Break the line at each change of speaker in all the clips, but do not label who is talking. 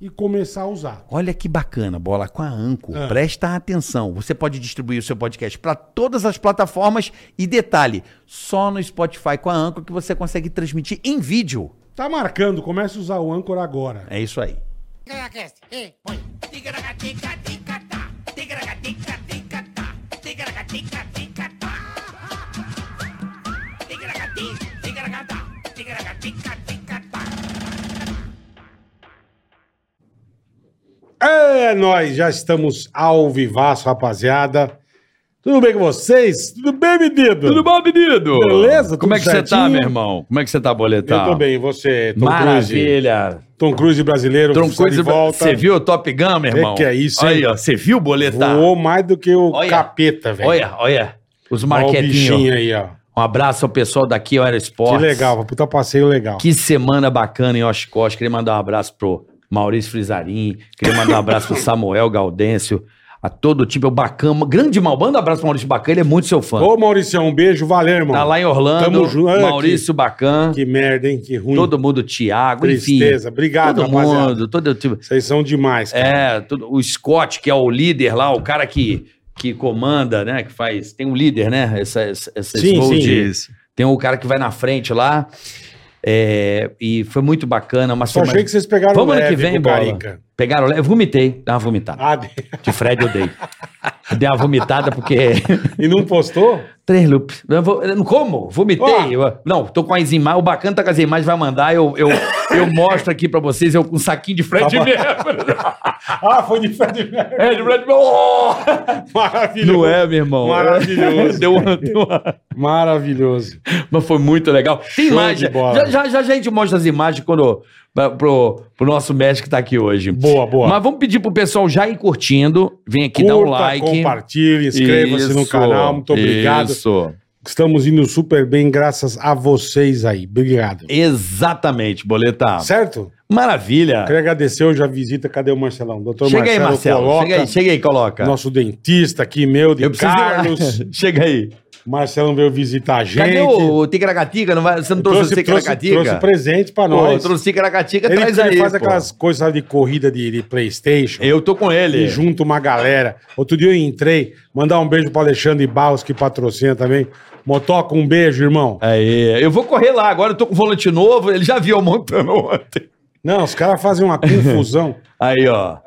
e começar a usar.
Olha que bacana, bola com a Anco.
Ah.
Presta atenção. Você pode distribuir o seu podcast para todas as plataformas e detalhe, só no Spotify com a Anco que você consegue transmitir em vídeo.
Tá marcando, comece a usar o Anchor agora.
É isso aí.
Ticaracast, e põe. Ticaracatica, ticatá. Ticaracatica, ticatá. Ticaracatica, ticatá. Ticaracati, ticaracatá. Ticaracatica, ticatá.
É, nós já estamos ao vivaço, rapaziada. Tudo bem com vocês? Tudo bem, menino?
Tudo bom, menino?
Beleza, tudo
Como é que você tá,
certinho?
meu irmão? Como é que você tá, boletar?
Eu tô bem, e você, Tom Cruise?
Maravilha.
Tom Cruise brasileiro,
Tronco
está de
coisa.
volta.
Você viu o Top Gun, meu
É
irmão?
que é isso,
Olha
hein?
Aí, ó. Você viu o boletar?
Voou mais do que o
Olha.
capeta, velho.
olha, olha. Os
Olha o bichinho
marquetinhos.
aí, ó.
Um abraço ao pessoal daqui, ao
Que
Aerosportes.
legal, um puta passeio legal.
Que semana bacana em Oshkosh. Queria mandar um abraço pro Maurício Frizarim. Queria mandar um abraço pro Samuel Gaudêncio. A todo tipo. É o Bacama. Grande mal. Manda um abraço pro Maurício Bacana. Ele é muito seu fã.
Ô, Maurício, um beijo, valeu, irmão.
tá lá em Orlando.
Tamo junto. Olha
Maurício Bacan.
Que merda, hein? Que ruim.
Todo mundo, Thiago, enfim.
Tristeza. Obrigado,
todo
rapaziada.
mundo, todo tipo.
Vocês são demais, cara.
É, todo- o Scott, que é o líder lá, o cara que, que comanda, né? Que faz. Tem um líder, né? Essa, essa, essa- esse
Sim,
voo
sim.
de- Tem o cara que vai na frente lá. É, e foi muito bacana. Uma
Só achei que vocês pegaram
Vamos ano
leve
que vem,
com
bola.
Carica.
Pegaram leve. Eu vomitei. Dá uma vomitada.
Ah, de-
De Fred eu dei. dei uma vomitada porque. é
e não postou?
Três loops. Eu vou- eu não como? Vomitei.
Ó.
Eu- não, tô com as imagens. O bacana tá com as imagens, vai mandar. Eu, eu, eu mostro aqui pra vocês. Eu com um saquinho de Fred
Tá bom.
Mercury.
Ah, foi de Fred Mercury.
É, de Fred Mercury. Oh!
Maravilhoso.
Não é, meu irmão?
Maravilhoso.
Deu uma- deu uma-
Maravilhoso.
Mas foi muito legal. Tem
Show
imagem.
de bola.
Já, já, já a gente mostra as imagens quando, pra- pro, pro nosso mestre que tá aqui hoje.
Boa, boa.
Mas vamos pedir pro pessoal já ir curtindo. Vem aqui, dá um like.
compartilhe, inscreva-se no
Isso,
canal. Muito obrigado.
Isso.
Estamos indo super bem, graças a vocês aí. Obrigado.
Exatamente, Boleta.
Certo?
Maravilha.
Queria agradecer hoje a visita. Cadê o Marcelão? Doutor
Chega aí, Marcelo.
Marcelo, Coloca,
Chega aí, chega aí, coloca.
nosso dentista aqui, meu, de Carlos.
chega aí.
Marcelão veio visitar a gente.
Cadê o, o Ticaracatiga? Não vai... Você não trouxe,
Trouxe,
o
trouxe,
Ticaracatiga?
trouxe presente pra
Pô,
nós.
trouxe o Ticaracatiga,
ele
traz
ele
aí.
faz
pô.
aquelas coisas de corrida de, de Playstation.
Eu tô com ele.
E junto uma galera. Outro dia eu entrei, mandar um beijo pro Alexandre Barros, que patrocina também. Motoca, um beijo, irmão.
Aí, eu vou correr lá agora, eu tô com volante novo, ele já viu eu montando ontem.
Não, os caras fazem uma confusão.
Aí, ó.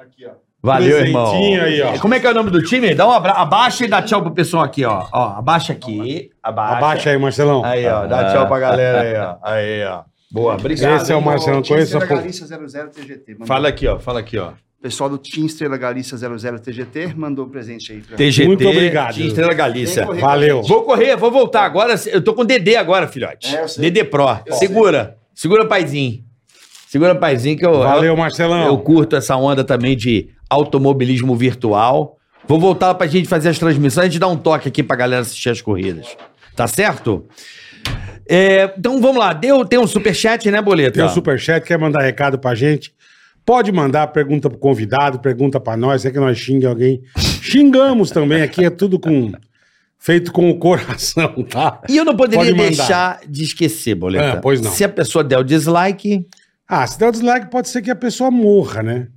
Valeu, irmão.
Presentinho aí, ó.
Como é que é o nome do time? Dá um abra... Abaixa e dá tchau pro pessoal aqui, ó. ó abaixa aqui. Abaixa.
Abaixa aí, Marcelão.
Aí, ó. Dá tchau pra galera aí, ó. Aí, ó. Boa, obrigado.
Esse é o Marcelão.
Team
Conheço
Estrela
a pouco.
Galícia 00 TGT. Mandou.
Fala aqui, ó. Fala aqui, ó.
O pessoal do Team Estrela Galícia 00 TGT mandou um presente aí pra
TGT.
Muito obrigado.
de Estrela Galícia.
Vem correr.
Valeu.
Vou correr, vou voltar agora. Eu tô com DD agora, filhote.
É, eu sei.
DD Pro. Segura. Segura, paizinho. Segura, paizinho, que eu.
Valeu,
Eu
Marcelão.
curto essa onda também de automobilismo virtual. Vou voltar pra gente fazer as transmissões, a gente dá um toque aqui pra galera assistir as corridas. Tá certo? É, então vamos lá, Deu, tem um superchat, né, Boleta?
Tem o superchat, quer mandar recado pra gente? Pode mandar, pergunta pro convidado, pergunta pra nós, é que nós xingue alguém. Xingamos também, aqui é tudo com feito com o coração, tá?
E eu não poderia
Pode mandar.
deixar de esquecer, Boleta.
É, pois não.
Se a pessoa der o dislike,
Ah, se der o dislike, pode ser que a pessoa morra, né?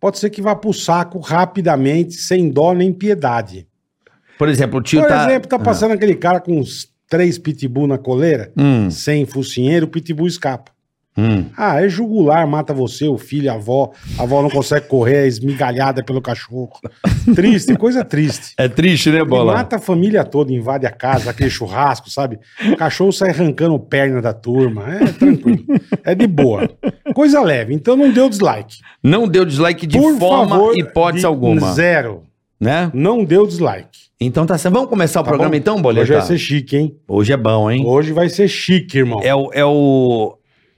Pode ser que vá pro saco rapidamente, sem dó nem piedade.
por exemplo, o tio
Por
tá.
exemplo, tá passando aquele cara com uns três pitbull na coleira,
Hum,
sem focinheiro, o pitbull escapa.
hum.
Ah, é jugular, mata você, o filho, a avó. A avó não consegue correr, é esmigalhada pelo cachorro. Triste, coisa triste.
É triste, né,
E
Bola?
mata a família toda, invade a casa, aquele churrasco, sabe? O cachorro sai arrancando perna da turma. É tranquilo. É de boa. Coisa leve. Então não deu dislike.
Não deu dislike de forma, hipótese
de
alguma.
Zero.
Né?
Não deu dislike.
Então tá certo. Vamos começar o
Tá
programa
bom?
então,
Hoje
Boletar?
vai ser chique, hein?
Hoje é bom, hein?
Hoje vai ser chique, irmão.
É o, é o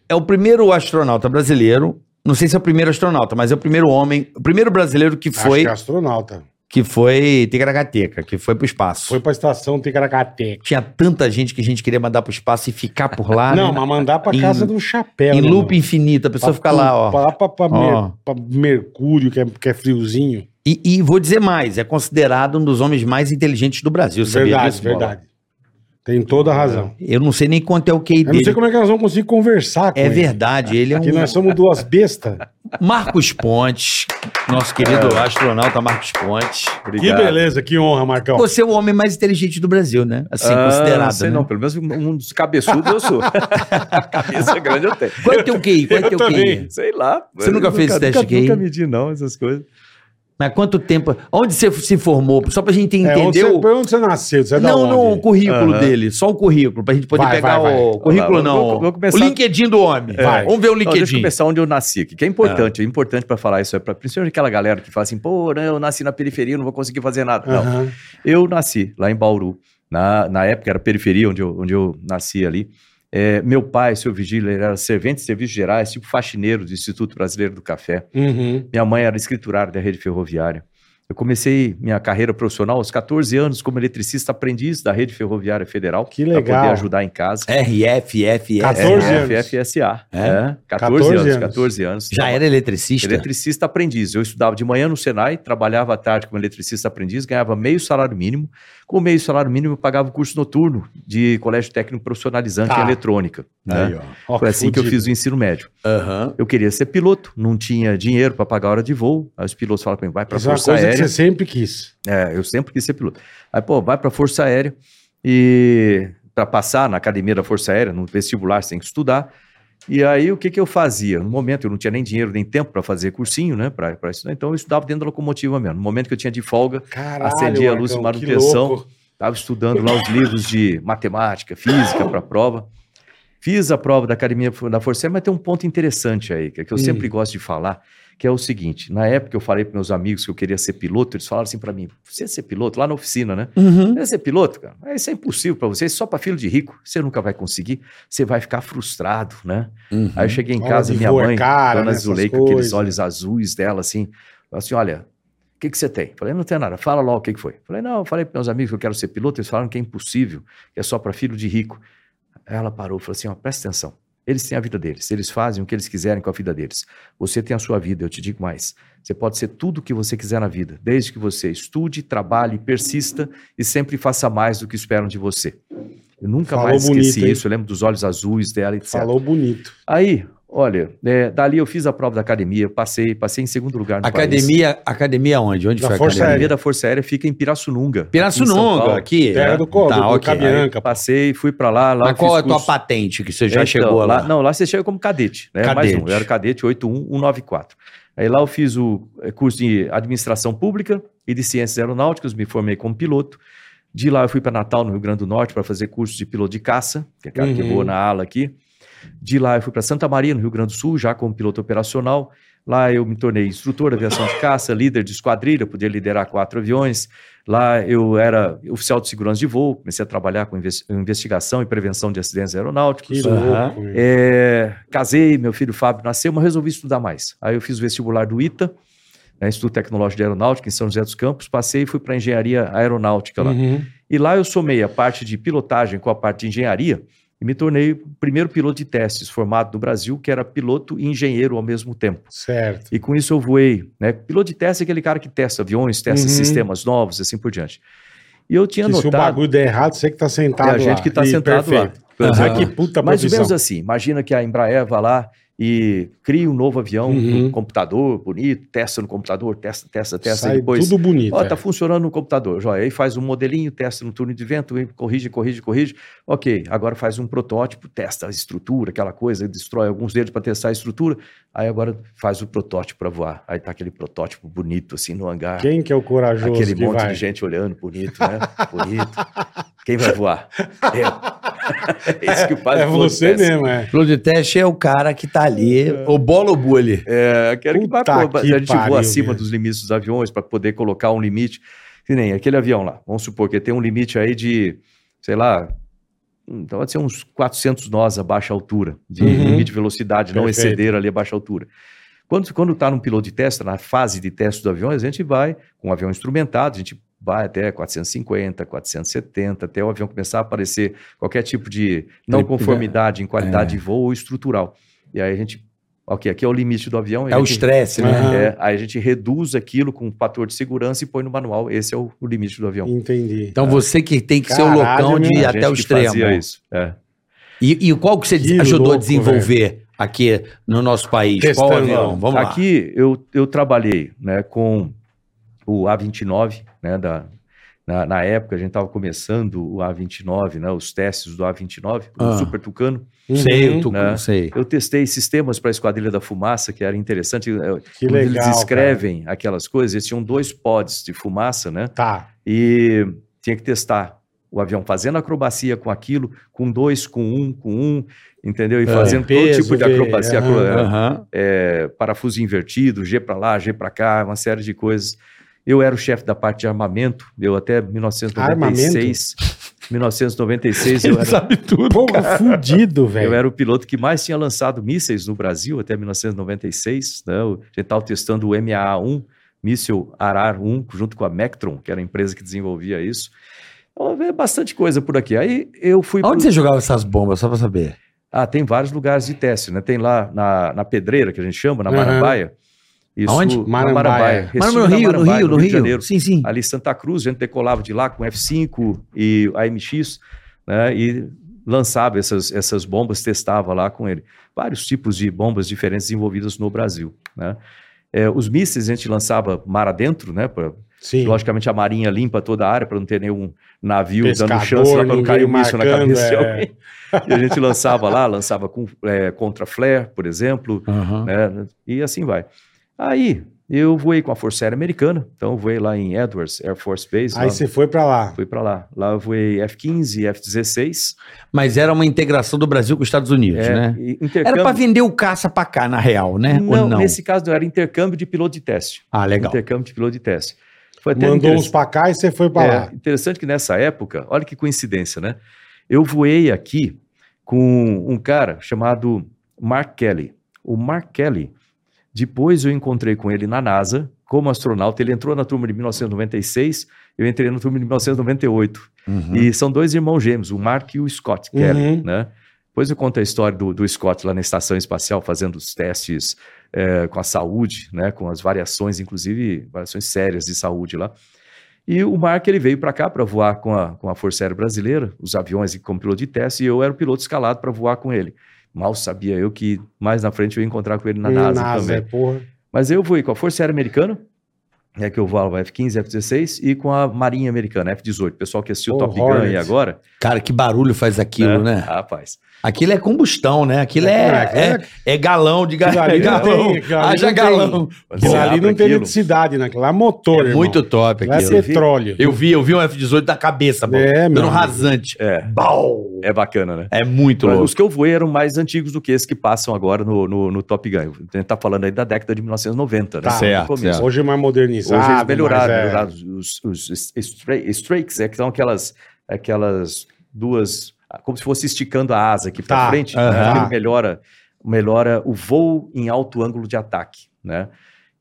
é o primeiro astronauta brasileiro. Não sei se é o primeiro astronauta, mas é o primeiro homem, o primeiro brasileiro que
Acho
foi
que é astronauta.
que foi Ticaracateca, que foi pro espaço.
Foi pra estação Ticaracateca.
Tinha tanta gente que a gente queria mandar pro espaço e ficar por lá.
não,
né?
mas mandar pra
Em-
casa do chapéu.
em
né,
loop
mano?
infinito, a pessoa
Pra-
fica lá, ó.
Pra, lá pra, pra
Ó.
mer- pra Mercúrio, que é, que é friozinho.
E, e vou dizer mais, é considerado um dos homens mais inteligentes do Brasil, sabia
verdade,
disso, Bola? É.
verdade. Tem toda a razão.
Eu não sei nem quanto é o QI
Eu não sei
dele.
como é que nós vamos conseguir conversar com
É
ele.
verdade, ele é
Aqui
um...
nós somos duas bestas.
Marcos Pontes, nosso querido
É.
astronauta Marcos Pontes.
que beleza, que honra, Marcão.
Você é o homem mais inteligente do Brasil, né? Assim,
Ah,
considerado,
sei
né?
não, pelo menos um dos cabeçudos eu sou. Cabeça grande eu tenho.
Qual é o teu QI? Qual é o teu
Eu também.
QI?
Sei lá.
Você nunca fez
nunca,
teste
nunca,
gay?
Nunca medi não, essas coisas.
Mas quanto tempo... Onde você se formou? Só pra gente
É,
entender
onde
o...
você, pra onde você nasceu? Você é da
não,
onde?
não, o currículo
Aham.
dele. Só o currículo, pra gente poder
Vai,
pegar
vai, vai.
o... Currículo
Vamos lá,
não.
vamos- vamos começar-
O LinkedIn do homem.
Vai.
Vamos ver o
Não, deixa eu
LinkedIn.
começar onde eu nasci aqui, que é
Ah.
importante. É importante pra falar isso. É pra, principalmente aquela galera que fala assim, pô, né, eu nasci na periferia, eu não vou conseguir fazer nada. Não.
Aham.
Eu nasci lá em Bauru. Na, na época era periferia onde eu, onde eu nasci ali. É, meu pai, seu Vigília, ele era servente de serviços gerais, tipo faxineiro do Instituto Brasileiro do Café.
Uhum.
Minha mãe era escriturária da rede ferroviária. Eu comecei minha carreira profissional aos 14 anos como eletricista aprendiz da rede ferroviária federal.
Que
Para
legal.
poder ajudar em casa.
RF, FF.
14 anos.
FFSA.
É?
14,
14
anos,
anos.
14 anos.
Já era eletricista?
Eletricista aprendiz. Eu estudava de manhã no Senai, trabalhava à tarde como eletricista aprendiz, ganhava meio salário mínimo. Com meio salário mínimo, eu pagava o curso noturno de colégio técnico profissionalizante
Tá.
em eletrônica. né?
Aí, ó. Ó,
Foi assim que eu
fudido.
fiz o ensino médio.
Aham.
Eu queria ser piloto, não tinha dinheiro para pagar a hora de voo. Aí os pilotos falaram para mim, vai para a
Isso é uma
Força
coisa
Aérea.
que você sempre quis.
É, eu sempre quis ser piloto. Aí, pô, vai pra Força Aérea e para passar na academia da Força Aérea, no vestibular, você tem que estudar. E aí, o que, que eu fazia? No momento, eu não tinha nem dinheiro, nem tempo para fazer cursinho, né? Pra, pra estudar. Então, eu estudava dentro da locomotiva mesmo. No momento que eu tinha de folga,
Caralho,
Acendi a luz de
Marcão, que
manutenção.
louco.
estava estudando lá os livros de matemática, física para a prova. Fiz a prova da academia da Força Aérea, mas tem um ponto interessante aí, que é que eu
Hum.
sempre gosto de falar, que é o seguinte: na época eu falei para meus amigos que eu queria ser piloto, eles falaram assim para mim: você ia ser piloto lá na oficina, né?
Uhum.
Você é piloto, cara, mas isso é impossível pra você, isso é só pra filho de rico, você nunca vai conseguir, você vai ficar frustrado, né?
Uhum.
Aí eu cheguei em
Hora
casa,
de
minha
voar
mãe,
cara, né,
dona
essas
Zuleika,
coisas.
aqueles olhos azuis dela, assim, falou assim, olha, o que, que você tem? Falei, não tem nada, fala logo o que, que foi. Falei, não, eu falei pros meus amigos que eu quero ser piloto, eles falaram que é impossível, que é só pra filho de rico. Aí ela parou e falou assim, ó, presta atenção, eles têm a vida deles, eles fazem o que eles quiserem com a vida deles. Você tem a sua vida, eu te digo mais, você pode ser tudo o que você quiser na vida, desde que você estude, trabalhe, persista e sempre faça mais do que esperam de você. Eu nunca
Falou
mais esqueci
bonito, hein?
isso, eu lembro dos olhos azuis dela, etc.
Falou bonito.
Aí, olha, é, dali eu fiz a prova da academia, eu passei, passei em segundo lugar no país.
Academia, academia onde? Onde
Da
foi a
Força
A
academia?
academia da Força Aérea fica em Pirassununga. aqui em São
Pirassununga,
Paulo.
aqui.
Terra
né?
do Cobo,
Tá,
do
ok.
Cabianca. pô.
Passei, fui pra lá. lá eu
Mas qual
fiz
é a tua
curso.
patente que você já
Então,
chegou lá?
Não, lá você chega como cadete, né?
Cadete.
Mais um, eu era cadete 81194. Aí lá eu fiz o eh, curso de administração pública e de ciências aeronáuticas, me formei como piloto. De lá eu fui para Natal, no Rio Grande do Norte, para fazer curso de piloto de caça, que é cara que
Uhum.
voa na ala aqui. De lá eu fui para Santa Maria, no Rio Grande do Sul, já como piloto operacional. Lá eu me tornei instrutor de aviação de caça, líder de esquadrilha, podia liderar quatro aviões. Lá eu era oficial de segurança de voo, comecei a trabalhar com inves- investigação e prevenção de acidentes aeronáuticos.
Que
Aham.
louco. meu.
É, casei, meu filho Fábio nasceu, mas resolvi estudar mais. Aí eu fiz o vestibular do ITA, né, Instituto Tecnológico de Aeronáutica, em São José dos Campos, passei e fui para engenharia aeronáutica lá.
Uhum.
E lá eu somei a parte de pilotagem com a parte de engenharia e me tornei o primeiro piloto de testes formado do Brasil, que era piloto e engenheiro ao mesmo tempo.
Certo.
E com isso eu voei. Né? Piloto de teste é aquele cara que testa aviões, testa
Uhum.
sistemas novos, e assim por diante. E eu tinha
Que se o
notado.
bagulho der errado, você que tá sentado
É
lá.
a gente que está
Ih,
sentado
perfeito. Ah,
lá. Exato.
que puta
Mais ou
profissão.
menos assim, imagina que a Embraer vá lá e cria um novo avião
Uhum.
no computador, bonito, testa no computador, testa, testa, testa,
Sai
e depois...
tudo bonito.
Ó,
é.
tá funcionando no computador, joia. Aí faz um modelinho, testa no turno de vento, e corrige, corrige, corrige. Ok, agora faz um protótipo, testa a estrutura, aquela coisa, destrói alguns dedos para testar a estrutura. Aí agora faz o protótipo para voar. Aí tá aquele protótipo bonito, assim, no hangar.
Quem que é o corajoso
Aquele
que
monte
vai?
de gente olhando, bonito, né? Bonito. Quem vai voar? Eu. é isso que o padre
É você
mesmo.
mesmo, é.
Flor de teste é o cara que tá ali, o bolo ou bully.
É, quero que
Puta
marcou.
que
a gente
pariu,
voa acima
meu.
dos limites dos aviões para poder colocar um limite. Que nem aquele avião lá. Vamos supor que tem um limite aí de, sei lá, hum, pode ser uns 400 nós a baixa altura, de
Uhum.
limite de velocidade, não
Perfeito.
exceder ali a baixa altura. Quando quando está num piloto de teste, na fase de teste dos aviões, a gente vai com o avião instrumentado, a gente vai até 450, 470, até o avião começar a aparecer qualquer tipo de não
né?
Trip-
conformidade em qualidade
É.
de voo ou estrutural. E aí a gente, ok, aqui é o limite do avião. e
É
a
o
gente-
estresse, né?
Aham.
é, aí a gente reduz aquilo com um fator de segurança e põe no manual. Esse é o, o limite do avião.
Entendi.
Então você que tem que ser o
Caralho,
loucão de
meu.
ir
A
até
gente
o
que
extremo.
fazia isso. É.
E, e qual que você
Que
ajudou
louco,
a desenvolver aqui no nosso país? Qual
Testando.
avião? Vamos lá.
Aqui eu, eu trabalhei né, com o A29, né, da, na, na época a gente estava começando o A29, né, os testes do A29,
Ah.
o Super Tucano.
Uhum.
Sei, eu tu,
né?
sei.
Eu testei sistemas para a Esquadrilha da Fumaça, que era interessante. Eu-
Que
quando
legal.
eles escrevem aquelas coisas, eles tinham dois pods de fumaça, né?
cara. Tá.
e tinha que testar o avião fazendo acrobacia com aquilo, com dois, com um, com um, entendeu? E fazendo
É, peso,
todo tipo de
ver,
acrobacia,
aham,
acro-
Aham.
é, parafuso invertido, G para lá, G para cá, uma série de coisas. Eu era o chefe da parte de armamento, eu até 1996, 1996 eu era,
tudo. Porra, fudido,
eu
velho.
era o piloto que mais tinha lançado mísseis no Brasil até 1996, né? Eu- A gente estava testando o MAA-1, míssil Arar-1, junto com a Mectron, que era a empresa que desenvolvia isso. Então, é bastante coisa por aqui. Aí eu fui... pro-
Onde você jogava essas bombas, só pra saber?
Ah, tem vários lugares de teste, né? Tem lá na, na Pedreira, que a gente chama, na
Aham.
Marambaia. Isso,
Aonde?
na
Marambaia.
Marambaia.
Mas
Recife,
no
na
Rio, no
Marambaia,
Rio, no
de Janeiro.
Rio. Sim, sim.
Ali em Santa Cruz, a gente decolava de lá com F5 e AMX, né? E lançava essas, essas bombas, testava lá com ele. Vários tipos de bombas diferentes desenvolvidas no Brasil, né? É, os mísseis a gente lançava mar adentro, né? pra-
Sim.
logicamente a marinha limpa toda a área para não ter nenhum navio
Pescador,
dando chance lá para não
ninguém
cair um míssil na
marcando,
cabeça de
é.
alguém. E a gente lançava lá, lançava com, é, contra flare, por exemplo,
Aham.
né? E assim vai. Aí eu voei com a Força Aérea Americana, então eu voei lá em Edwards Air Force Base.
Aí
lá,
você foi pra lá.
Fui para lá. Lá eu voei F-15, F-16.
Mas era uma integração do Brasil com os Estados Unidos,
é,
né?
e
Era
intercâmbio.
pra vender o caça pra cá, na real, né?
não,
Ou não?
nesse caso não, era intercâmbio de piloto de teste.
Ah, legal. um
Intercâmbio de piloto de teste. Foi até
Mandou
interessante.
uns pra cá e você foi pra lá.
É, interessante que nessa época, olha que coincidência, né? Eu voei aqui com um cara chamado Mark Kelly. O Mark Kelly, depois eu encontrei com ele na NASA como astronauta. Ele entrou na turma de 1996, eu entrei na turma de 1998.
Uhum.
E são dois irmãos gêmeos, o Mark e o Scott Kelly,
Uhum.
né? Depois eu conto a história do, do Scott lá na estação espacial fazendo os testes eh, com a saúde, né? Com as variações, inclusive variações sérias de saúde lá. E o Mark ele veio para cá para voar com a, com a Força Aérea Brasileira, os aviões e como piloto de teste, e eu era o piloto escalado para voar com ele. Mal sabia eu que mais na frente eu ia encontrar com ele na
Hum,
NASA, também.
é, porra.
Mas eu fui com a Força Aérea Americana, é que eu voava F-15, F-16, e com a Marinha Americana, F-18. O pessoal que assistiu o
Oh,
Top Gun
Hornet.
aí agora. né?
Cara, que barulho faz aquilo, né?
Rapaz.
Aquilo é combustão, né? Aquilo é,
É,
é, é galão de ga-
Aquilo ali não
galão.
tem, aquilo ali
Haja
não tem.
galão.
Aquilo
Olhar
ali
pra
não tem
aquilo.
eletricidade naquilo. Lá é
É
motor, irmão.
muito top
Lá é
aquilo.
petróleo.
Eu vi, eu vi um F-18 da cabeça, mano.
É, meu
Dando
amigo.
rasante.
É,
Bau!
é bacana, né?
É muito louco.
Os que eu voei eram mais antigos do que esses que passam agora no, no, no Top Gun. A gente tá falando aí da década de 1990, né?
Tá.
Certo,
No começo.
certo.
Hoje é mais modernizado.
Hoje eles Ah, melhoraram,
mas é-
melhoraram os, os os stra- strakes, é que são aquelas, aquelas duas, ah, como se fosse esticando a asa aqui para
Tá,
frente,
aham.
né? Aquilo melhora, melhora o voo em alto ângulo de ataque, né?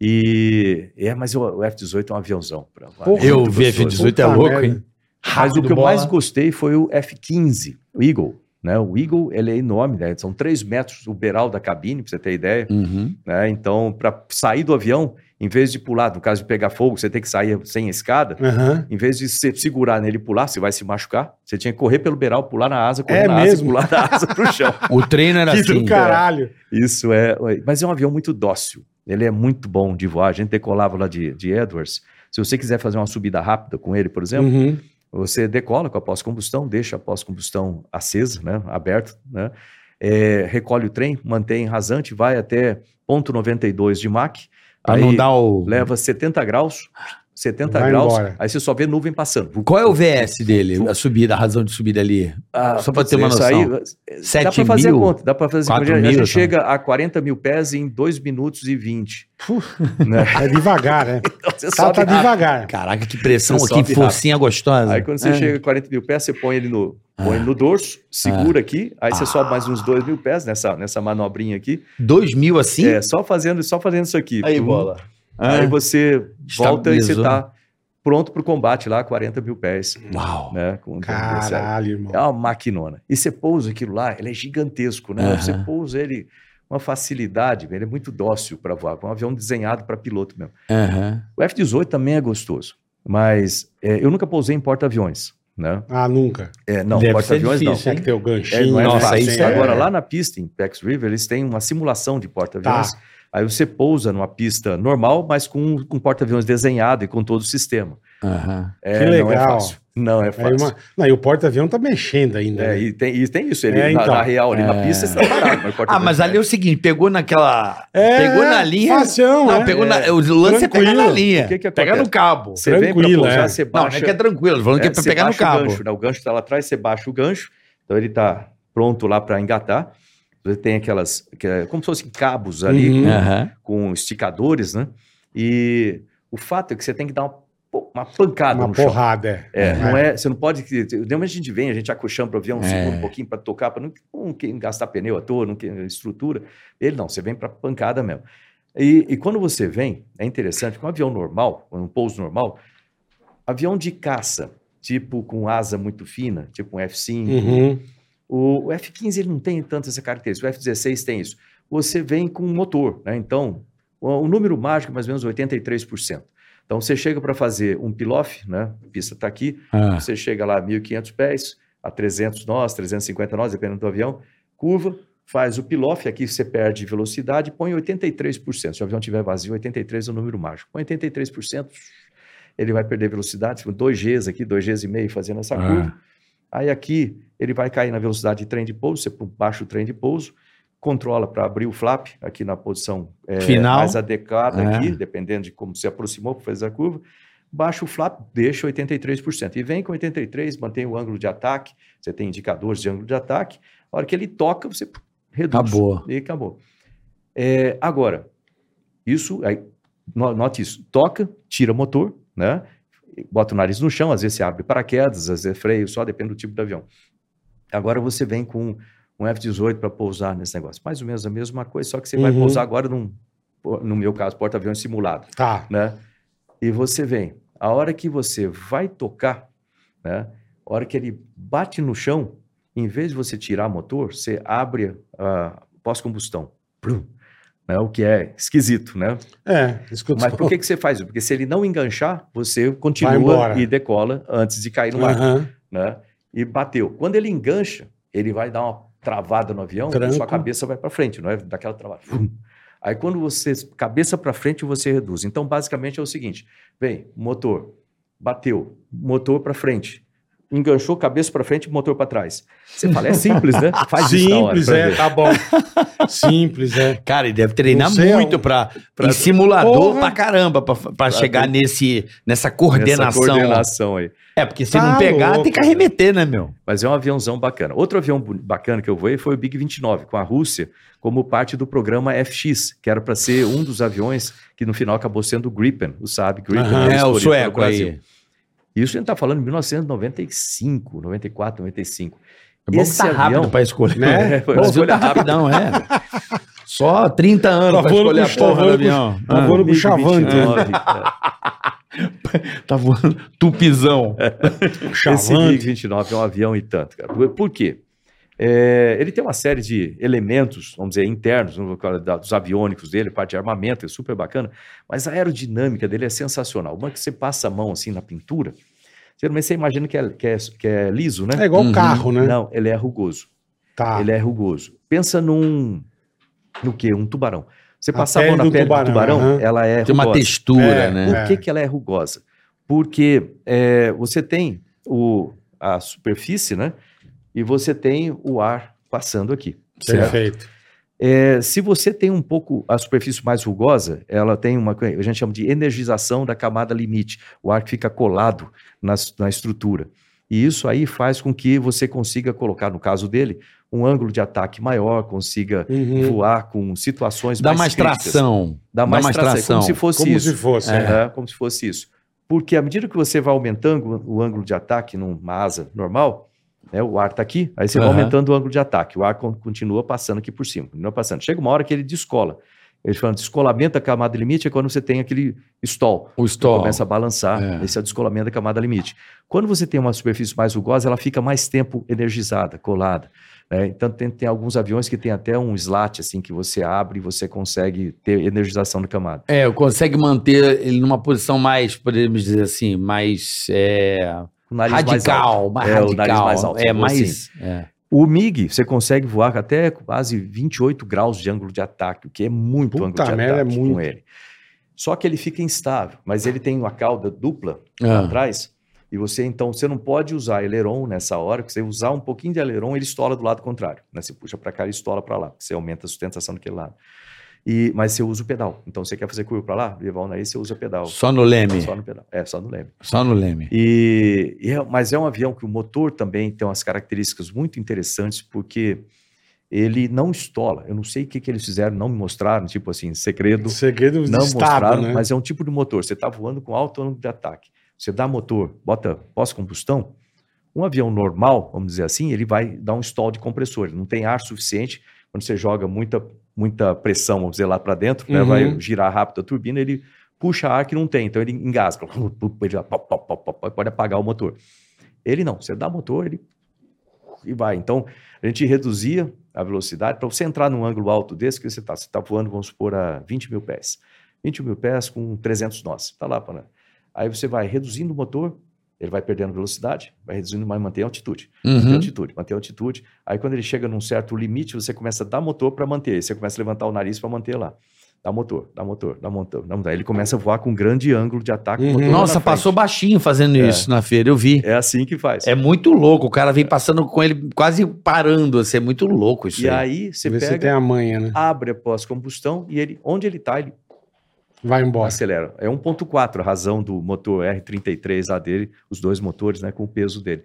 E é, mas o, o F-18 é um aviãozão. pra-
Porra,
Eu
muito
vi
gostoso.
F-18 é
Puta
louco,
merda.
hein?
Mas o
Rápido,
que eu
bola.
mais gostei foi o F-15, o Eagle. Né? O Eagle ele é enorme, né? são 3 metros o beiral da cabine, para você ter ideia.
Uhum.
Né? Então, para sair do avião, em vez de pular, no caso de pegar fogo, você tem que sair sem escada.
Aham.
Em vez de você segurar nele e pular, você vai se machucar. Você tinha que correr pelo beiral, pular na asa, correr
É
na asa
mesmo?
e pular da asa pro chão.
O treino era
Que
assim.
do caralho.
Isso é. Mas é um avião muito dócil. Ele é muito bom de voar. A gente decolava lá de, de Edwards. Se você quiser fazer uma subida rápida com ele, por
Hum.
exemplo,
Uhum.
você decola com a pós-combustão, deixa a pós-combustão acesa, né, aberta, né, é, recolhe o trem, mantém rasante, vai até ponto 92 de Mach,
Pra
aí
não dar o.
leva 70 graus, 70
Vai
graus,
embora.
aí você só vê nuvem passando.
Qual é o VS dele? A subida, a razão de subida ali?
Ah,
Só pra ter
putz,
uma
isso
noção.
Aí, dá
7
pra fazer
mil?
conta, dá pra fazer
4
conta. A
mil,
gente
tá?
chega a 40 mil pés em 2 minutos e 20. Né?
É devagar, né?
Então, você
Tá,
sobe
tá
rápido.
devagar.
Caraca, que pressão,
Sobe
que
rápido.
forcinha gostosa.
Aí quando você
É. Ah.
chega a 40 mil pés, você põe ele no, põe ele no dorso, segura aqui, aí você sobe mais uns 2 mil pés nessa, nessa manobrinha aqui.
2 mil assim?
É, só fazendo, só fazendo isso aqui. Tum.
Ah,
Aí você volta e você
Estabilizou.
tá pronto pro combate lá, 40 mil pés.
Uau.
Né, com um tempo desse aí.
Caralho, irmão.
É uma maquinona. E você pousa aquilo lá, ele é gigantesco, né?
Aham.
Você pousa ele com uma facilidade, ele é muito dócil para voar, é um avião desenhado para piloto mesmo.
Aham.
O F-18 também é gostoso, mas é, eu nunca pousei em porta-aviões, né?
Ah, nunca.
É, não,
Deve
porta-aviões
ser
não.
difícil,
Tinha que ter o ganchinho.
É, não é
Nossa,
fácil.
isso é-
Agora, lá na pista, em Pex River, eles têm uma simulação de porta-aviões.
Tá.
Aí você pousa numa pista normal, mas com, com porta-aviões desenhado e com todo o sistema.
Aham.
É,
Que
Não é
legal.
fácil. Não é
Aí
fácil.
uma- Não, e o porta-avião tá mexendo ainda.
É,
né?
e, tem, e tem isso, ele,
É,
na-
então.
na, real, ali na pista, você tá parado. mas corta
Ah,
bem.
mas ali é o seguinte, pegou naquela...
É,
pegou na
é,
linha...
facião,
não,
é.
pegou na... O lance é pegar
Tranquilo.
na linha.
O que que
pegar
acontece?
no cabo.
Você vem pra
Tranquilo,
pousar,
é.
você
Não,
baixa...
não é que é tranquilo, falando que é pra
você
pegar no
baixa O
cabo.
gancho, né? O gancho tá lá atrás, você baixa o gancho, então ele tá pronto lá pra engatar. Você tem aquelas... Que é, como se fossem cabos ali,
Uhum.
com-
Aham.
com, esticadores, né? E o fato é que você tem que dar uma, pô- uma pancada
Uma
no chão.
porrada, é.
Ah, É, não é, você não pode. que- Normalmente a gente vem, a gente acolchando para o avião, segura um pouquinho para tocar, para não, não que- gastar pneu à toa, não que- estrutura. Ele não, você vem para pancada mesmo. E, e quando você vem, é interessante, com um avião normal, um pouso normal, avião de caça, tipo com asa muito fina, tipo um F-5,
Uhum.
o, o F-15 ele não tem tanto essa característica, o F-16 tem isso. Você vem com motor, né? Então, o, o número mágico é mais ou menos 83%. Então, você chega para fazer um pilot, né? A pista está aqui,
Ah.
você chega lá a 1.500 pés, a 300 nós, 350 nós, dependendo do avião, curva, faz o pilot, aqui você perde velocidade, põe 83%. Se o avião tiver vazio, 83% é o número mágico. Põe 83%, ele vai perder velocidade, tipo, 2Gs aqui, 2Gs e meio fazendo essa
Ah.
curva. Aí aqui ele vai cair na velocidade de trem de pouso, você baixa o trem de pouso, controla para abrir o flap aqui na posição eh,
Final.
mais adequada
É.
aqui, dependendo de como se aproximou para fazer a curva, baixa o flap, deixa 83%. E vem com 83%, mantém o ângulo de ataque, você tem indicadores de ângulo de ataque. A hora que ele toca, você pum, reduz.
Acabou.
E acabou. É, agora, isso, aí, no- note isso, toca, tira motor, né? Bota o nariz no chão, às vezes você abre paraquedas, às vezes é freio, só depende do tipo de avião. Agora você vem com um F-18 para pousar nesse negócio. Mais ou menos a mesma coisa, só que você vai
Uhum.
pousar agora num, no meu caso, porta-aviões simulado
Tá.
né? E você vem. A hora que você vai tocar, né? A hora que ele bate no chão, em vez de você tirar motor, você abre a pós-combustão. Plum. Né? O que é esquisito, né?
É, escuta.
Mas por que, que você faz isso? Porque se ele não enganchar, você continua
embora.
e decola antes de cair no ar,
Aham.
né? E bateu. Quando ele engancha, ele vai dar uma travada no avião,
Tranco.
sua cabeça vai para frente, não é daquela travada. Vum. Aí quando você cabeça para frente, você reduz. Então, basicamente é o seguinte: vem, motor, bateu, motor para frente, enganchou, cabeça para frente, motor para trás. Você fala, é simples, né? Faz isso na hora
Simples,
pra
é,
ver.
tá bom. Simples, é.
Cara, ele deve treinar
Não sei,
muito
é um-
pra,
pra-
em simulador
Porra.
pra caramba, pra, pra chegar
ter-
nesse, nessa
Essa
coordenação.
coordenação aí.
É, porque se
Tá
não pegar,
louco,
tem que arremeter, né, meu?
Mas é um aviãozão bacana. Outro avião bu- bacana que eu voei foi o Big 29, com a Rússia, como parte do programa FX, que era para ser um dos aviões que no final acabou sendo o Gripen, o Saab Gripen.
Aham.
é, o
né, escolhido
sueco
pelo Brasil.
aí.
Isso a gente está falando em 1995, 94, 95.
É bom
Esse
que tá rápido
avião-
pra escolher.
Né?
É, foi
Pô,
uma
o avião
escolha
tá
rápida.
rapidão, é. Só 30 anos
Tá
pra
voando
escolher
com
a porra do
voando com-
avião.
tá voando com
Big
né?
chavante.
29, é.
Ah, tá voando tupizão.
Esse
Chavante.
MiG-29 é um avião e tanto, cara. Por, por quê? É, ele tem uma série de elementos, vamos dizer, internos, vamos falar da- dos aviônicos dele, parte de armamento, é super bacana, mas a aerodinâmica dele é sensacional. Uma que você passa a mão assim na pintura, geralmente você imagina que é, que é- que é liso,
É
né?
igual
Uhum.
o carro, né?
Não, ele é rugoso.
Tá.
Ele é rugoso. Pensa num. No quê? Um tubarão. Você
A
passar a mão
pele
na
do
pele
tubarão,
do tubarão,
aham.
ela é
Tem uma
rugosa.
textura,
É,
né?
é.
Por que, que ela é rugosa? Porque é, você tem o, a superfície, né? E você tem o ar passando aqui.
Perfeito.
É, se você tem um pouco a superfície mais rugosa, ela tem uma co- a gente chama de energização da camada limite. O ar que fica colado nas- na estrutura. E isso aí faz com que você consiga colocar, no caso dele, um ângulo de ataque maior, consiga
Uhum.
voar com situações
Dá mais
mais críticas.
tração.
Dá mais, tração. É Como se fosse
Como
isso.
se fosse. é.
Aham, como se fosse isso. Porque à medida que você vai aumentando o ângulo de ataque numa asa normal, né, o ar está aqui, aí você vai
Aham.
aumentando o ângulo de ataque. O ar con- continua passando aqui por cima, continua passando. Chega uma hora que ele descola. Eles falam descolamento da camada limite é quando você tem aquele stall.
O stall.
Começa a balançar.
É.
Esse é o descolamento da camada limite. Quando você tem uma superfície mais rugosa, ela fica mais tempo energizada, colada. né? Então, tem, tem alguns aviões que tem até um slat, assim, que você abre e você consegue ter energização da camada.
É, consegue manter ele numa posição mais, podemos dizer assim, mais é,
O nariz mais alto.
radical. Mais
É, o nariz
radical.
mais alto, assim.
É,
você falou
mais. é.
O MiG, você consegue voar até quase 28 graus de ângulo de ataque, o que é muito
Puta
ângulo de
merda,
ataque
é
com
muito.
ele. Só que ele fica instável, mas ele tem uma cauda dupla
Ah.
atrás, e você então, você não pode usar aileron nessa hora, porque você usar um pouquinho de aileron, ele estola do lado contrário, né? Você puxa para cá e estola para lá, porque você aumenta a sustentação daquele lado. E, mas você usa o pedal. Então você quer fazer curva para lá, levar o nariz, você usa o pedal.
Só no leme.
Só no pedal. É, só no leme.
Só no leme.
E, e é- mas é um avião que o motor também tem umas características muito interessantes, porque ele não estola. Eu não sei o que, que eles fizeram, não me mostraram, tipo assim, segredo.
O segredo do
Não
Estado,
mostraram,
né?
mas é um tipo de motor. Você está voando com alto ângulo de ataque. Você dá motor, bota pós-combustão, um avião normal, vamos dizer assim, ele vai dar um stall de compressor. Ele não tem ar suficiente. Quando você joga muita, muita pressão, vamos dizer, lá para dentro, né,
Uhum.
vai girar rápido a turbina, ele puxa ar que não tem. Então ele engasga. Ele vai pop, pop, pop, pop, pode apagar o motor. Ele não. Você dá motor, ele e vai. Então, a gente reduzia a velocidade para você entrar num ângulo alto desse que você está. Você está voando, vamos supor, a 20 mil pés. 20 mil pés com 300 nós. Está lá, para Aí você vai reduzindo o motor, ele vai perdendo velocidade, vai reduzindo, mas mantém a altitude. Mantém a
Uhum.
altitude, mantém a altitude. Aí quando ele chega num certo limite, você começa a dar motor para manter. Aí você começa a levantar o nariz para manter lá. Dá motor, dá motor, dá motor, dá motor. Aí ele começa a voar com um grande ângulo de ataque.
Uhum.
motor lá na
Nossa,
frente.
passou baixinho fazendo
É.
isso na feira, eu vi.
É assim que faz.
É muito louco, o cara vem passando com ele quase parando, assim, é muito louco isso
e
aí.
aí você
Vê se
pega
tem a manha, né?
abre após combustão e ele, onde ele está, ele
Vai embora.
acelera. É 1.4 a razão do motor R33A dele, os dois motores, né, com o peso dele.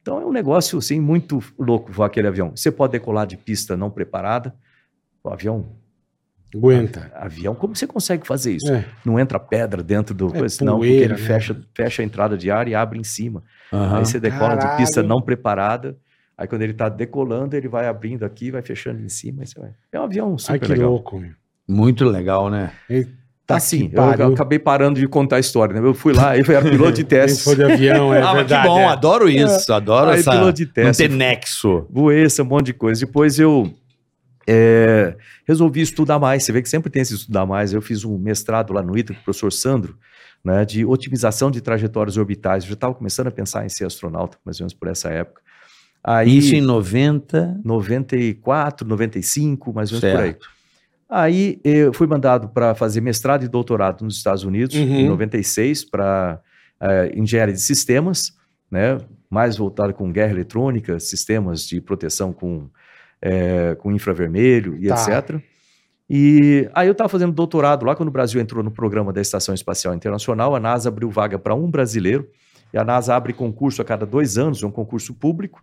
Então é um negócio assim muito louco voar aquele avião. Você pode decolar de pista não preparada. O avião,
Aguenta.
avião, como você consegue fazer Ah, isso?
É.
Não entra pedra dentro do
É
coisa, não, porque
poeira,
ele
né?
fecha, fecha a entrada de ar e abre em cima.
Aham.
Aí você decola de pista
Caralho.
não preparada. Aí quando ele está decolando, ele vai abrindo aqui, vai fechando em cima. aí você vai. É um avião super
Ai, que
legal.
louco, meu.
Muito legal, né?
Tá
que
sim, eu
pariu.
acabei parando de contar a história, né? Eu fui lá, eu era piloto de
Quem
teste.
for de avião, é
ah, mas
verdade.
que bom,
é.
adoro isso, adoro
Aí,
essa...
piloto de
Não
teste.
ter nexo.
Voei esse um monte de coisa. Depois eu é, resolvi estudar mais. Você vê que sempre tem esse estudar mais. Eu fiz um mestrado lá no ITA com o professor Sandro, né? De otimização de trajetórias orbitais. Eu já estava começando a pensar em ser astronauta, mais ou menos por essa época. Aí,
Isso em
Uhum.
90...
94, 95, mais ou menos por aí.
Certo.
Aí eu fui mandado para fazer mestrado e doutorado nos Estados Unidos,
Uhum.
em 96, para eh, engenharia de sistemas, né? mais voltado com guerra eletrônica, sistemas de proteção com, eh, com infravermelho e
Tá.
etc. E aí eu estava fazendo doutorado lá quando o Brasil entrou no programa da Estação Espacial Internacional, a NASA abriu vaga para um brasileiro, e a NASA abre concurso a cada dois anos, é um concurso público,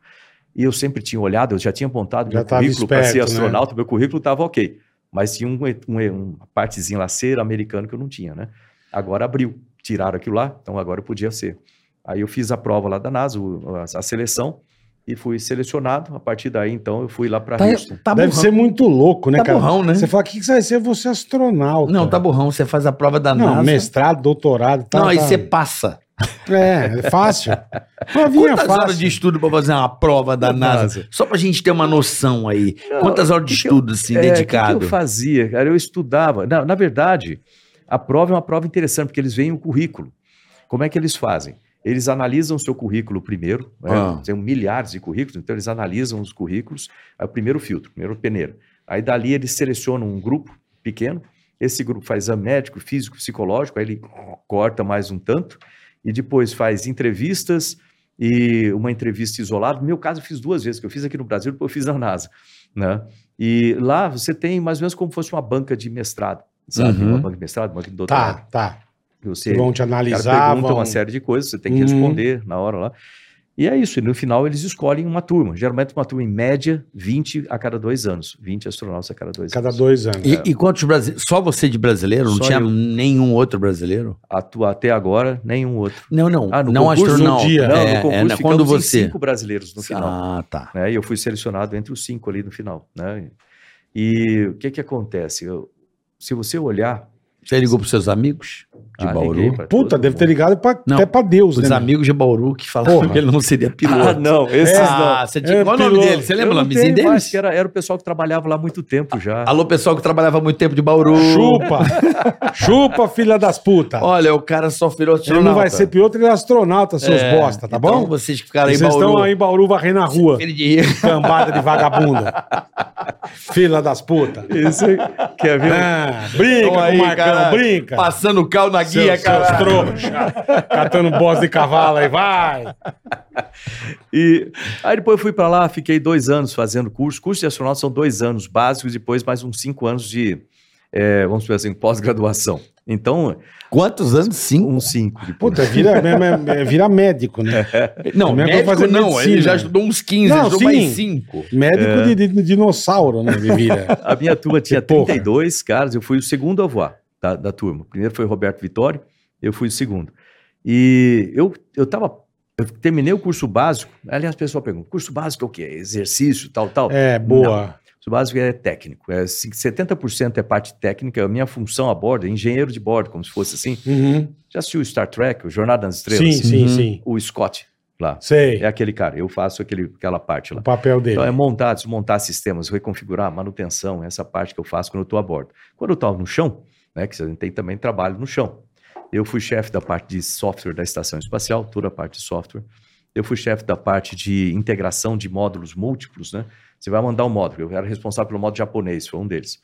e eu sempre tinha olhado, eu já tinha apontado
Já
meu
tava
currículo para ser
esperto, né?
astronauta, meu currículo estava ok. Mas tinha um, um- uma partezinha lá, ser americano, que eu não tinha, né? Agora abriu, tiraram aquilo lá, então agora eu podia ser. Aí eu fiz a prova lá da NASA, o- a, a seleção, e fui selecionado. A partir daí, então, eu fui lá para
Tá,
Houston.
tá
Deve
burrão.
ser muito louco, né,
tá
cara?
burrão, né?
Você fala, o que, que você vai ser? Você é astronauta.
Não, tá burrão, você faz a prova da
Não,
NASA.
mestrado, doutorado. Tá,
Não, aí
tá.
você passa.
É, é fácil. Provinha
Quantas
fácil.
horas de estudo pra fazer uma prova da NASA? Só pra gente ter uma noção aí.
Não,
Quantas horas de
que que
estudo, assim,
É, o que
dedicado?
que eu fazia, cara? Eu estudava. Na, na verdade, a prova é uma prova interessante, porque eles veem o currículo. Como é que eles fazem? Eles analisam o seu currículo primeiro, né?
Ah.
tem milhares de currículos, então eles analisam os currículos, é o primeiro filtro, primeiro peneira. Aí dali eles selecionam um grupo pequeno, esse grupo faz exame médico, físico, psicológico, aí ele corta mais um tanto, e depois faz entrevistas, e uma entrevista isolada. No meu caso, eu fiz duas vezes, que eu fiz aqui no Brasil, depois eu fiz na NASA. Né? E lá você tem mais ou menos como fosse uma banca de mestrado, sabe?
Uhum.
Uma banca de mestrado, banca de doutorado.
Tá, tá.
que Você
vão te
o cara
analisar.
pergunta
Vão...
uma série de coisas, você tem que
Uhum.
responder na hora lá. E é isso, e no final eles escolhem uma turma. Geralmente uma turma, em média, 20 a cada dois anos. 20 astronautas a cada dois
Cada
anos.
dois anos.
E, e quantos brasileiros? Só você de brasileiro? Não
Só
tinha
eu.
nenhum outro brasileiro?
Atua até agora, nenhum outro.
Não, não.
Ah, no
não
concurso,
astronauta.
um dia.
Não,
É,
no concurso
é, né,
ficamos
quando
em
você.
cinco brasileiros no final.
Ah, tá.
né? E eu fui selecionado entre os cinco ali no final, né? E o que que acontece? Eu- se você olhar
Você ligou pros seus amigos de
Ah, liguei
Bauru?
pra
Puta,
todo
deve ter
mundo.
ligado pra-
Não.
até pra Deus,
Os
né?
amigos de Bauru que falaram
Porra.
que ele não seria
Ah,
piloto.
não, esses não.
Ah, você tinha...
É,
Qual o nome
piloto.
dele? Você
Eu
lembra o
não
nomezinho
tenho mais,
deles?
que era, era o pessoal que trabalhava lá há muito tempo já.
Alô, pessoal que trabalhava muito tempo de Bauru.
Chupa! Chupa, filha das putas!
Olha, o cara só virou
Ele
astronauta.
não vai ser piloto, ele é astronauta, seus bosta, tá
Então
bom?
vocês que ficaram aí em
Vocês
Bauru.
estão aí em Bauru varrendo a rua,
Aquele dia.
cambada de vagabunda. Filha das putas.
Isso aí. Quer ver?
Ah,
Então
brinca
Estão
com
então aí,
o Marcão,
cara,
brinca.
Passando o cal na guia,
seus,
cara.
seus trouxa, catando bosta de cavalo aí, vai!
E aí depois eu fui para lá, fiquei dois anos fazendo curso. Curso de astronauta são dois anos básicos, depois mais uns cinco anos de, eh, vamos dizer assim, pós-graduação. Então,
Quantos anos? Cinco?
uns cinco depois.
Puta, vira, é- é- é- vira médico, né?
Não,
Também é pra
médico
fazer
não.
medicina.
Ele já É. estudou uns 15,
Não,
ele estudou
sim.
mais cinco.
Médico de, de- de dinossauro, né? ele Vira.
A minha turma tinha
Porra.
32 caras, eu fui o segundo a voar da, da turma. O primeiro foi o Roberto Vitório, eu fui o segundo. E eu, eu tava. Eu terminei o curso básico. Aliás, o pessoal pergunta: curso básico é o quê? Exercício, tal, tal.
É, boa.
Isso básico é técnico. É, cin- 70% é parte técnica, a minha função a bordo, é engenheiro de bordo, como se fosse assim.
Uhum.
Já assistiu o Star Trek, o Jornada nas
Sim,
Estrelas?
sim,
Uhum.
sim.
O Scott, lá.
Sei.
É aquele cara, eu faço aquele, aquela parte
O
lá.
papel dele.
Então é montar, desmontar sistemas, reconfigurar, manutenção, essa parte que eu faço quando eu estou a bordo. Quando eu estava no chão, né, que a gente tem também trabalho no chão. Eu fui chefe da parte de software da estação espacial, toda a parte de software. Eu fui chefe da parte de integração de módulos múltiplos, né? Você vai mandar um módulo, eu era responsável pelo módulo japonês, foi um deles.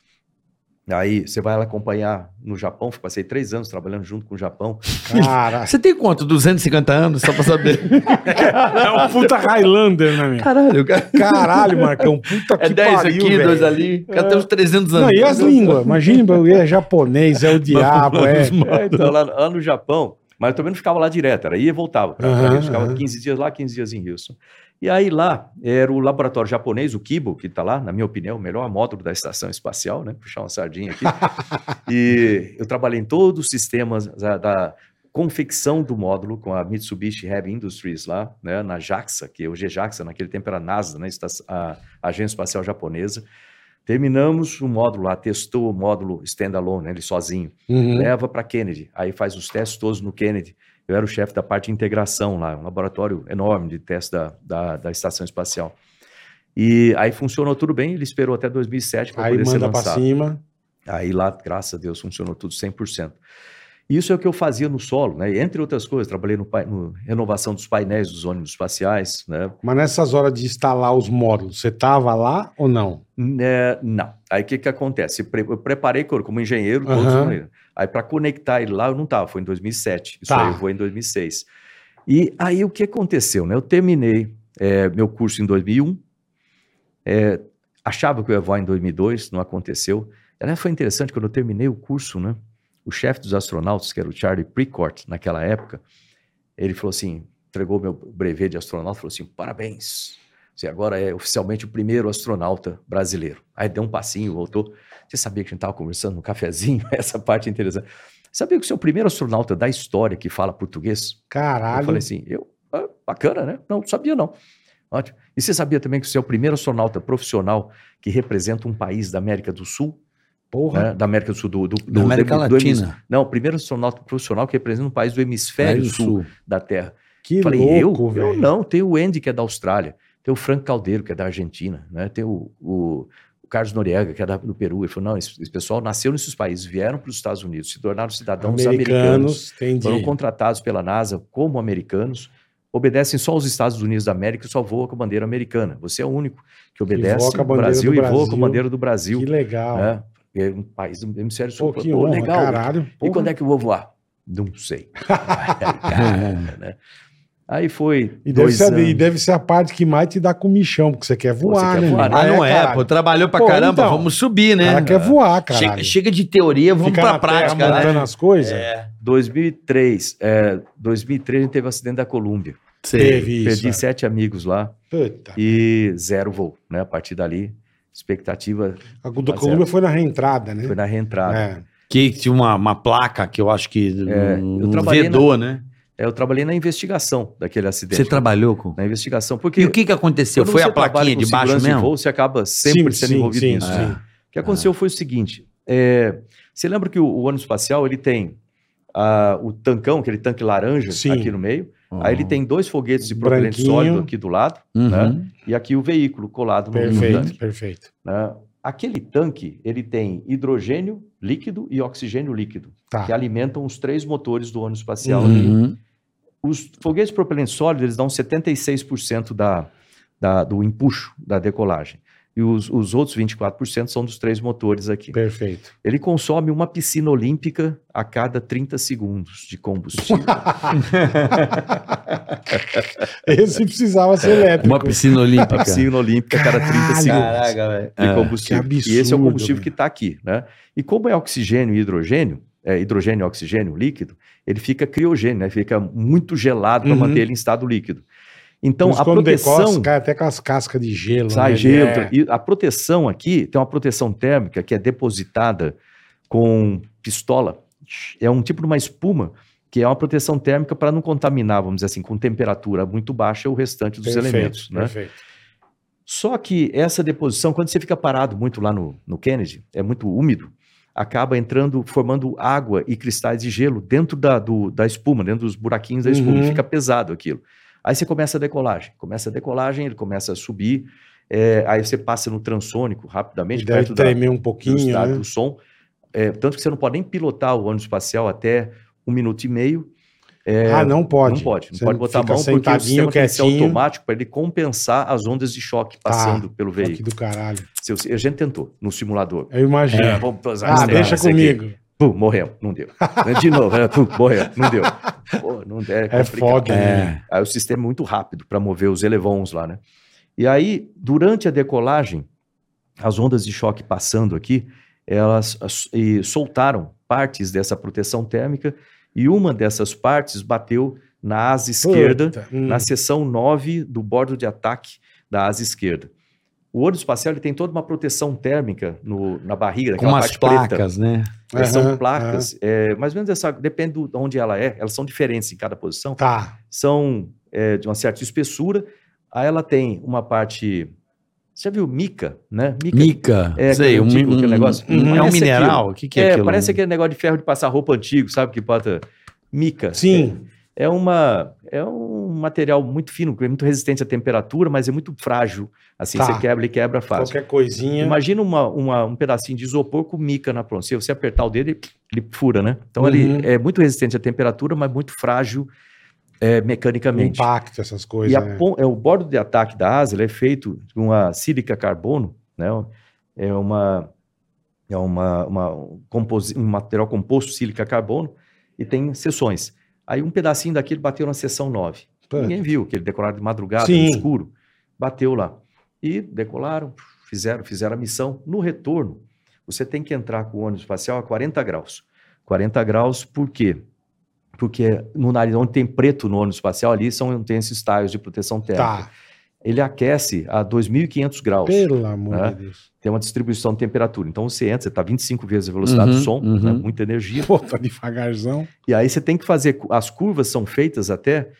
Aí você vai lá acompanhar no Japão, passei três anos trabalhando junto com o Japão.
Cara,
Você tem quanto? 250 anos, só pra saber.
é um puta Highlander, né, meu?
Caralho, cara.
Caralho, Marcão, puta
É
que
10
pariu,
aqui,
velho. É.
2 ali. Cadê os 300 anos?
Não, e as línguas? Imagina, é japonês, é o diabo, é...
É, então, lá, lá no Japão, mas eu também não ficava lá direto, era ia e voltava. Pra, pra
Aham,
Houston, ficava
aham.
15 dias lá, 15 dias em Houston. E aí lá era o laboratório japonês, o Kibo, que está lá, na minha opinião, o melhor módulo da estação espacial, né? Puxar uma sardinha aqui. e eu trabalhei em todos os sistemas da, da confecção do módulo com a Mitsubishi Heavy Industries lá, né? Na JAXA, que hoje é JAXA, naquele tempo era NASA, né? esta- a Agência Espacial Japonesa. Terminamos o módulo lá, testou o módulo standalone, né, ele sozinho
Uhum.
leva para Kennedy. Aí faz os testes todos no Kennedy. Eu era o chefe da parte de integração lá, um laboratório enorme de testes da, da, da estação espacial. E aí funcionou tudo bem, ele esperou até 2007 para
Aí
poder ser
manda pra
lançado.
cima.
Aí lá, graças a Deus, funcionou tudo 100%. Isso é o que eu fazia no solo, né? Entre outras coisas, trabalhei no, pai- no renovação dos painéis dos ônibus espaciais, né?
Mas nessas horas de instalar os módulos, você tava lá ou não?
Né, não. Aí o que, que acontece? Eu pre- Eu preparei cor- como engenheiro, todos
Aham.
os- aí para conectar ele lá eu não estava, foi em 2007. Isso
Tá.
aí eu vou em 2006. E aí o que aconteceu? Né? Eu terminei eh, meu curso em 2001, eh, um. achava que eu ia voar em 2002, não aconteceu. Aliás, foi interessante, quando eu terminei o curso, né, o chefe dos astronautas, que era o Charlie Precourt, naquela época, ele falou assim, entregou meu brevet de astronauta, falou assim, parabéns, você agora é oficialmente o primeiro astronauta brasileiro. Aí deu um passinho, voltou. Você sabia que a gente estava conversando no cafezinho? Essa parte é interessante. Sabia que você é o primeiro astronauta da história que fala português? Eu
Caralho.
falei assim, eu? Ah, bacana, né? Não, sabia não. Ótimo. E você sabia também que você é o primeiro astronauta profissional que representa um país da América do Sul?
porra.
né? Da América do Sul, do... do-
Da
do-
América
do- do hemis-
Latina.
Não, o primeiro astronauta profissional que representa um país do hemisfério
Hemisfério
sul da Terra.
Que
Falei,
louco,
eu?
velho.
Eu não, tem o Andy, que é da Austrália, tem o Frank Caldeiro, que é da Argentina, né? tem o, o- o Carlos Noriega, que é da- do Peru. Ele falou, não, esse, esse pessoal nasceu nesses países, vieram para os Estados Unidos, se tornaram cidadãos então americanos,
Americanos, entendi.
foram contratados pela NASA como americanos, obedecem só aos Estados Unidos da América e só voa com a bandeira americana. Você é o único que obedece
voa com a
o
bandeira
Brasil,
do
e voa com a
Brasil.
bandeira do Brasil.
Que legal.
né? É um país do hemisfério
Pô,
sul.
que
Pô,
honra,
legal. né? é
caralho.
E quando é que eu vou voar? Não sei. Aí, cara, né? Aí foi
E deve,
dois
ser, a-
anos.
e deve ser a parte que mais te dá comichão, porque você quer voar,
Você quer
né?
voar,
meu?
né?
Ah, não
Ah,
é,
caralho.
pô. Trabalhou pra
Pô,
caramba,
então,
vamos subir,
O
né?
cara
é.
quer voar, caralho.
Chega, chega de teoria, vamos
Fica
pra
na terra
prática, né?
montando as coisas.
É. 2003, é, 2003 a gente teve o acidente da Colômbia.
Teve isso.
Perdi
é.
sete amigos lá
Puta.
e zero voo, né? A partir dali, expectativa
A do
Tá
Colômbia foi na reentrada, né?
foi na reentrada.
É.
Que tinha uma, uma placa que eu acho que.
É,
um
eu trabalhei
vedor, né?
É, Eu trabalhei na investigação daquele acidente.
Você trabalhou com.
Na investigação, porque...
E o que, que aconteceu?
quando
Foi
você
a plaquinha
trabalha com
de baixo
segurança em
mesmo?
Voo, você acaba sempre sendo envolvido nisso.
sim.
O que aconteceu foi o seguinte: é, você lembra que o, o ônibus espacial ele tem ah, o tancão, aquele tanque laranja
Sim.
aqui no meio. É. Aí
Ah.
ele tem dois foguetes de propelente
Branquinho.
sólido aqui do lado,
Uhum.
né? E aqui o veículo colado no, no
Perfeito,
tanque.
perfeito.
né? Aquele tanque ele tem hidrogênio líquido e oxigênio líquido,
Tá.
que alimentam os três motores do ônibus espacial.
Uhum.
ali. Os foguetes de propelente sólido eles dão 76% da, da- do empuxo da decolagem. E os, os outros 24% são dos três motores aqui.
Perfeito.
Ele consome uma piscina olímpica a cada 30 segundos de combustível.
Esse precisava
É.
ser elétrico.
Uma piscina
a
olímpica.
piscina olímpica a cada 30
Caralho.
segundos
velho.
de combustível.
que absurdo,
e esse é o combustível
velho.
que está aqui. Né? E como é oxigênio e hidrogênio, é, hidrogênio e oxigênio líquido, ele fica criogênio, né? fica muito gelado para
Uhum.
manter ele em estado líquido. Então,
Por isso,
a
quando
proteção...
decola, cai até com as cascas de gelo.
Sai
né?
gelo.
É.
E a proteção aqui tem uma proteção térmica que é depositada com pistola. É um tipo de uma espuma que é uma proteção térmica para não contaminar, vamos dizer assim, com temperatura muito baixa o restante dos
Perfeito,
elementos. Né?
perfeito.
Só que essa deposição, quando você fica parado muito lá no, no Kennedy, é muito úmido, acaba entrando, formando água e cristais de gelo dentro da, do- da espuma, dentro dos buraquinhos da espuma,
Uhum.
fica pesado aquilo. Aí você começa a decolagem, começa a decolagem, ele começa a subir, é, aí você passa no transônico rapidamente,
E Deve
perto da
tremer um pouquinho,
velocidade
né?
do som, É, tanto que você não pode nem pilotar o ônibus espacial até um minuto e meio, É,
ah, não pode.
não pode, não
Você
pode botar a
fica
mão porque o
sentadinho,
sistema tem que ser
quietinho. Tá.
automático para ele compensar as ondas de choque passando pelo
Aqui
veículo.
do caralho.
Se eu- a gente tentou no simulador. É,
Eu imagino.
Vamos pesar
ah,
esse negócio
deixa
aqui. É
comigo.
Pum, morreu, não deu. De novo, né? Pum, morreu, não deu. Pô, não é,
É
complicado.
foda, né?
Aí o sistema é muito rápido para mover os elevons lá, né? E aí, durante a decolagem, as ondas de choque passando aqui, elas as- e soltaram partes dessa proteção térmica e uma dessas partes bateu na asa esquerda
Puta, hum.
na seção 9 do bordo de ataque da asa esquerda. O ônibus espacial ele tem toda uma proteção térmica no- na barriga,
Com
aquela
umas
parte preta.
placas, né?
Elas
Aham,
são placas, é, mais ou menos essa, depende do- de onde ela é, elas são diferentes em cada posição,
aham. Tá.
são é, de uma certa espessura, aí ela tem uma parte, você já viu mica, né?
Mica.
É,
sei, um,
aquele tipo, aquele
um-
negócio.
um- é um
Parece
mineral? O que, que é,
é,
aquilo?
parece aquele negócio de ferro de passar roupa antigo, sabe, que bota mica.
Sim.
É, uma, é um material muito fino, que é muito resistente à temperatura, mas é muito frágil, assim,
Tá.
você quebra e quebra fácil.
Qualquer coisinha.
Imagina uma- uma- um pedacinho de isopor com mica na ponta. Se você apertar o dedo, ele, ele fura, né? Então
Uhum.
ele é muito resistente à temperatura, mas muito frágil é, mecanicamente.
impacto, essas coisas.
E a
né?
pon- é, o bordo de ataque da asa ele é feito de uma sílica carbono, né? É uma é uma, uma- um composi- um material composto de sílica carbono e tem seções. Aí um pedacinho daquele bateu na seção 9.
Pô,
Ninguém viu aquele decolar de madrugada,
Sim.
no escuro. Bateu lá. E decolaram, fizeram, fizeram a missão. No retorno, você tem que entrar com o ônibus espacial a 40 graus. 40 graus por quê? Porque no nariz, onde tem preto no ônibus espacial, ali são, tem esses tiles de proteção térmica.
Tá.
Ele aquece a 2.500 graus.
Pelo amor
né?
de Deus.
Tem uma distribuição de temperatura. Então você entra, você está 25 vezes a velocidade
Uhum,
do som,
uhum.
né? muita energia.
Pô, tá devagarzão.
E aí você tem que fazer. cu- As curvas são feitas até.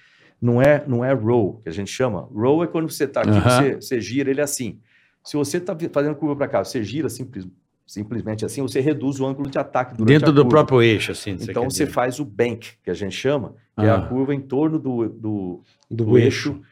Não é, não é row, que a gente chama. Row é quando você está aqui,
Aham.
você, você gira ele assim. Se você está fazendo curva para cá, você gira simples- simplesmente assim, você reduz o ângulo de ataque é durante
Dentro
a
do
curva.
próprio eixo, assim.
Então você
faz.
faz o bank, que a gente chama, que é
Ah.
a curva em torno do, do-
Do,
do
eixo.
eixo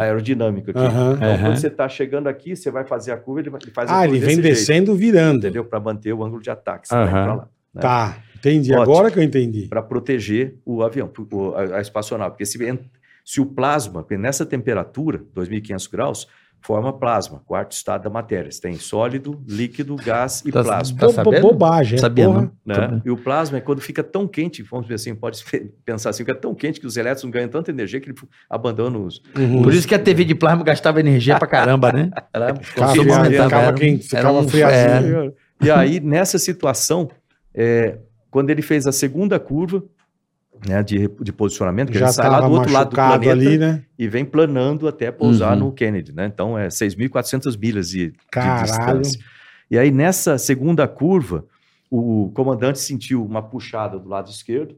aerodinâmico aqui.
Aham.
Então,
Aham.
quando você está chegando aqui, você vai fazer a curva, ele, vai- ele faz a
Ah,
curva
ele vem
desse jeito,
descendo virando.
entendeu? Para manter o ângulo de ataque. Você vai
Aham.
pra lá, né?
Tá, entendi.
Ótimo.
Agora que eu entendi.
para proteger o avião, pro- o- a, a espaçonave. Porque se, en- se o plasma, porque nessa temperatura, 2.500 graus, forma plasma, quarto estado da matéria. Você tem sólido, líquido, gás e
Tá-
plasma.
tá
Bo-
sabendo?
Bobagem. é,
Sabia,
porra.
não?
né? E o plasma é quando fica tão quente, vamos dizer assim, pode se pensar assim, fica tão quente que os elétrons ganham tanta energia que ele abandona os.
Uhum.
Por isso que a TV de plasma gastava energia pra caramba, né? Era
Ficava
Sim,
fria,
sim,
ficava
era um-
quente,
era
ficava
um-
friazinho.
E aí, nessa situação, é, quando ele fez a segunda curva né, de, de posicionamento, que
Já
ele sai lá
estava
do outro lado do
machucado
planeta
ali, né?
e vem planando até pousar
Uhum.
no Kennedy, né? Então é 6.400 milhas de, de
Caralho.
distância. E aí, nessa segunda curva, o comandante sentiu uma puxada do lado esquerdo.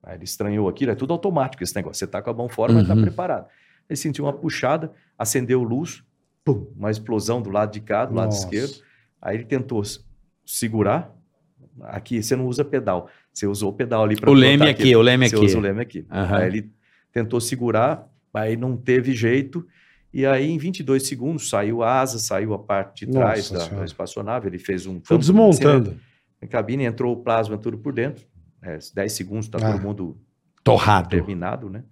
Aí ele estranhou aquilo, é tudo automático esse negócio. Você está com a mão fora, mas está
Uhum.
preparado. Ele sentiu uma puxada, acendeu luz, pum, uma explosão do lado de cá, do lado
Nossa.
esquerdo. Aí ele tentou s- segurar. Aqui você não usa pedal, você usou o pedal ali para
O leme aqui, o leme
Você usa o
aqui.
leme aqui.
Aham.
Aí ele tentou segurar, aí não teve jeito. E aí, em 22 segundos, saiu a asa, saiu a parte de
Nossa
trás da,
Senhora.
da espaçonave. Ele fez um.
Foi
tampo,
desmontando.
Na cabine, entrou o plasma tudo por dentro. É, 10 segundos, tá
Ah.
todo mundo
Torrado.
terminado, né?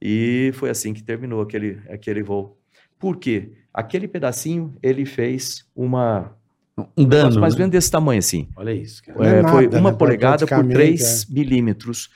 E foi assim que terminou aquele, aquele voo. Por quê? Aquele pedacinho, ele fez uma.
Um
negócio
dano.
mais ou
né?
menos desse tamanho assim.
Olha isso, cara.
Não é
É, foi
nada,
uma
né?
polegada por
Praticamente, é.
3 milímetros.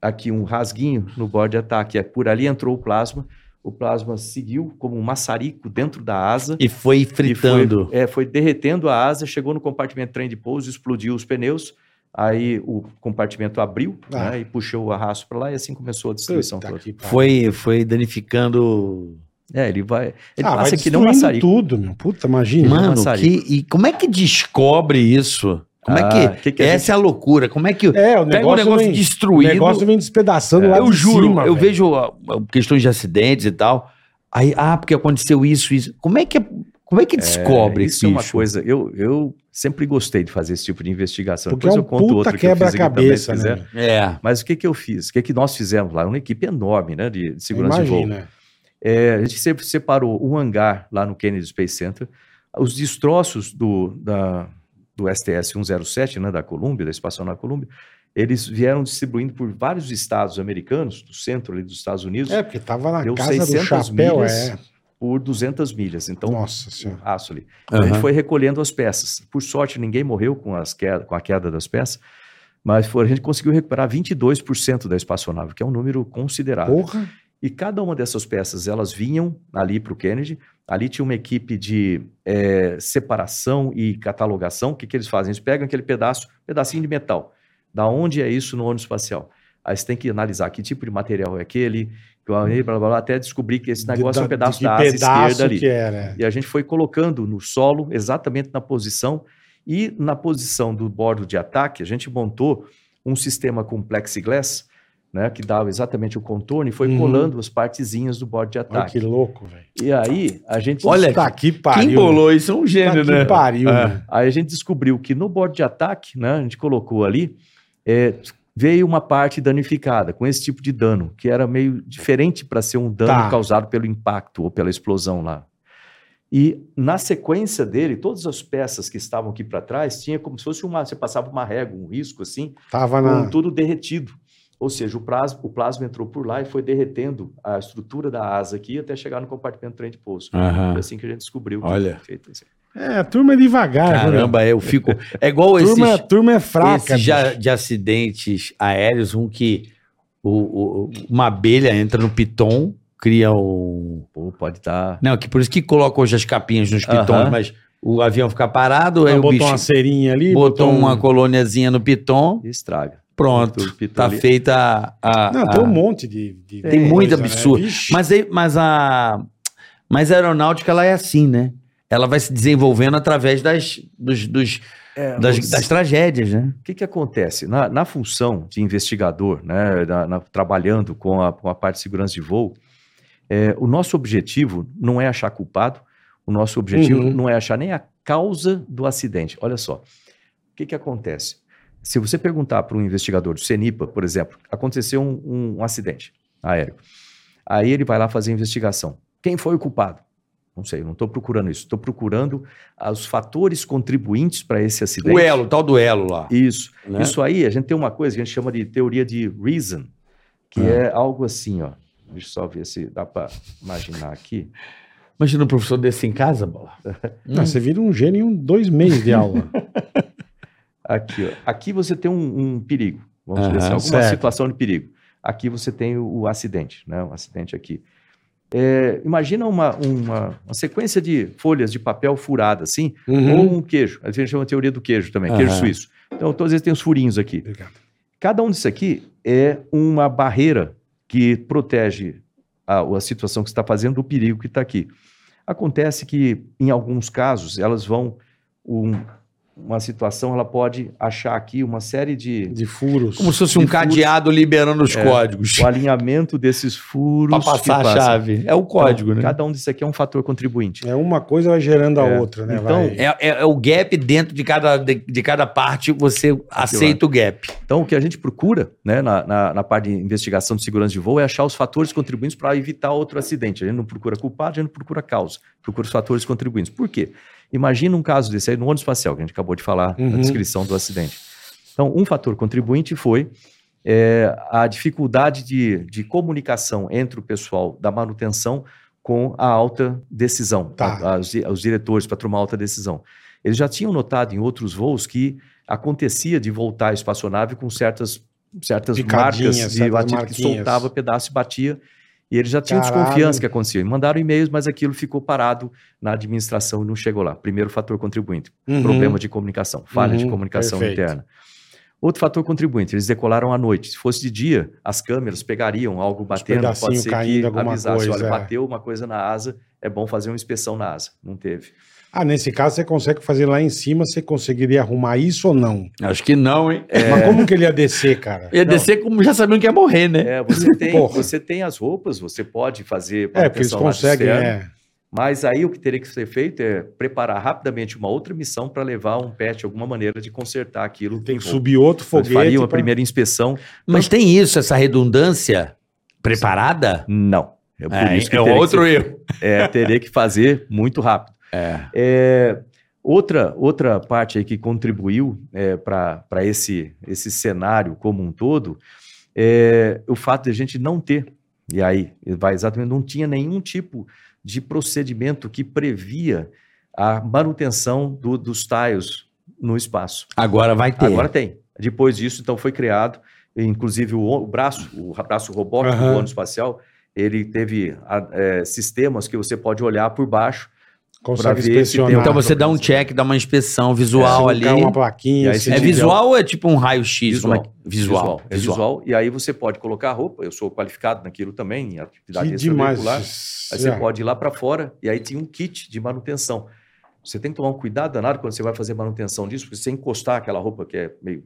Aqui um rasguinho no bordo de ataque. É, Por ali entrou o plasma. O plasma seguiu como um maçarico dentro da asa.
E foi
e
fritando.
foi, é, foi derretendo a asa, chegou no compartimento trem de pouso, explodiu os pneus. Aí o compartimento abriu
Ah.
né, e puxou o arrasto para lá e assim começou a destruição
Puta
toda.
que pariu.
Foi, foi, danificando.
É, ele vai. Ele
Ah, vai
passa que não
destruindo
maçarico.
tudo, meu. Puta, imagina.
Mano,
maçarico.
que, e como é que descobre isso? Como é
Ah,
que.
que que a
essa é a loucura. Como é que.
É, o
Pega um
negócio,
negócio
vem, o
destruído.
negócio vem despedaçando lá
eu
de
juro,
cima,
eu
velho.
vejo ah, questões de acidentes e tal. Aí, ah, porque aconteceu isso, isso. Como é que, como é que descobre
É, isso é uma
bicho?
coisa. Eu, eu sempre gostei de fazer esse tipo de investigação.
Porque é
Depois
um
eu conto
puta
outro que eu fiz aqui também, se
quebra-cabeça,
quiser.
né?
É.
Mas o que, que eu fiz? O que, que nós fizemos lá? Uma equipe enorme né, de, de segurança de voo.
Imagina.
É, a gente sempre separou um hangar lá no Kennedy Space Center. Os destroços do, da- do STS-107, né, da Colômbia, da espaçonave Colômbia, eles vieram distribuindo por vários estados americanos, do centro ali dos Estados Unidos,
É, porque tava na
Deu
casa do
600
chapéu,
milhas.
é.
por 200 milhas. Então,
Nossa senhora.
aço ali. A
Aham.
gente foi recolhendo as peças. Por sorte, ninguém morreu com, as queda, com a queda das peças, mas foi- a gente conseguiu recuperar 22% da espaçonave, que é um número considerável.
Porra.
E cada uma dessas peças, elas vinham ali para o Kennedy. Ali tinha uma equipe de eh, separação e catalogação. O que, que eles fazem? Eles pegam aquele pedaço, pedacinho de metal. Da onde é isso no ônibus espacial? Aí você tem que analisar que tipo de material é aquele, blá, blá, blá, blá, até descobrir que esse negócio é um
Da-
pedaço
de
da asa esquerda ali.
que era.
E a gente foi colocando no solo, exatamente na posição. E na posição do bordo de ataque, a gente montou um sistema com plexiglass, né, que dava exatamente o contorno e foi
Uhum.
colando as partezinhas do bordo de
Olha que
ataque.
louco, velho.
E aí a gente
Olha,
Puta que pariu.
Quem bolou isso é um
velho.
gênio,
Puta
né?
Tá que pariu,
É.
velho.
Aí a gente descobriu que no bordo de ataque, né, a gente colocou ali, é, veio uma parte danificada com esse tipo de dano, que era meio diferente para ser um dano
Tá.
causado pelo impacto ou pela explosão lá. E na sequência dele, todas as peças que estavam aqui para trás tinha como se fosse uma, você passava uma régua, um risco assim,
Ah.
Tava
com
na.
tudo derretido. Ou seja, o plasma, o plasma entrou por lá e foi derretendo a estrutura da asa aqui até chegar no compartimento do trem de pouso. Foi
Aham.
assim que a gente descobriu.
Olha.
Feito assim.
É, a turma é devagar, viu, meu?
Caramba, eu fico. É igual esses,
Turma, a turma é fraca.
esses já-
bicho.
de acidentes aéreos, um que o- o- uma abelha entra no piton, cria um.
Pô, pode tá estar.
Não, que por isso que colocam hoje as capinhas nos pitons,
Aham.
mas o avião fica parado, aí
Ah,
o
botou
bicho
uma cerinha ali.
botou
um-
uma colôniazinha no piton,
e estraga.
pronto.
Tudo pitou
Tá
ali.
feita a. a-
Não,
a-
Ah.
tem um monte de. de-
Tem muito
né?
absurdo.
Vixe.
Mas, aí- mas a. Mas a aeronáutica ela é assim, né? Ela vai se desenvolvendo através das, dos, dos- das, das tragédias, né?
O que, que acontece? Na, na função de investigador, né, na- na- trabalhando com a, com a parte de segurança de voo, é, o nosso objetivo não é achar culpado, o nosso objetivo
Uhum.
não é achar nem a causa do acidente. Olha só, o que, que acontece? Se você perguntar para um investigador do CENIPA, por exemplo, aconteceu um- um- um acidente aéreo, aí ele vai lá fazer a investigação. Quem foi o culpado? Não sei, eu não estou procurando isso. Estou procurando ah, os fatores contribuintes para esse acidente.
O elo, o tal do elo lá.
Isso.
né?
Isso aí, a gente tem uma coisa que a gente chama de teoria de reason, que é algo assim, ó. Deixa eu só ver se dá para imaginar aqui.
Imagina um professor desse em casa, bola.
Não, você vira um gênio em um- dois meses de aula.
Aqui, ó. Aqui você tem um, um perigo. Vamos
Aham,
dizer assim, alguma
certo.
situação de perigo. Aqui você tem o, o acidente, né? Um acidente aqui. É, imagina uma, uma, uma sequência de folhas de papel furada, assim,
Uhum.
ou um queijo. A gente chama de teoria do queijo também,
Aham.
queijo suíço. Então, todos eles têm os furinhos aqui.
Obrigado.
Cada um desses aqui é uma barreira que protege a, a situação que você está fazendo do perigo que está aqui. Acontece que, em alguns casos, elas vão. um- uma situação, ela pode achar aqui uma série de.
De furos.
Como se fosse um cadeado liberando os códigos.
O alinhamento desses furos.
Pra
que
passar a
passam.
chave. É o código, né?
Cada um desses aqui é um fator contribuinte.
É uma coisa vai gerando a
É.
outra, né?
Então,
vai...
É, é- é o gap dentro de cada, de, de cada parte, você aceita o gap.
Então, o que a gente procura né, na, na, na parte de investigação de segurança de voo é achar os fatores contribuintes para evitar outro acidente. A gente não procura culpado, a gente não procura causa, procura os fatores contribuintes. Por quê? Imagina um caso desse aí no ônibus espacial, que a gente acabou de falar na
Uhum.
descrição do acidente. Então, um fator contribuinte foi é, a dificuldade de, de comunicação entre o pessoal da manutenção com a alta decisão,
Tá.
a- a- os, di- os diretores para tomar alta decisão. Eles já tinham notado em outros voos que acontecia de voltar a espaçonave com certas, certas
Picadinhas,
marcas de
certas
batida que
marquinhas.
soltava pedaço e batia. E eles já tinham
Caralho.
desconfiança que acontecia. Mandaram e-mails, mas aquilo ficou parado na administração e não chegou lá. Primeiro fator contribuinte,
Uhum.
um problema de comunicação, falha de
Uhum,
comunicação
perfeito.
interna. Outro fator contribuinte, eles decolaram à noite. Se fosse de dia, as câmeras pegariam algo batendo, pode
pedacinhos
ser
caindo,
que
alguma
avisasse,
coisa,
olha,
é.
bateu uma coisa na asa, é bom fazer uma inspeção na asa. Não teve.
Ah, nesse caso você consegue fazer lá em cima, você conseguiria arrumar isso ou não?
Acho que não, hein?
É.
Mas como que ele ia descer, cara?
Ia descer como já sabiam que ia morrer, né?
É, você tem,
Porra.
você tem as roupas, você pode fazer
É, porque eles
manutenção lá
conseguem,
externa,
é.
Mas aí o que teria que ser feito é preparar rapidamente uma outra missão para levar um pet, alguma maneira de consertar aquilo.
Tem que subir outro foguete.
Faria uma
pra-
primeira inspeção.
Mas tem isso, essa redundância preparada?
Não. É, por
É,
isso que
é
teria que
outro erro.
é, teria que fazer muito rápido. É, outra, outra parte aí que contribuiu é, para esse, esse cenário como um todo é o fato de a gente não ter, e aí vai exatamente, não tinha nenhum tipo de procedimento que previa a manutenção do- dos tiles no espaço.
Agora vai ter.
Agora tem. Depois disso, então, foi criado, inclusive o, o braço, o ra- braço robótico do
Aham.
ônibus espacial, ele teve a- é, sistemas que você pode olhar por baixo.
Consegue
pra ver se tem-
inspecionar.
então você dá um check, dá uma inspeção visual
Se
ali.
colocar uma plaquinha.
E aí
se
você
É
tiver-
visual ou é tipo um raio-x?
Visual.
Como é que- Visual.
É visual. E aí você pode colocar a roupa, eu sou qualificado naquilo também, em atividade
Que demais.
extraveicular. Aí você
É.
pode ir lá para fora e aí tinha um kit de manutenção. Você tem que tomar um cuidado danado quando você vai fazer manutenção disso, porque se você encostar aquela roupa que é meio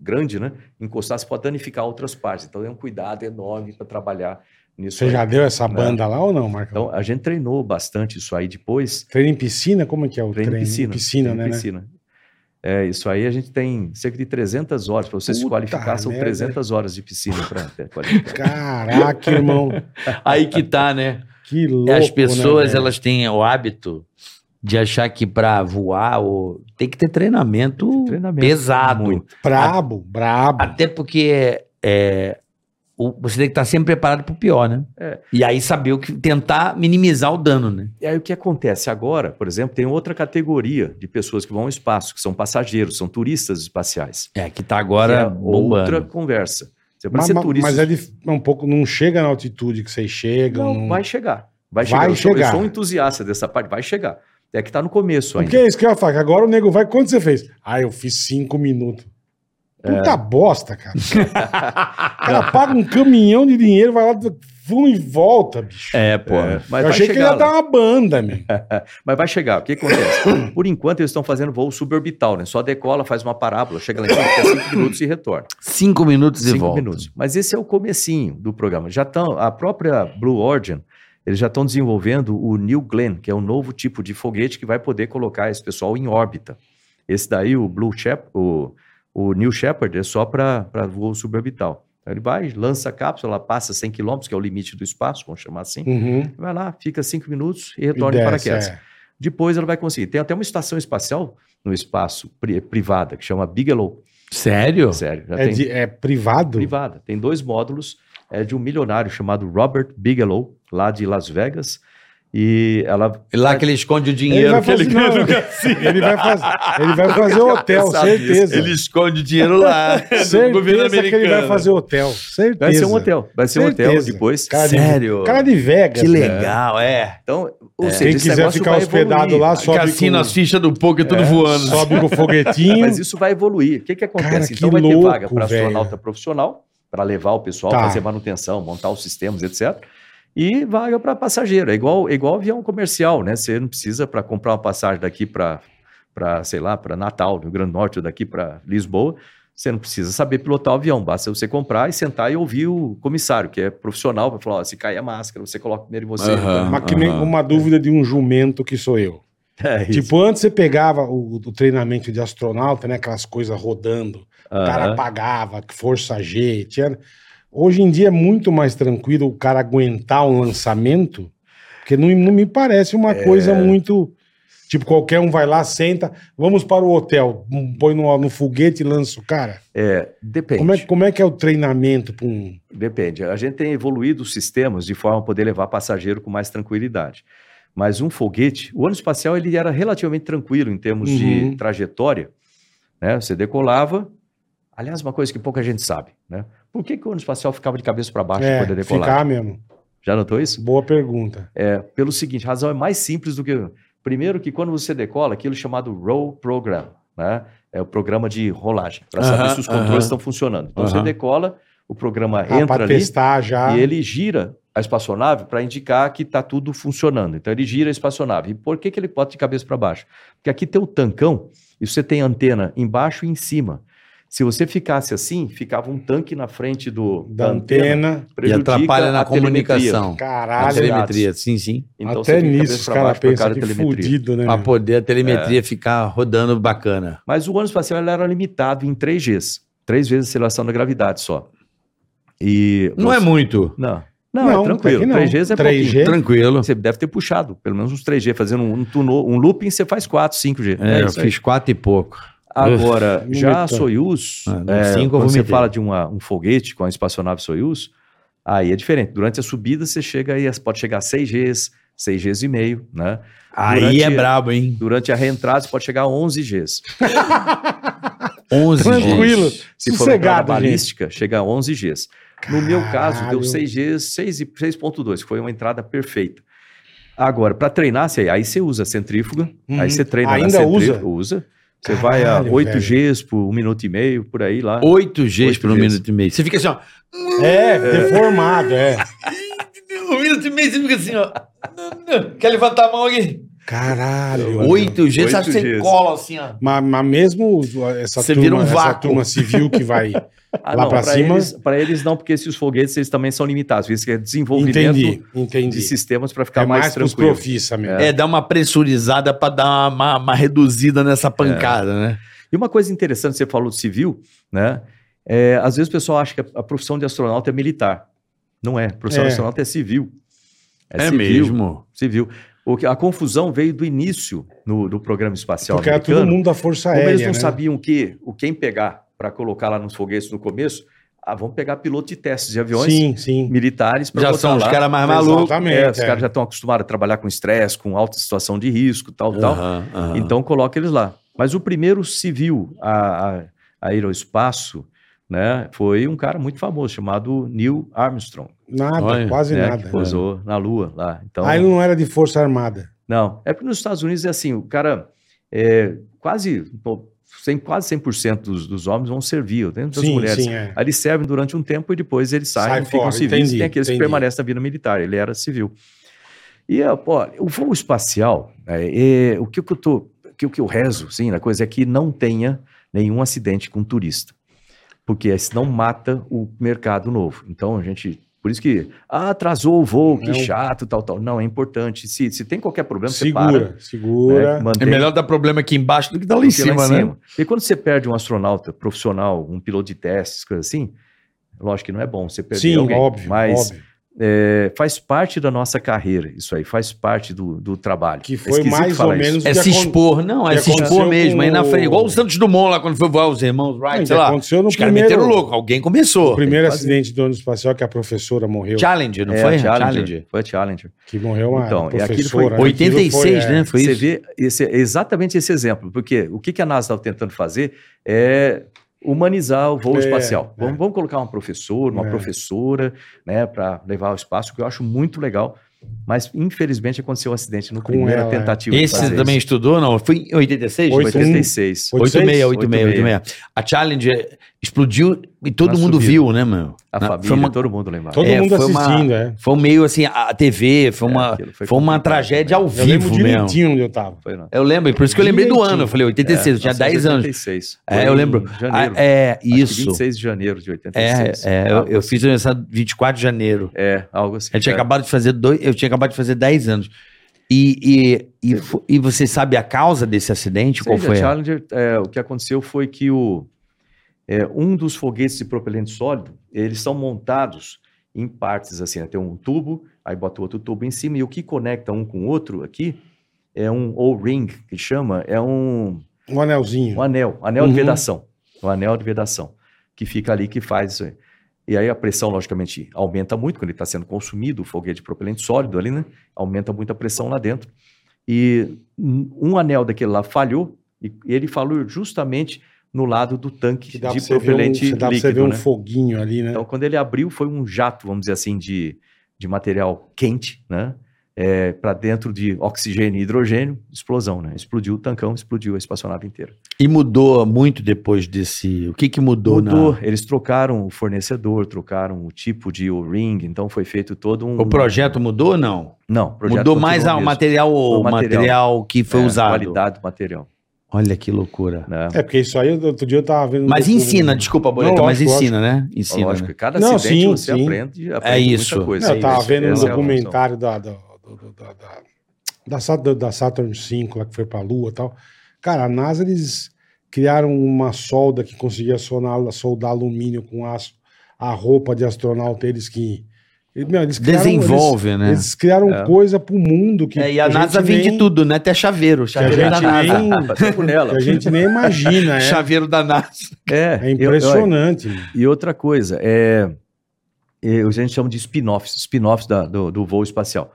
grande, né? Encostar, você pode danificar outras partes. Então é um cuidado enorme para trabalhar nisso.
Você
aí.
já deu essa banda lá ou não, Marcão?
Então a gente treinou bastante isso aí depois.
treino em piscina? Como é que é o treino?
Treino em piscina.
Piscina,
treino em
né? né?
Piscina. É, isso aí a gente tem cerca de 300 horas. Para você se
Puta
qualificar, são
merda.
300 horas de piscina para qualificar.
Caraca, irmão.
Aí que tá, né?
Que louco,
As pessoas,
né, velho?
elas têm o hábito de achar que pra voar ou... tem que ter treinamento,
Treinamento,
pesado.
muito.
Brabo, brabo.
Até porque é, o- você tem que estar sempre preparado pro pior, né?
É.
E aí saber o que tentar minimizar o dano, né?
E aí o que acontece agora, por exemplo, tem outra categoria de pessoas que vão ao espaço, que são passageiros, são turistas espaciais.
É, que tá
Que é
agora
outra
bombando.
conversa. Você vai
Mas,
ser
mas-
turista.
mas é dif- é um pouco, não chega na altitude que vocês chegam.
Não,
não-
vai chegar. Vai
Vai
chegar. Eu, sou, eu
chegar.
sou um entusiasta dessa parte, vai chegar. É que tá no começo ainda.
Porque é isso que eu ia falar, que agora o nego vai. Quanto você fez? Ah, eu fiz cinco minutos. Puta
É.
bosta, cara. o cara paga um caminhão de dinheiro, vai lá, vum e volta, bicho.
É, pô.
É,
eu
mas vai
achei que ele
chegar
ia
lá. É.
dar uma banda, meu.
Mas vai chegar. O que acontece? Por enquanto, eles estão fazendo voo suborbital, né? Só decola, faz uma parábola, chega lá em cima, fica cinco minutos e retorna.
Cinco minutos e
Cinco
volta.
minutos. Mas esse é o comecinho do programa. Já estão, a própria Blue Origin, eles já estão desenvolvendo o New Glenn, que é um novo tipo de foguete que vai poder colocar esse pessoal em órbita. Esse daí, o Blue Shep, o, o New Shepard, é só para voo suborbital. Então ele vai, lança a cápsula, ela passa 100 km, que é o limite do espaço, vamos chamar assim.
Uhum.
Vai lá, fica cinco minutos e
E
retorna em
desce,
paraquedas.
é.
Depois ela vai conseguir. Tem até uma estação espacial no espaço pri- privada, que chama Bigelow.
Sério?
Sério, já
É,
tem
de- é privado?
privada. Tem dois módulos é, de um milionário chamado Robert Bigelow, lá de Las Vegas. E ela.
Lá que ele esconde o
Ele
dinheiro.
vai fazer,
ele,
não, ele vai fazer, ele vai fazer hotel,
pensava nisso.
certeza.
ele esconde o dinheiro lá. do governo
Certeza
americano.
que ele vai fazer hotel. Certeza.
Vai ser um hotel. Vai ser um hotel
Certeza.
depois.
Cara de-
Sério?
Cara de Vegas.
Que
né?
legal, é.
Então, ou seja,
Quem
esse
quiser
negócio
ficar
vai
hospedado
evoluir.
lá, sobe
Cassino,
com, É.
as fichas do poker, tudo voando.
sobe com o foguetinho.
Mas isso vai evoluir. O que, que acontece?
Cara, que
então vai
louco,
ter vaga para
velho.
astronauta profissional, para levar o pessoal,
Tá.
fazer manutenção, montar os sistemas, etc. E vaga para passageiro. É igual, é igual avião comercial, né? Você não precisa para comprar uma passagem daqui para, para, sei lá, para Natal, Rio Grande do Norte, ou daqui para Lisboa. Você não precisa saber pilotar o avião, basta você comprar e sentar e ouvir o comissário, que é profissional, vai falar: ó, se cair a máscara, você coloca primeiro em você.
Aham.
Mas que nem
Aham.
uma dúvida de um jumento que sou eu.
É isso.
Tipo, antes você pegava o, o treinamento de astronauta, né? Aquelas coisas rodando. O cara
Aham.
pagava, força G. Tinha... Hoje em dia é muito mais tranquilo o cara aguentar um lançamento, porque não, não me parece uma
É.
coisa muito. Tipo, qualquer um vai lá, senta, vamos para o hotel, um- põe no, no foguete e lança o cara.
É, depende.
Como é, como é que é o treinamento para um.
Depende. A gente tem evoluído os sistemas de forma a poder levar passageiro com mais tranquilidade. Mas um foguete, o ônibus espacial ele era relativamente tranquilo em termos
Uhum.
de trajetória. Né? Você decolava. Aliás, uma coisa que pouca gente sabe, né? Por que, que o ônibus espacial ficava de cabeça para baixo
É,
quando ele decolava?
ficar mesmo?
Já notou isso?
Boa pergunta.
Pelo seguinte, a razão é mais simples do que. Primeiro, que quando você decola, aquilo é chamado roll program, né? É o programa de rolagem, para saber
Aham,
se os
aham.
controles estão funcionando. Então você
Aham.
decola, o programa
Ah,
entra
para
ali.
testar já.
E ele gira a espaçonave para indicar que está tudo funcionando. Então ele gira a espaçonave. E por que, que ele bota de cabeça para baixo? Porque aqui tem o tancão e você tem antena embaixo e em cima. Se você ficasse assim, ficava um tanque na frente do,
Da antena.
E
prejudica
atrapalha na
a telemetria.
comunicação. A
Caralho.
telemetria, sim, sim.
Então
Até
você fica
nisso os
para
caras
baixo por
pensam que
causa da telemetria. Ah,
fudido, né?
Pra
meu?
poder a telemetria ficar rodando bacana.
Mas o ônibus espacial ele era limitado em 3Gs. Três vezes a aceleração da gravidade só. E,
Não é muito.
Não. Não,
Não,
é
até que
tranquilo.
não.
3Gs é
3G.
pouquinho.
Tranquilo.
Você deve ter puxado, pelo menos uns 3G, fazendo um, um, tuno- um looping, você faz 4, 5G.
É, eu
isso aí.
fiz quatro e pouco.
Agora,
Uf,
já a
vomitou.
Soyuz,
Ah, no
é,
cinco eu
quando você
vomitei.
fala de uma- um foguete com a espaçonave Soyuz, aí é diferente. Durante a subida, você chega aí, pode chegar a 6 Gs, 6 Gs e meio, né?
Aí
Durante-
é brabo, hein?
Durante a reentrada, você pode chegar a 11 Gs.
11
Tranquilo.
dias.
Se for entrar na
Sossegado, gente.
balística, chega a 11 Gs. No meu caso,
Caralho.
deu 6 Gs, 6 e 6.2, que foi uma entrada perfeita. Agora, para treinar, você, aí você usa a centrífuga,
Uhum.
aí você treina
Ainda
na
usa?
centrífuga, usa. Você vai a
Caralho,
8
velho.
Gs por um minuto e meio, por aí lá.
8 Gs
Oito
por um
Gs.
minuto e meio. Você fica assim, ó.
É, deformado, é.
Um minuto e meio, você fica assim, ó. Quer levantar a mão aqui?
Caralho. mano.
8 Gs,
Oito
sabe? Você
Gs.
cola assim, ó.
Mas, mas mesmo essa
Você
turma,
vira um
essa
vácuo.
turma civil que vai.
Ah,
Lá
não,
pra
pra
cima?
Eles, pra eles não, porque esses foguetes eles também são limitados. Isso que é desenvolvimento
entendi,
de
entendi.
sistemas para ficar
É
mais,
mais pros
tranquilo.
profissa mesmo.
É, dá uma pressurizada pra dar uma, uma reduzida nessa pancada, né?
E uma coisa interessante, você falou do civil, né? É, às vezes o pessoal acha que a, a profissão de astronauta é militar. Não é. A profissão
É.
de astronauta é civil. É
É
civil, Civil. O que, a confusão veio do início no, do programa espacial
Porque era
americano.
todo mundo da Força
Como
Aérea.
eles não
né?
sabiam o que, o quem pegar para colocar lá nos foguetes no começo, ah, vamos pegar piloto de testes de aviões
Sim, sim.
militares para
Já
botar
são os
lá.
caras mais malucos.
Exatamente.
É, os
é.
caras já estão acostumados a trabalhar com estresse, com alta situação de risco, tal, tal.
Aham, aham.
Então coloca eles lá. Mas o primeiro civil a, a, a aeroespaço né, foi um cara muito famoso, chamado Neil Armstrong,
Nada,
Olha,
quase
né,
nada.
que pousou na Lua lá. Então,
Ah, ele não era de Força Armada.
não, é porque nos Estados Unidos é assim, o cara é, quase, pô, cem- quase 100% dos, dos homens vão servir, tem muitas
Sim,
mulheres.
sim, é.
Aí eles servem durante um tempo e depois eles saem,
Sai
e ficam
fora,
civis.
entendi,
tem aqueles
entendi.
que permanecem na vida militar, ele era civil. E ó, pô, o voo espacial, é, é, o que eu tô, o que, o que eu rezo, sim, na coisa é que não tenha nenhum acidente com turista, porque aí senão mata o mercado novo. Então a gente por isso que ah, atrasou o voo, que
Não.
chato, tal, tal. Não, é importante. Se, se tem qualquer problema, você para.
Segura, segura.
né, mantém
É melhor dar problema aqui embaixo do que dar lá em
do que
cima, né?
E quando você perde um astronauta profissional, um piloto de testes, coisa assim, lógico que não é bom você perder
Sim,
alguém.
óbvio,
mas
óbvio.
é, faz parte da nossa carreira, isso aí, faz parte do, do trabalho.
Que
É
foi
esquisito
mais ou
falar isso.
menos
É
o que
se
acon-
expor, não, é
que
se expor
aconteceu
mesmo, aí na
com o-
frente. Igual o Santos Dumont lá quando foi voar os irmãos
Não,
Wright,
que
sei lá.
aconteceu no
Os caras
primeiro-
meteram louco, alguém começou.
O primeiro
Tem que fazer.
acidente do ônibus espacial que a professora morreu.
Challenge, não
É,
foi?
a Challenger,
Challenge.
Foi a Challenger.
Que morreu uma
Então, e aquilo foi
professora.
86,
é,
né? Foi
Você
isso.
vê esse- é exatamente esse exemplo, porque o que que a NASA estava tentando fazer é humanizar o voo
É,
espacial.
é.
Vamos, vamos colocar um professor, uma
É.
professora, né, para levar ao espaço, que eu acho muito legal. Mas, infelizmente, aconteceu um acidente no
Com
primeira
ela, é.
tentativa. de
Esse
fazer
você também
isso.
estudou, não? Foi em 86?
Oito-
86,
86.
86,
86, 86. A Challenge explodiu e todo
Na
mundo
subida.
viu, né, meu?
A
Na-
família,
Foi, uma-
todo mundo lembra.
Todo
É,
mundo
foi uma-
assistindo, é.
foi meio assim, a a TV, foi uma,
É, aquilo
foi
foi
uma
complicado
tragédia ao
também.
Eu lembro
vivo mesmo.
direitinho onde eu tava.
Foi, É, não.
Eu lembro, por isso que eu lembrei do
Direitinho.
ano. Eu falei 86, eu tinha 10 anos.
86.
É,
Foi
eu
em
lembro.
Janeiro.
Ah, é,
Acho que
isso.
26 de janeiro de
É,
86.
é, eu, eu fiz aniversário 24 de janeiro.
É, algo assim.
Eu tinha
É.
acabado de fazer dois, eu tinha acabado de fazer 10 anos. E, e, e, fo- e você sabe a causa desse acidente?
Sim,
Qual
da
foi? a-
Challenger, é, o que aconteceu foi que o, é, um dos foguetes de propelente sólido, eles são montados em partes assim, né? tem um tubo, aí bota o outro tubo em cima, e o que conecta um com o outro aqui é um O-ring, que chama, é um,
Um anelzinho.
um anel, anel
Uhum.
de vedação. Um anel de vedação, que fica ali, que faz isso aí. E aí a pressão, logicamente, aumenta muito quando ele está sendo consumido, o foguete de propelente sólido ali, né? Aumenta muito a pressão lá dentro. E um um anel daquele lá falhou, e ele falhou justamente no lado do
Que
tanque
dá pra
de
você ver um,
propelente
que dá pra você ver
líquido,
um
né?
foguinho ali, né?
Então, quando ele abriu, foi um jato, vamos dizer assim, de, de material quente, né? para dentro de oxigênio e hidrogênio, explosão, né? Explodiu o tancão, explodiu a espaçonave inteira.
E mudou muito depois desse. O que que mudou? na-
Mudou, eles trocaram o fornecedor, trocaram o tipo de O-ring, então foi feito todo um.
O projeto mudou ou não?
Não, o projeto
mudou mais
continua
o
mesmo.
material, o
O
material,
material.
que foi
É,
usado.
Qualidade do material.
Olha que loucura.
Né?
É, porque isso aí, outro dia eu tava vendo...
Mas
um-
ensina, desculpa, Boleta,
Não,
mas
lógico,
ensina, né? Ensina.
Lógico,
né?
cada
Não,
acidente
sim,
você
sim.
aprende, aprende
isso.
muita coisa.
Não, eu tava
Isso,
vendo um
essa é a
documentário da, da, do- da, da, da Sat- da Saturn 5, lá que foi pra Lua e tal. Cara, a NASA, eles criaram uma solda que conseguia sonar- soldar alumínio com aço. A roupa de astronauta, eles que... Eles, meu, eles criaram-
Desenvolve,
eles-
né?
Eles criaram
É.
coisa pro mundo que...
É, e a,
gente
NASA vende
nem-
tudo, né? Até chaveiro.
Que a
Chaveiro da
gente
NASA.
nem...
Ah, bateu por nela.
que a gente nem imagina, é.
Chaveiro da NASA.
É,
É
eu-
impressionante.
E outra coisa, é, é, a gente chama de spin-offs, spin-offs da- do, do voo espacial.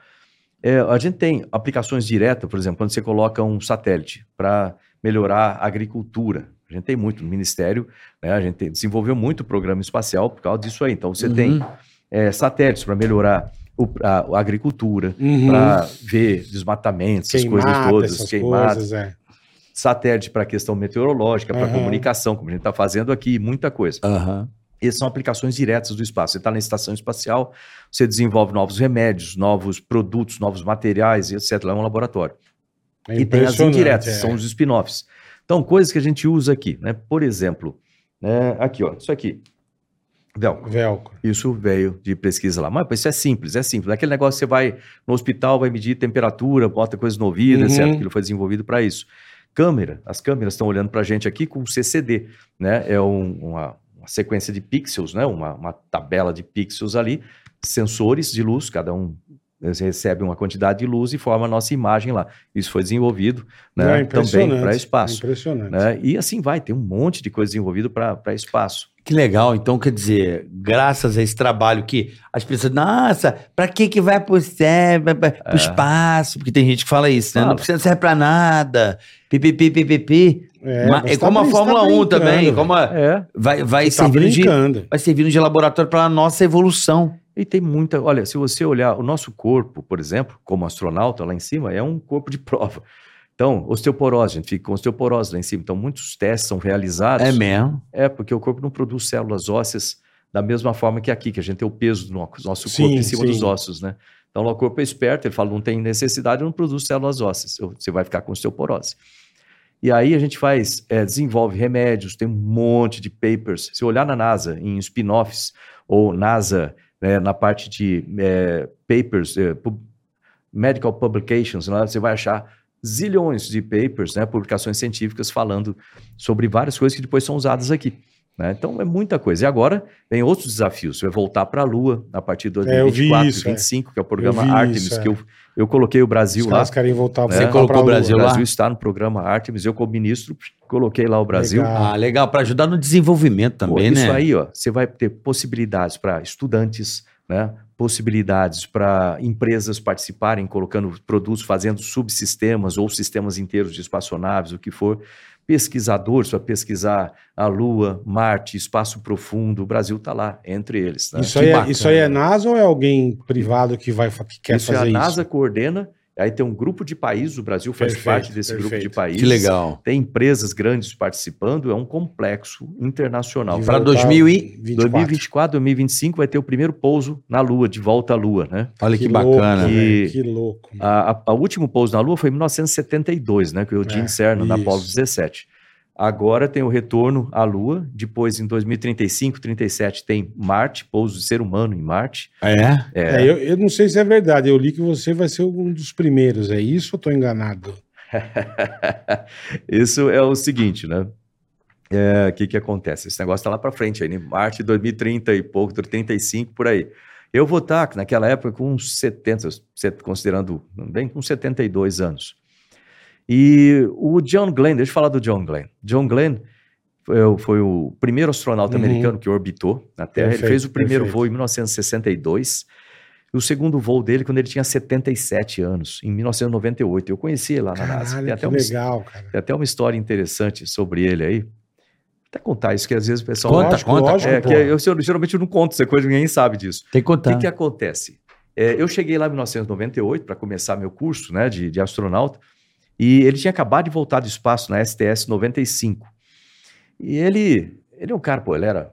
É, a gente tem aplicações diretas, por exemplo, quando você coloca um satélite para melhorar a agricultura. A gente tem muito no Ministério, né, a gente tem- desenvolveu muito o programa espacial por causa disso aí. Então, você
Uhum.
tem é, satélites para melhorar o- a, a agricultura,
Uhum.
para ver desmatamentos, essas coisas
Queimada,
todas,
essas
queimadas
coisas, é.
satélite para questão meteorológica, para
Aham.
comunicação, como a gente está fazendo aqui, muita coisa.
Aham.
Essas são aplicações diretas do espaço. Você está na estação espacial, você desenvolve novos remédios, novos produtos, novos materiais, etc. Lá é um laboratório.
É
e tem as
impressionante,
indiretas,
é.
são os spin-offs. Então, coisas que a gente usa aqui, né? Por exemplo, né, aqui, ó, isso aqui. Velcro.
Velcro.
Isso veio de pesquisa lá. Mas pô, isso é simples, é simples. Aquele negócio que você vai no hospital, vai medir temperatura, bota coisa no ouvido,
Uhum.
etc. Aquilo foi desenvolvido para isso. Câmera, as câmeras estão olhando para a gente aqui com CCD, né? É um- uma, uma sequência de pixels, né? Uma, uma tabela de pixels ali, sensores de luz, cada um recebe uma quantidade de luz e forma a nossa imagem lá. Isso foi desenvolvido né?
É
também
impressionante,
para
é
espaço.
impressionante.
né? E assim vai, tem um monte de coisa desenvolvida para espaço.
Que legal. Então, quer dizer, graças a esse trabalho que as pessoas, nossa, pra que que vai pro céu, pra- pra- pro
É.
espaço? Porque tem gente que fala isso, né? Não
Fala.
precisa, não serve pra nada. Pi, pi, pi, pi, pi, pi. Ma-
você
É,
tá
como a
brin-
Fórmula 1
tá
um
brincando,
também,
velho.
como a-
É.
vai, vai,
Você tá
servindo de,
brincando.
vai servindo de laboratório para nossa evolução.
E tem muita. Olha, se você olhar o nosso corpo, por exemplo, como astronauta lá em cima, é um corpo de prova. Então, osteoporose, a gente fica com osteoporose lá em cima. Então, muitos testes são realizados.
É mesmo.
É, porque o corpo não produz células ósseas da mesma forma que aqui, que a gente tem o peso do no- nosso corpo
Sim,
em cima
sim.
dos ossos, né? Então, lá o corpo é esperto, ele fala, não tem necessidade, não produz células ósseas, eu- você vai ficar com osteoporose. E aí a gente faz, é, desenvolve remédios, tem um monte de papers. Se olhar na NASA, em spin-offs, ou NASA, né, na parte de é, papers, é, pub- medical publications, lá você vai achar né? zilhões de papers, né, publicações científicas falando sobre várias coisas que depois são usadas aqui. né? Então é muita coisa. E agora vem outros desafios. Você vai voltar para a Lua a partir de
É, eu vi
2024,
isso, é.
2025, que é o programa
vi
Artemis,
isso, é.
que eu, eu coloquei o Brasil
Os
lá. né?
caras querem voltar
Você
voltar
colocou
pra
o
um, né? Lua.
Brasil
o
lá?
Brasil está no programa Artemis, eu como ministro coloquei lá o Brasil.
Legal.
Ah, legal, pra ajudar no desenvolvimento
Pô,
também, né?
Isso aí, ó, você vai ter possibilidades para estudantes, né? Possibilidades para empresas participarem, colocando produtos, fazendo subsistemas ou sistemas inteiros de espaçonaves, o que for. Pesquisadores para pesquisar a Lua, Marte, espaço profundo, o Brasil está lá, entre eles. né?
Isso
Que
aí, é,
bacana.
isso aí é NASA ou é alguém privado que, vai, fa- que quer
Isso é a
fazer
NASA
isso?
coordena, aí tem um grupo de países, o Brasil faz
Perfeito,
parte desse grupo de
perfeito.
países.
Que legal.
Tem empresas grandes participando, é um complexo internacional.
De
Pra
voltar
2000 e-
2024, 2025 vai ter o primeiro pouso na Lua, de volta à Lua, né?
Olha que,
louco,
bacana.
né?
velho,
E-
Que louco.
A, a- a último pouso na Lua foi em 1972, né? Que o Gene
É,
Cernan na
isso.
Apollo 17. Agora tem o retorno à Lua, depois em 2035, 37 tem Marte, pouso de ser humano em Marte.
É?
É, eu, eu não sei se é verdade. Eu li que você vai ser um dos primeiros. É isso ou tô enganado?
Isso é o seguinte, né? É, O que, que acontece? Esse negócio está lá para frente, aí, né? Marte 2030 e pouco, 35 por aí. Eu vou estar, naquela época, com uns 70, set- considerando bem, com 72 anos. E o John Glenn, deixa eu falar do John Glenn. John Glenn foi, o- foi o primeiro astronauta
Uhum.
americano que orbitou na Terra. ele
Perfeito,
fez o primeiro
perfeito.
voo em 1962. E o segundo voo dele, quando ele tinha 77 anos, em 1998. Eu conheci ele lá Tá na NASA. Tem
Caralho, que
até um uma
legal, cara.
tem até uma história interessante sobre ele aí. Vou até contar isso, que às vezes o pessoal.
Conta,
lógico,
conta.
lógico,
é,
conta.
que eu geralmente eu não conto essa coisa, ninguém sabe disso.
Tem que
O
Tá.
contar.
que, que acontece? É, eu cheguei lá em 1998 para começar meu curso né, de, de astronauta e ele tinha acabado de voltar do espaço na STS 95. E ele, ele é um cara, pô, ele era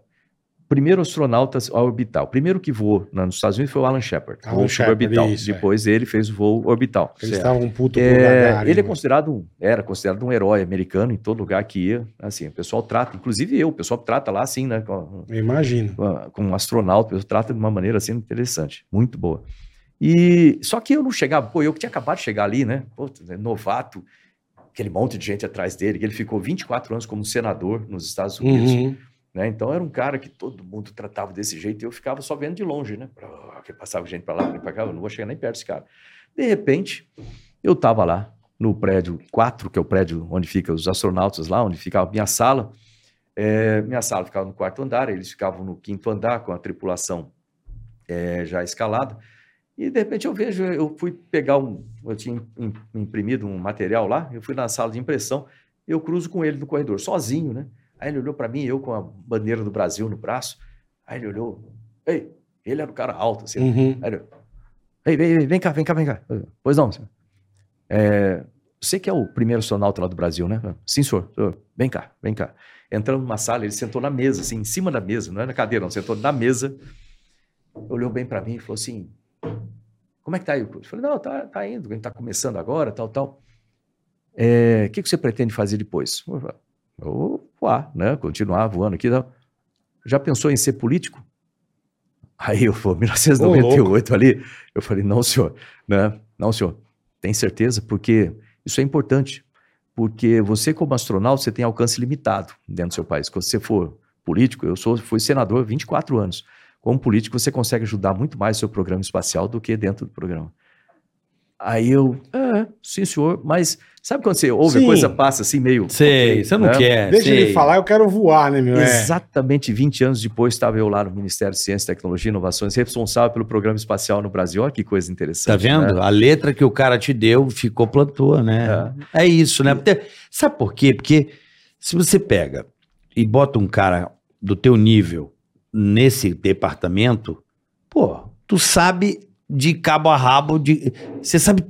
o primeiro astronauta a orbitar. O primeiro que voou na- nos Estados Unidos foi o Alan Shepard,
Alan
voo
Shepard,
suborbital.
isso, é.
Depois ele fez o voo orbital.
Eles estavam puto com o
É,
Gagarin,
ele é
né?
considerado um, era considerado um herói americano em todo lugar que ia. Assim, o pessoal trata, inclusive eu, o pessoal trata lá assim, né? Com,
Eu imagino.
com um astronauta, o pessoal trata de uma maneira assim interessante, muito boa. E só que eu não chegava, pô, eu que tinha acabado de chegar ali, né? Pô, novato, aquele monte de gente atrás dele, que ele ficou 24 anos como senador nos Estados Unidos.
Uhum.
Né? Então era um cara que todo mundo tratava desse jeito e eu ficava só vendo de longe, né? Pró, Que passava gente para lá, pra cá, eu não vou chegar nem perto desse cara. De repente, eu tava lá no prédio 4, que é o prédio onde ficam os astronautas lá, onde ficava a minha sala. É, minha sala ficava no quarto andar, eles ficavam no quinto andar com a tripulação é, já escalada. E de repente eu vejo, eu fui pegar um, eu tinha im- imprimido um material lá, eu fui na sala de impressão, eu cruzo com ele no corredor, sozinho, né? Aí ele olhou para mim, eu com a bandeira do Brasil no braço. Aí ele olhou, ei, ele era o cara alto, assim.
Uhum.
Aí ele, ei, vem, vem, vem cá, vem cá, vem cá. Eu, Pois não, senhor. É, você que é o primeiro astronauta lá do Brasil, né? Eu, Sim, senhor. Eu, Vem cá, vem cá. Entramos numa sala, ele sentou na mesa, assim, em cima da mesa, não é na cadeira, não, sentou na mesa. Olhou bem para mim e falou assim: Como é que tá aí o curso? Eu falei: Não, tá, tá indo, a gente tá começando agora, tal, tal. É, O que, que você pretende fazer depois? Eu falei, ou voar, né? Continuar voando aqui. e tal. Já pensou em ser político? Aí eu falei, 1998 ali, eu falei, não, senhor, né? Não, senhor, tem certeza? Porque isso é importante. Porque você, como astronauta, você tem alcance limitado dentro do seu país. Quando você for político, eu sou, fui senador há 24 anos. Como político, você consegue ajudar muito mais o seu programa espacial do que dentro do programa. Aí eu, é, sim, senhor, mas sabe quando você ouve
Sim.
a coisa passa assim meio.
Sei,
ok,
você não
né?
quer.
É? Deixa
É, sei.
ele falar, eu quero voar, né, meu? É.
Exatamente 20 anos depois estava eu lá no Ministério de Ciência, Tecnologia e Inovações, responsável pelo programa espacial no Brasil. Olha que coisa interessante.
Tá vendo?
né?
A letra que o cara te deu ficou plantou, né? É, isso, né? Porque- sabe por quê? Porque se você pega e bota um cara do teu nível nesse departamento, pô, tu sabe de cabo a rabo, de, você sabe,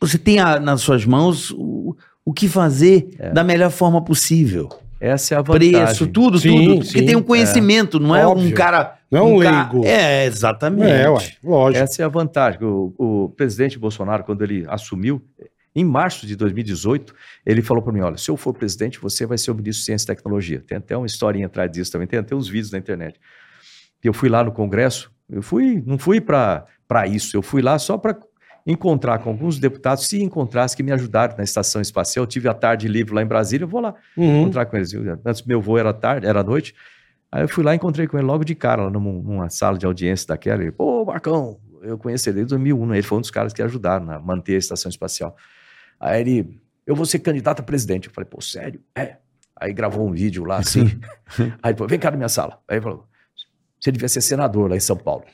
você tem a- nas suas mãos o, o que fazer
É.
da melhor forma possível.
Essa é a vantagem.
Preço, tudo,
Sim,
tudo. Porque
sim,
tem um conhecimento, não é um
Óbvio.
cara...
Não é um
ca-
leigo.
É, exatamente.
É, ué, lógico.
Essa é a vantagem. O, o presidente Bolsonaro, quando ele assumiu, em março de 2018, ele falou para mim: olha, se eu for presidente, você vai ser o ministro de Ciência e Tecnologia. Tem até uma historinha atrás disso também, tem até uns vídeos na internet. E Eu fui lá no Congresso, eu fui, não fui para isso, eu fui lá só para encontrar com alguns deputados, se encontrasse, que me ajudaram na estação espacial. Eu tive a tarde livre lá em Brasília, eu vou lá
É.
Uhum.
encontrar com eles. Eu- Antes meu voo era tarde, era noite. Aí eu fui lá e encontrei com ele logo de cara, lá numa, numa sala de audiência daquela. Ele, pô, Marcão, eu conheci ele desde 2001. né? Ele foi um dos caras que ajudaram a manter a estação espacial. Aí ele, eu vou ser candidato a presidente. Eu falei, pô, sério? É. Aí gravou um vídeo lá assim. Aí ele falou, vem cá na minha sala. Aí ele falou, você devia ser senador lá em São Paulo.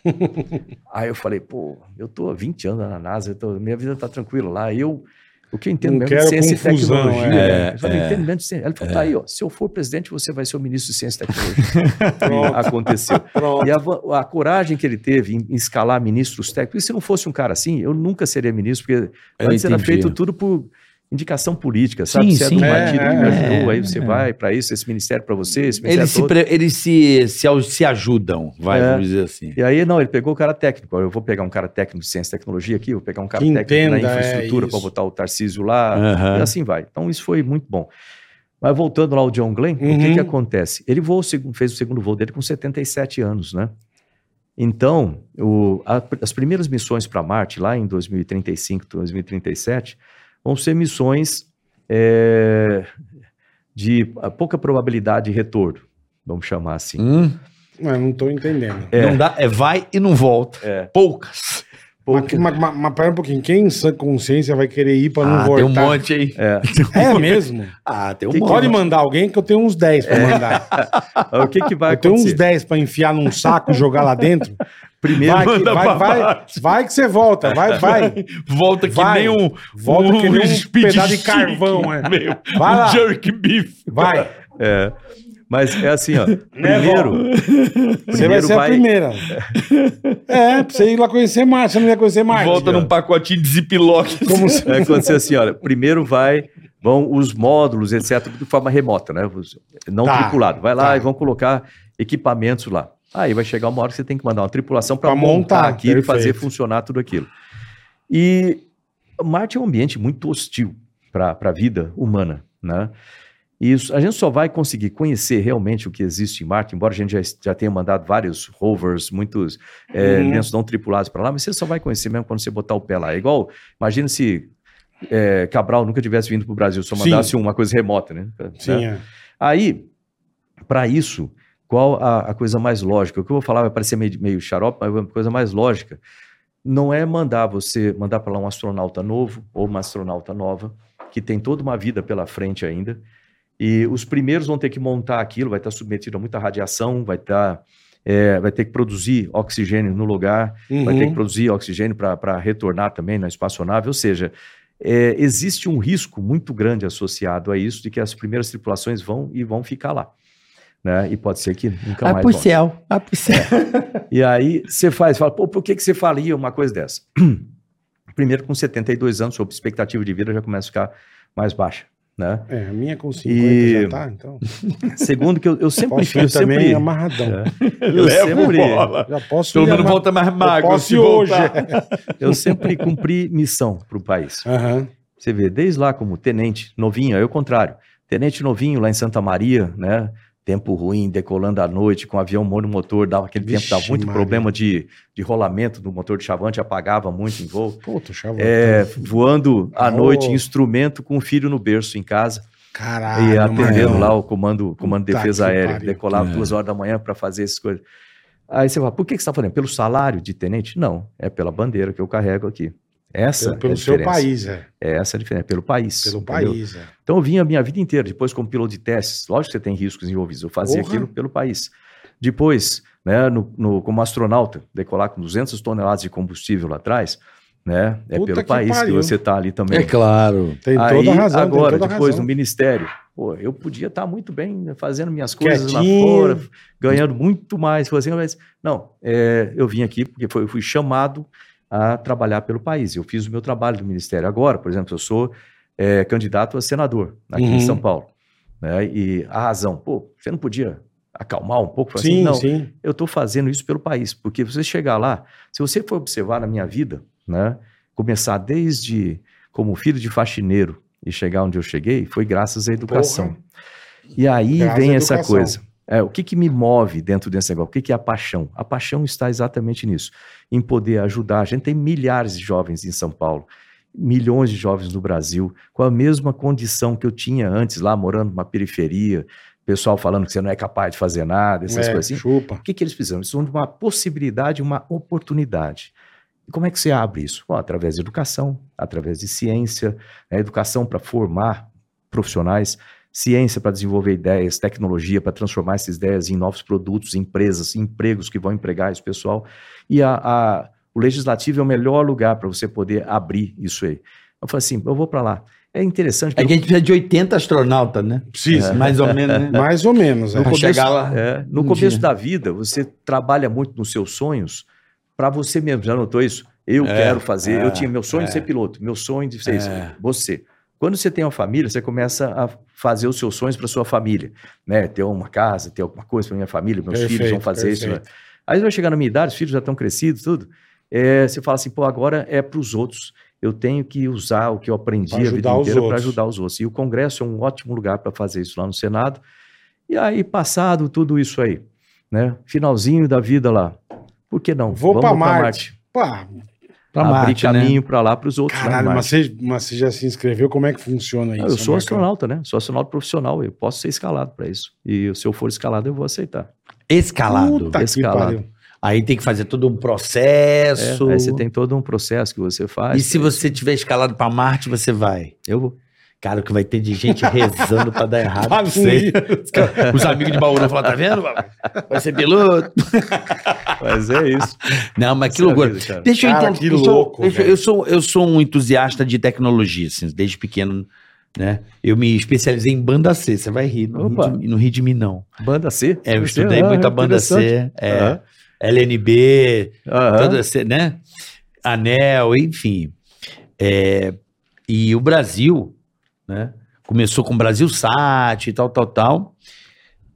Aí eu falei, pô, eu tô há 20 anos na NASA, eu tô- minha vida tá tranquila lá. E eu, o que eu entendo
Não
mesmo é
quero
de ciência e
confusão,
tecnologia.
é.
né? Eu falei, eu entendo mesmo de ciência. Ele falou, tá aí, ó, se eu for presidente, você vai ser o ministro de ciência e tecnologia.
Pronto.
E Aconteceu.
Pronto.
E a, va- a coragem que ele teve em escalar ministros técnicos, e se não fosse um cara assim, eu nunca seria ministro, porque
Eu
antes era
entendi.
feito tudo por indicação política, sabe?
Sim,
você
sim.
é do
É,
partido que me
é,
ajudou, aí
é.
você vai pra isso, esse ministério pra você, esse
é
ministério
Eles, se,
pra outro.
pre- eles se, se, au- se ajudam, vai,
É.
vamos dizer assim.
E aí, não, ele pegou o cara técnico. Ó, Eu vou pegar um cara técnico de ciência e tecnologia aqui, vou pegar um cara
Que
técnico
entenda,
na
é,
infraestrutura
isso.
para botar o Tarcísio lá,
Aham.
É.
e assim vai. Então, isso foi muito bom. Mas voltando lá ao John Glenn, o que,
Uhum.
que acontece? Ele voou o seg- fez o segundo voo dele com 77 anos, né? Então, o- a- as primeiras missões para Marte, lá em 2035, 2037, vão ser missões eh, de ah, pouca probabilidade de retorno, vamos chamar assim.
Hum,
Não, não tô entendendo.
É.
Não dá, é vai e não volta.
É.
Poucas.
Mas, mas, mas, mas pera um pouquinho, quem em sã consciência vai querer ir pra não
ah, tem um
voltar?
monte aí.
É.
É mesmo?
Ah, tem um
Tem que-
monte. É.
Pode mandar alguém que eu tenho uns 10 pra mandar.
O que, que vai
Eu tenho uns
acontecer?
10 pra enfiar num saco e jogar lá dentro.
Primeiro,
Vai, que,
manda pra
vai, vai,
baixo.
vai que você volta, vai, vai.
Volta que
Vai.
nem um.
Volta que nem um
speed
pedaço de
stick,
carvão, é.
meu.
Vai
um
lá.
jerk beef.
Vai.
É, mas é assim, ó. Primeiro,
Né, Você vai
primeiro
ser a primeira. É, pra você ir lá conhecer Marte, você não ia conhecer Marte.
Volta num pacotinho de ziplock.
Como se...
vai acontecer assim, olha. Primeiro vai, vão os módulos, etc, de forma remota, né? Os- Não
Tá,
tripulado. Vai lá
tá.
e vão colocar equipamentos lá. Aí vai chegar uma hora que você tem que mandar uma tripulação para
Pra
montar,
montar,
aquilo e fazer
perfeito.
funcionar tudo aquilo. E Marte é um ambiente muito hostil para a vida humana, né? E isso, a gente só vai conseguir conhecer realmente o que existe em Marte, embora a gente já, já tenha mandado vários rovers, muitos é,
Uhum.
lenços não tripulados para lá, mas você só vai conhecer mesmo quando você botar o pé lá. É igual, imagina se é, Cabral nunca tivesse vindo para o Brasil, só
Sim.
mandasse uma coisa remota, né?
Sim, é.
Aí, para isso, qual a, a coisa mais lógica? O que eu vou falar vai parecer meio, meio xarope, mas é uma coisa mais lógica. Não é mandar você mandar para lá um astronauta novo ou uma astronauta nova, que tem toda uma vida pela frente ainda. E os primeiros vão ter que montar aquilo, vai estar submetido a muita radiação, vai estar. é, vai ter que produzir oxigênio no lugar, vai ter que
Uhum.
produzir oxigênio para retornar também na espaçonave. Ou seja, é, existe um risco muito grande associado a isso de que as primeiras tripulações vão e vão ficar lá. Né? E pode ser que nunca
Ah,
mais volte.
céu. Vai pro céu.
E aí você faz, fala, pô, por que, que você faria uma coisa dessa? Primeiro, com 72 anos, sua expectativa de vida já começa a ficar mais baixa. Né?
É, a minha com 50
E-
já tá, então.
Segundo, que eu, eu sempre
Posso
fico, eu
ir também
sempre.
amarradão.
Eu sempre,
Já posso
Pelo
ir
menos
amar-
volta mais
Eu
magro
posso
se
ir hoje.
voltar.
eu sempre cumpri missão para o país.
Aham.
Você vê, desde lá como tenente novinho, é o contrário. Tenente novinho lá em Santa Maria, né? Tempo ruim, decolando à noite, com avião monomotor, dava aquele
Vixe,
tempo, dava muito
Maria.
problema de, de rolamento do motor de chavante, apagava muito em voo.
Puta, chavão.
É, voando à
Oh.
noite, em instrumento, com o filho no berço em casa
Caralho.
e atendendo
mano.
lá o comando, comando de
Ah, Puta
defesa
que
aérea.
pariu.
Decolava
É.
duas horas da manhã para fazer essas coisas. Aí você fala, por que que você está fazendo? Pelo salário de tenente? Não, é pela bandeira que eu carrego aqui. Essa
Pelo, pelo
é a
seu
diferença.
país, é.
É essa a diferença, é pelo país.
Pelo
entendeu?
país, é.
Então eu vim a minha vida inteira, depois como piloto de testes, lógico que você tem riscos envolvidos, eu fazia
Porra.
aquilo pelo país. Depois, né, no, no- como astronauta, decolar com 200 toneladas de combustível lá atrás, né, é
Puta
pelo
que
país
pariu.
que você está ali também.
É claro.
Tem toda
Aí,
a razão. tem
agora,
toda a
depois
razão.
no ministério, pô, eu podia estar muito bem né, fazendo minhas coisas
Quietinho.
lá fora, ganhando muito mais, fazendo mas não, é, eu vim aqui porque foi- eu fui chamado a trabalhar pelo país. Eu fiz o meu trabalho do ministério agora, por exemplo, eu sou é, candidato a senador aqui
Uhum.
em São Paulo, né? E a razão, pô, você não podia acalmar um pouco, falar assim,
Sim,
não,
sim.
eu estou fazendo isso pelo país, porque você chegar lá, se você for observar na minha vida, né, começar desde como filho de faxineiro e chegar onde eu cheguei, foi graças à educação. E aí
Graças à
vem essa
educação.
coisa. É, o que, que me move dentro desse negócio? O que, que é a paixão? A paixão está exatamente nisso, em poder ajudar. A gente tem milhares de jovens em São Paulo, milhões de jovens no Brasil, com a mesma condição que eu tinha antes lá, morando numa periferia, pessoal falando que você não é capaz de fazer nada, essas
É,
coisas assim.
Chupa.
O que, que eles precisam? Eles precisam de uma possibilidade, uma oportunidade. E como é que você abre isso? Bom, através de educação, através de ciência, né? educação para formar profissionais, ciência para desenvolver ideias, tecnologia para transformar essas ideias em novos produtos, empresas, empregos que vão empregar esse pessoal. E a- a- o legislativo é o melhor lugar para você poder abrir isso aí. Eu falei assim, eu vou para lá. É interessante.
É que a gente precisa de 80 astronautas, né?
Precisa.
Mais ou menos, né?
Mais ou menos, é.
Pra chegar lá.
É, no
Um
começo
dia.
da vida, você trabalha muito nos seus sonhos para você mesmo. Já notou isso? Eu quero fazer. eu tinha meu sonho de ser piloto, meu sonho de ser isso. Você. Quando você tem uma família, você começa a fazer os seus sonhos para sua família, né? Ter uma casa, ter alguma coisa para minha família, meus filhos vão
Perfeito,
fazer isso.
perfeito.
né? Aí vai chegar na minha idade, os filhos já estão crescidos, tudo. É, você fala assim, pô, agora é para os outros. Eu tenho que usar o que eu aprendi
Pra
a vida
ajudar os
inteira para
outros.
ajudar os outros. E o Congresso é um ótimo lugar para fazer isso lá no Senado. E aí, passado tudo isso aí, né? Finalzinho da vida lá. Por que não?
Vou
Vamos
pra
pra
Marte. Pá,
Pra
Abrir
Marte, né?
caminho pra lá, para os outros. lá em
caralho, mas
Marte. Ah,
você, mas você já se inscreveu? Como é que funciona isso?
eu sou
Marcão?
astronauta, né? Sou astronauta profissional, eu posso ser escalado para isso. E se eu for escalado, eu vou aceitar.
Escalado.
Puta que
escalado.
pariu.
Aí tem que fazer todo um
É,
processo.
aí você tem todo um processo que você faz.
E se você tiver escalado pra Marte, você vai.
Eu vou.
Cara, o que vai ter de gente rezando pra dar errado.
Fala
não
com
sei.
ele.
Tá Os amigos de Bauru falam, tá vendo? papai? Vai ser piloto.
Mas é isso.
Não, mas Ah, que
Essa é a
loucura.
vida, cara.
Deixa eu
Cara,
entender.
que
eu sou-
louco,
deixa-
velho.
eu, sou, eu sou um entusiasta de tecnologia, assim, desde pequeno. Né? Eu me especializei em banda C. Você vai rir. Não,
Opa.
ri de, não ri de mim, não.
Banda C?
É, eu
Você-
estudei
ah,
muito a banda
interessante.
C. é,
Aham.
LNB,
Aham.
toda essa- né? Anel, enfim. É, e o Brasil, né? Começou com o Brasil Sat e tal, tal, tal.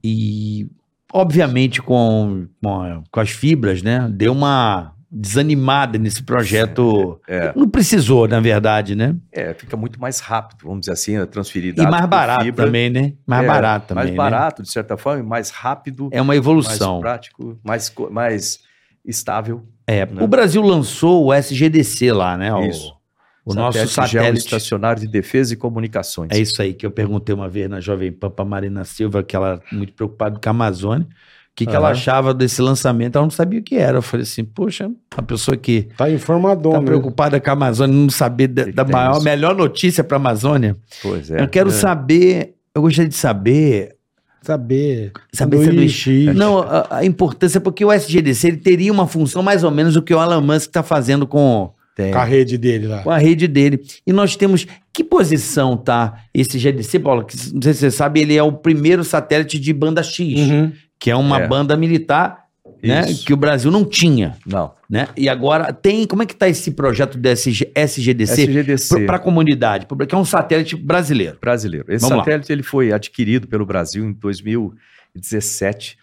E, obviamente, com, com, a- com as fibras, né? Deu uma desanimada nesse projeto.
É,
Não precisou, na verdade, né?
é, fica muito mais rápido, vamos dizer assim, a transferir
E
dados
mais
por
barato
fibra.
também, né? Mais
É,
barato também.
Mais
né?
barato, de certa forma, e mais rápido.
É uma
Mais
evolução.
prático, mais, co- mais estável.
É,
né?
o Brasil lançou o SGDC lá, né? O,
Isso.
o nosso satélite.
estacionário de defesa e comunicações.
É isso aí que eu perguntei uma vez na Jovem Pan pra Marina Silva, que ela era muito preocupada com a Amazônia, o que, que ela
Aham.
achava desse lançamento. Ela não sabia o que era. Eu falei assim, poxa, a pessoa que
Tá informador,
tá
né?
preocupada com a Amazônia não saber da,
Que que
da
tem
maior,
isso?
melhor notícia pra Amazônia.
Pois é.
eu quero
É.
saber, eu gostaria de saber,
Saber.
saber
do
sanduíche.
Ixi.
Não, a, a importância, porque o SGDC ele teria uma função mais ou menos o que o Elon Musk está fazendo com,
Tem.
Com a rede dele lá.
com a rede dele. E nós temos que posição tá esse GDC, Paulo? Que, não sei se você sabe, ele é o primeiro satélite de banda X,
Uhum.
que é uma
É.
banda militar, né,
Isso.
que o Brasil não tinha,
Não.
né? E agora tem, como é que tá esse projeto do SG, SGDC
SGDC
para a comunidade, pro- que é um satélite brasileiro.
brasileiro. Esse
Vamos lá.
satélite ele foi adquirido pelo Brasil em 2017.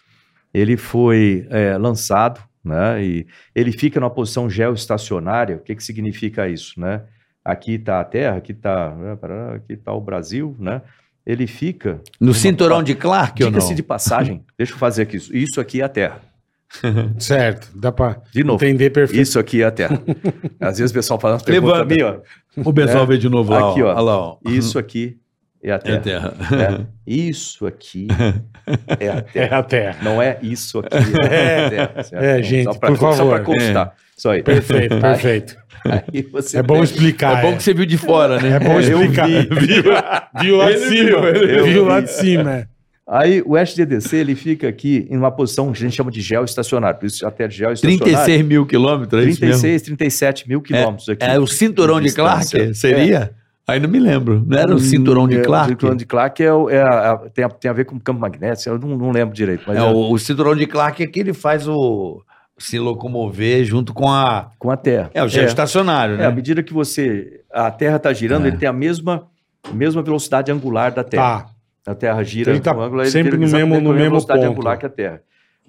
Ele foi é, lançado, né? E ele fica numa posição geoestacionária. O que, que significa isso, né? Aqui está a Terra, aqui está aqui tá o Brasil, né? Ele fica
No cinturão de Clark ou não?
Diga-se de passagem, deixa eu fazer aqui. isso. Isso aqui é a Terra.
Certo. Dá pra
De novo.
entender perfeito.
Isso aqui é a Terra. Às vezes o pessoal fala umas perguntas
Levanta.
pra mim, ó.
O pessoal vê de novo
lá, ó. Aqui, ó.
Olha lá, ó.
Isso aqui é a Terra.
terra.
né? Isso aqui é a
É
Terra.
a terra.
Não é isso aqui. É, a terra, certo?
É,
Então,
gente,
só pra,
por
Só
favor.
para constar. Isso aí.
Perfeito, perfeito.
Aí você
É bom
tem-
explicar.
é bom que você viu de fora, né?
É bom explicar.
vi.
Viu lá de cima.
ele
Viu
viu.
lá de cima. é.
Aí o SDDC ele fica aqui em uma posição que a gente chama de geoestacionário. Por isso até geoestacionário.
36 mil quilômetros, é isso mesmo?
36, 37 mil quilômetros aqui.
É o cinturão de
Tipo Distância.
Clark? Seria? Aí não me lembro. Não era o cinturão de
É, O
Clark?
cinturão de Clark é, o- é a- a- tem, a, tem a ver com campo magnético, eu não, não lembro direito, mas
É, o, o cinturão de Clark é que ele faz o se locomover junto com a.
com a Terra.
É, o geoestacionário,
É, à
né?
medida que você. A Terra está girando,
É.
ele tem a mesma, a mesma velocidade angular da Terra.
Tá.
A Terra gira
Ele tá
com ângulo, ele
sempre
tem
no mesmo-
exatamente
no
a
mesmo
velocidade
ponto.
angular que a Terra.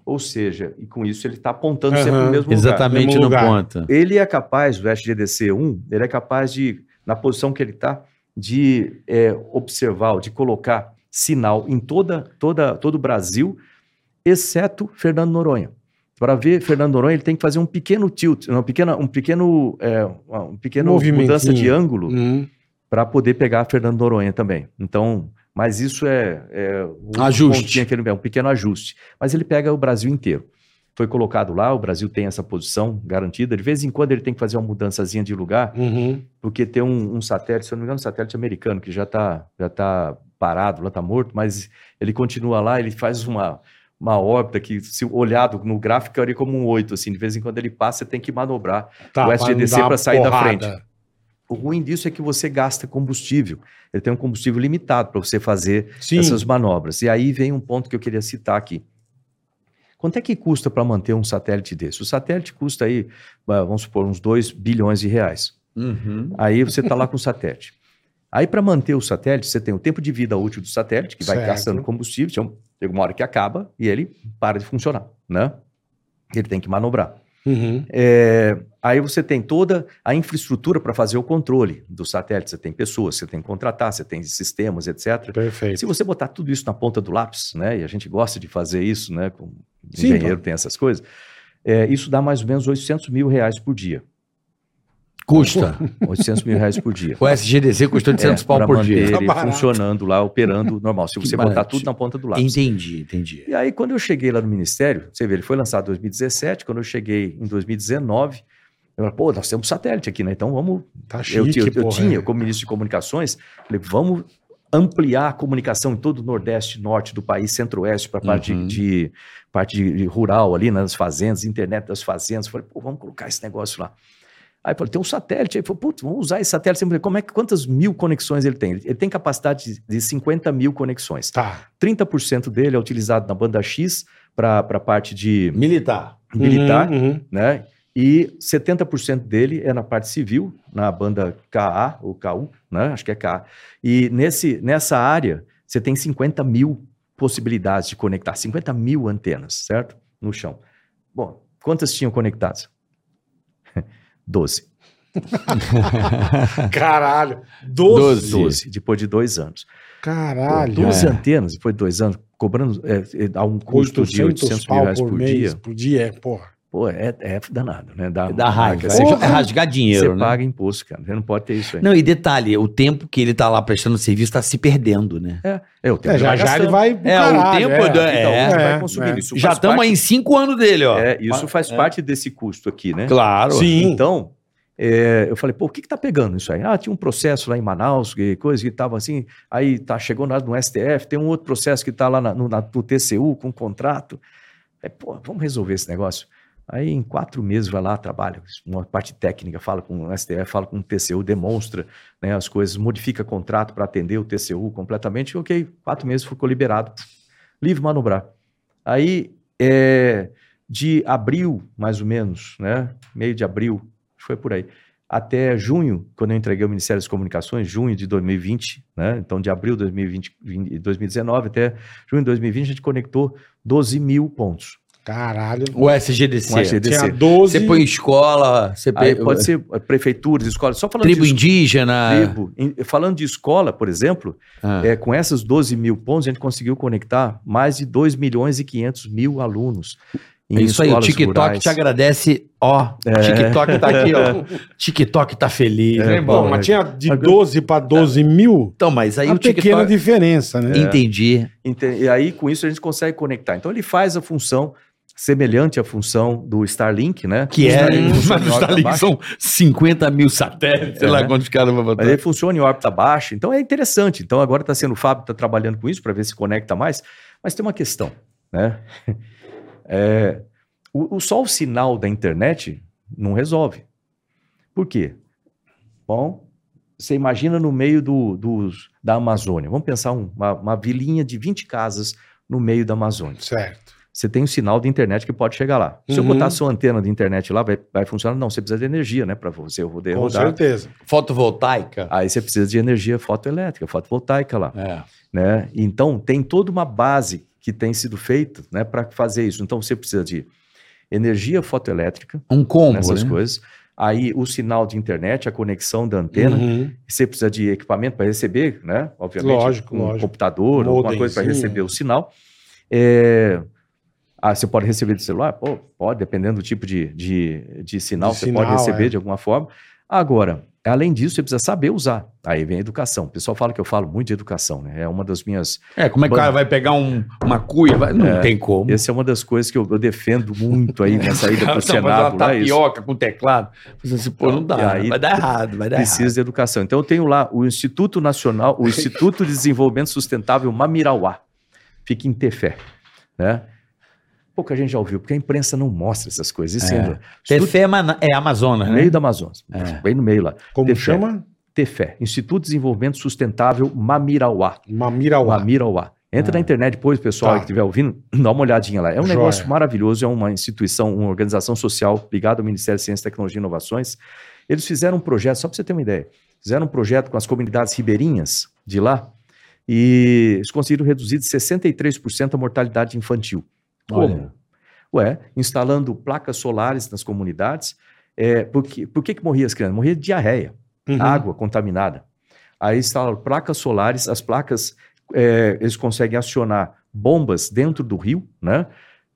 Ou seja, e com isso ele está apontando sempre
Aham,
no mesmo lugar.
Exatamente
mesmo
no
lugar.
ponto.
Ele é capaz, o SGDC-1, ele é capaz de, na posição que ele tá, está, de é, observar, de colocar sinal em toda, toda, todo o Brasil exceto Fernando Noronha. Para ver Fernando Noronha, ele tem que fazer um pequeno tilt, não, pequena, um pequeno, é, um pequeno
Movimentinho.
mudança de ângulo
Hum.
para poder pegar Fernando Noronha também. Então, mas isso é, é um
Ajuste.
pontinho que ele- é um pequeno ajuste. Mas ele pega o Brasil inteiro. Foi colocado lá, o Brasil tem essa posição garantida. De vez em quando ele tem que fazer uma mudançazinha de lugar,
Uhum.
porque tem um, um satélite, se eu não me engano, um satélite americano que já está já tá parado, lá está morto, mas ele continua lá, ele faz uma, uma órbita que, se olhado no gráfico, ficaria como um oito. Assim, de vez em quando ele passa, você tem que manobrar.
Tá,
O SGDC
não dar
pra sair da
porrada.
O ruim disso é que você gasta combustível. Ele tem um combustível limitado para você fazer
Sim.
essas manobras. E aí vem um ponto que eu queria citar aqui. Quanto é que custa para manter um satélite desse? O satélite custa aí, ah, vamos supor, uns 2 bilhões de reais. Aí você está lá com o satélite. Aí, para manter o satélite, você tem o tempo de vida útil do satélite, que vai
Certo.
gastando combustível, então, tem uma hora que acaba e ele para de funcionar, né? Ele tem que manobrar.
Uhum.
É, aí você tem toda a infraestrutura para fazer o controle do satélite. Você tem pessoas, você tem que contratar, você tem sistemas, etc.
Perfeito.
Se você botar tudo isso na ponta do lápis, né? E a gente gosta de fazer isso, né? Com
Sim,
engenheiro tem essas coisas. é, isso dá mais ou menos 800 mil reais por dia.
Custa.
800 mil reais por dia.
O SGDC custou 800 pau
É, pra
por
manter
dia.
Tá
ele
barato.
funcionando lá, operando normal. Se
Que
você botar
barato.
tudo na ponta do lápis.
Entendi, entendi.
E aí, quando eu cheguei lá no Ministério, você vê, ele foi lançado em 2017, quando eu cheguei em 2019, eu falei, pô, nós temos satélite aqui, né? Então vamos.
Tá chique,
eu, tinha- eu
porra.
tinha, como ministro de comunicações, falei, vamos ampliar a comunicação em todo o Nordeste, Norte do país, Centro-Oeste, para a parte,
Uhum.
de, parte de- de rural ali, nas fazendas, internet das fazendas. Falei, pô, vamos colocar esse negócio lá. Aí falou, tem um satélite. Aí falou, putz, vamos usar esse satélite. Você me diz, Como é que, quantas mil conexões ele tem? Ele tem capacidade de- de 50 mil conexões.
Tá.
30% dele é utilizado na banda X para a parte de
Militar.
militar,
Uhum.
né? E 70% dele é na parte civil, na banda KA ou KU, né? Acho que é KA. E nesse, nessa área, você tem 50 mil possibilidades de conectar, 50 mil antenas, certo? No chão. Bom, quantas tinham conectadas? 12.
Caralho. Doze.
12, depois de dois anos.
Caralho.
Pô, 12 antenas, foi dois anos, cobrando é, é, a um custo de 800 mil reais por, dia.
Por dia, é, porra.
Pô, é, é danado, né? Dá,
Da raiva.
Você,
É
Porra.
rasgar
você
dinheiro, né?
paga imposto, cara. Você não pode ter isso aí.
Não, e detalhe, o tempo que ele tá lá prestando serviço tá se perdendo, né?
É, é, o tempo
É, já já ele vai pro
É, o
caralho,
tempo do-
Então,
É,
você
é,
vai consumindo
é.
isso.
Já
faz
estamos
parte-
aí em cinco anos dele, ó.
É, isso faz parte desse custo aqui, né?
Claro.
Sim.
Então, é, eu falei, pô, o que que tá pegando isso aí? Ah, tinha um processo lá em Manaus, que coisa que tava assim, aí tá, chegou na- no STF, tem um outro processo que tá lá na- no, na- no TCU com um contrato. Aí, pô, vamos resolver esse negócio. Aí em quatro meses vai lá, trabalha, uma parte técnica, fala com o STF, fala com o TCU, demonstra né, as coisas, modifica contrato para atender o TCU completamente, ok, quatro meses ficou liberado, livre manobrar. Aí, é, de abril, mais ou menos, né, meio de abril, acho que foi por aí, até junho, quando eu entreguei o Ministério das Comunicações, junho de 2020, né, então de abril de 2020, 2019 até junho de 2020, a gente conectou 12 mil pontos.
Caralho.
O SGDC.
Com a SGDC.
Tinha 12.
Você põe escola, você
Aí
põe-
pode ser eh, prefeituras, escolas, só falando
tribo
de
indígena.
tribo. Em- Falando de escola, por exemplo,
Ah.
é, com essas 12 mil pontos, a gente conseguiu conectar mais de 2 milhões e 500 mil alunos.
É
em
isso aí, o
escolas
TikTok
rurais.
te agradece, ó. TikTok tá aqui, ó. TikTok tá feliz. né, irmão?
Bom, mas tinha de
Agora-
12 pra 12 mil.
Então, mas aí
Uma
o
pequena
tá-
TikTok. É.
diferença, né?
Entendi.
Ente- E aí, com isso, a gente consegue conectar. Então, ele faz a função semelhante à função do Starlink, né?
Que é. Mas
funciona em
no
órbita
Starlink
baixa.
são 50 mil satélites, sei
É,
lá
né?
quantos caras vão botar.
Mas ele funciona em órbita baixa, então é interessante. Então agora está sendo o Fábio está trabalhando com isso para ver se conecta mais. Mas tem uma questão, né? É, o, o- só o sinal da internet não resolve. Por quê? Bom, você imagina no meio do, dos- da Amazônia. Vamos pensar um- uma, uma vilinha de 20 casas no meio da Amazônia.
Certo.
Você tem um sinal de internet que pode chegar lá. Se eu
Uhum.
botar a sua antena de internet lá, vai, vai funcionar? Não, você precisa de energia, né? Para você poder
Com
rodar.
certeza.
Fotovoltaica.
Aí você precisa de energia fotoelétrica, fotovoltaica lá,
É.
né? Então tem toda uma base que tem sido feita, né, para fazer isso. Então você precisa de energia fotoelétrica
Um combo,
nessas
né?
coisas. Aí o sinal de internet, a conexão da antena,
Uhum.
você precisa de equipamento para receber, né? Obviamente,
Lógico,
um
lógico.
computador, alguma coisa para
Modemzinho.
receber o sinal. É, Ah, você pode receber do celular? Pô, pode, dependendo do tipo de, de, de sinal,
De
você
sinal,
pode receber
é.
de alguma forma. Agora, além disso, você precisa saber usar. Aí vem a educação. O pessoal fala que eu falo muito de educação, né? É uma das minhas.
É, como é que o cara vai pegar um- uma cuia? Vai- Não
É,
tem como.
Essa é uma das coisas que eu, eu defendo muito aí na saída para o
Não, mas
Senado.
tá
uma
lá, é isso.
tapioca com teclado. Você assim, pô, não dá.
E aí-
vai dar errado, vai dar Tá errado.
Precisa de educação. Então eu tenho lá o Instituto Nacional, o Instituto de Desenvolvimento Sustentável Mamirauá. Fica em Tefé, né? Pouca gente já ouviu, porque a imprensa não mostra essas coisas. Isso
É.
ainda. Instituto
Tefé é, Mana- é Amazonas,
no
né?
meio do Amazonas,
É.
bem no meio lá.
Como
Defende.
chama?
Tefé, Instituto de Desenvolvimento Sustentável Mamirauá.
Mamirauá.
Mamirauá. Entra na internet depois, pessoal
Ah. Tá.
que estiver ouvindo, dá uma olhadinha lá. É um
Joia.
negócio maravilhoso, é uma instituição, uma organização social ligada ao Ministério de Ciência, Tecnologia e Inovações. Eles fizeram um projeto, só para você ter uma ideia, fizeram um projeto com as comunidades ribeirinhas de lá e eles conseguiram reduzir de 63% a mortalidade infantil. Como?
Olha.
Ué, instalando placas solares nas comunidades. É, por que, por que, que morria as crianças? Morria de diarreia
Uhum.
água contaminada. Aí instalam placas solares, as placas eh, eles conseguem acionar bombas dentro do rio, né?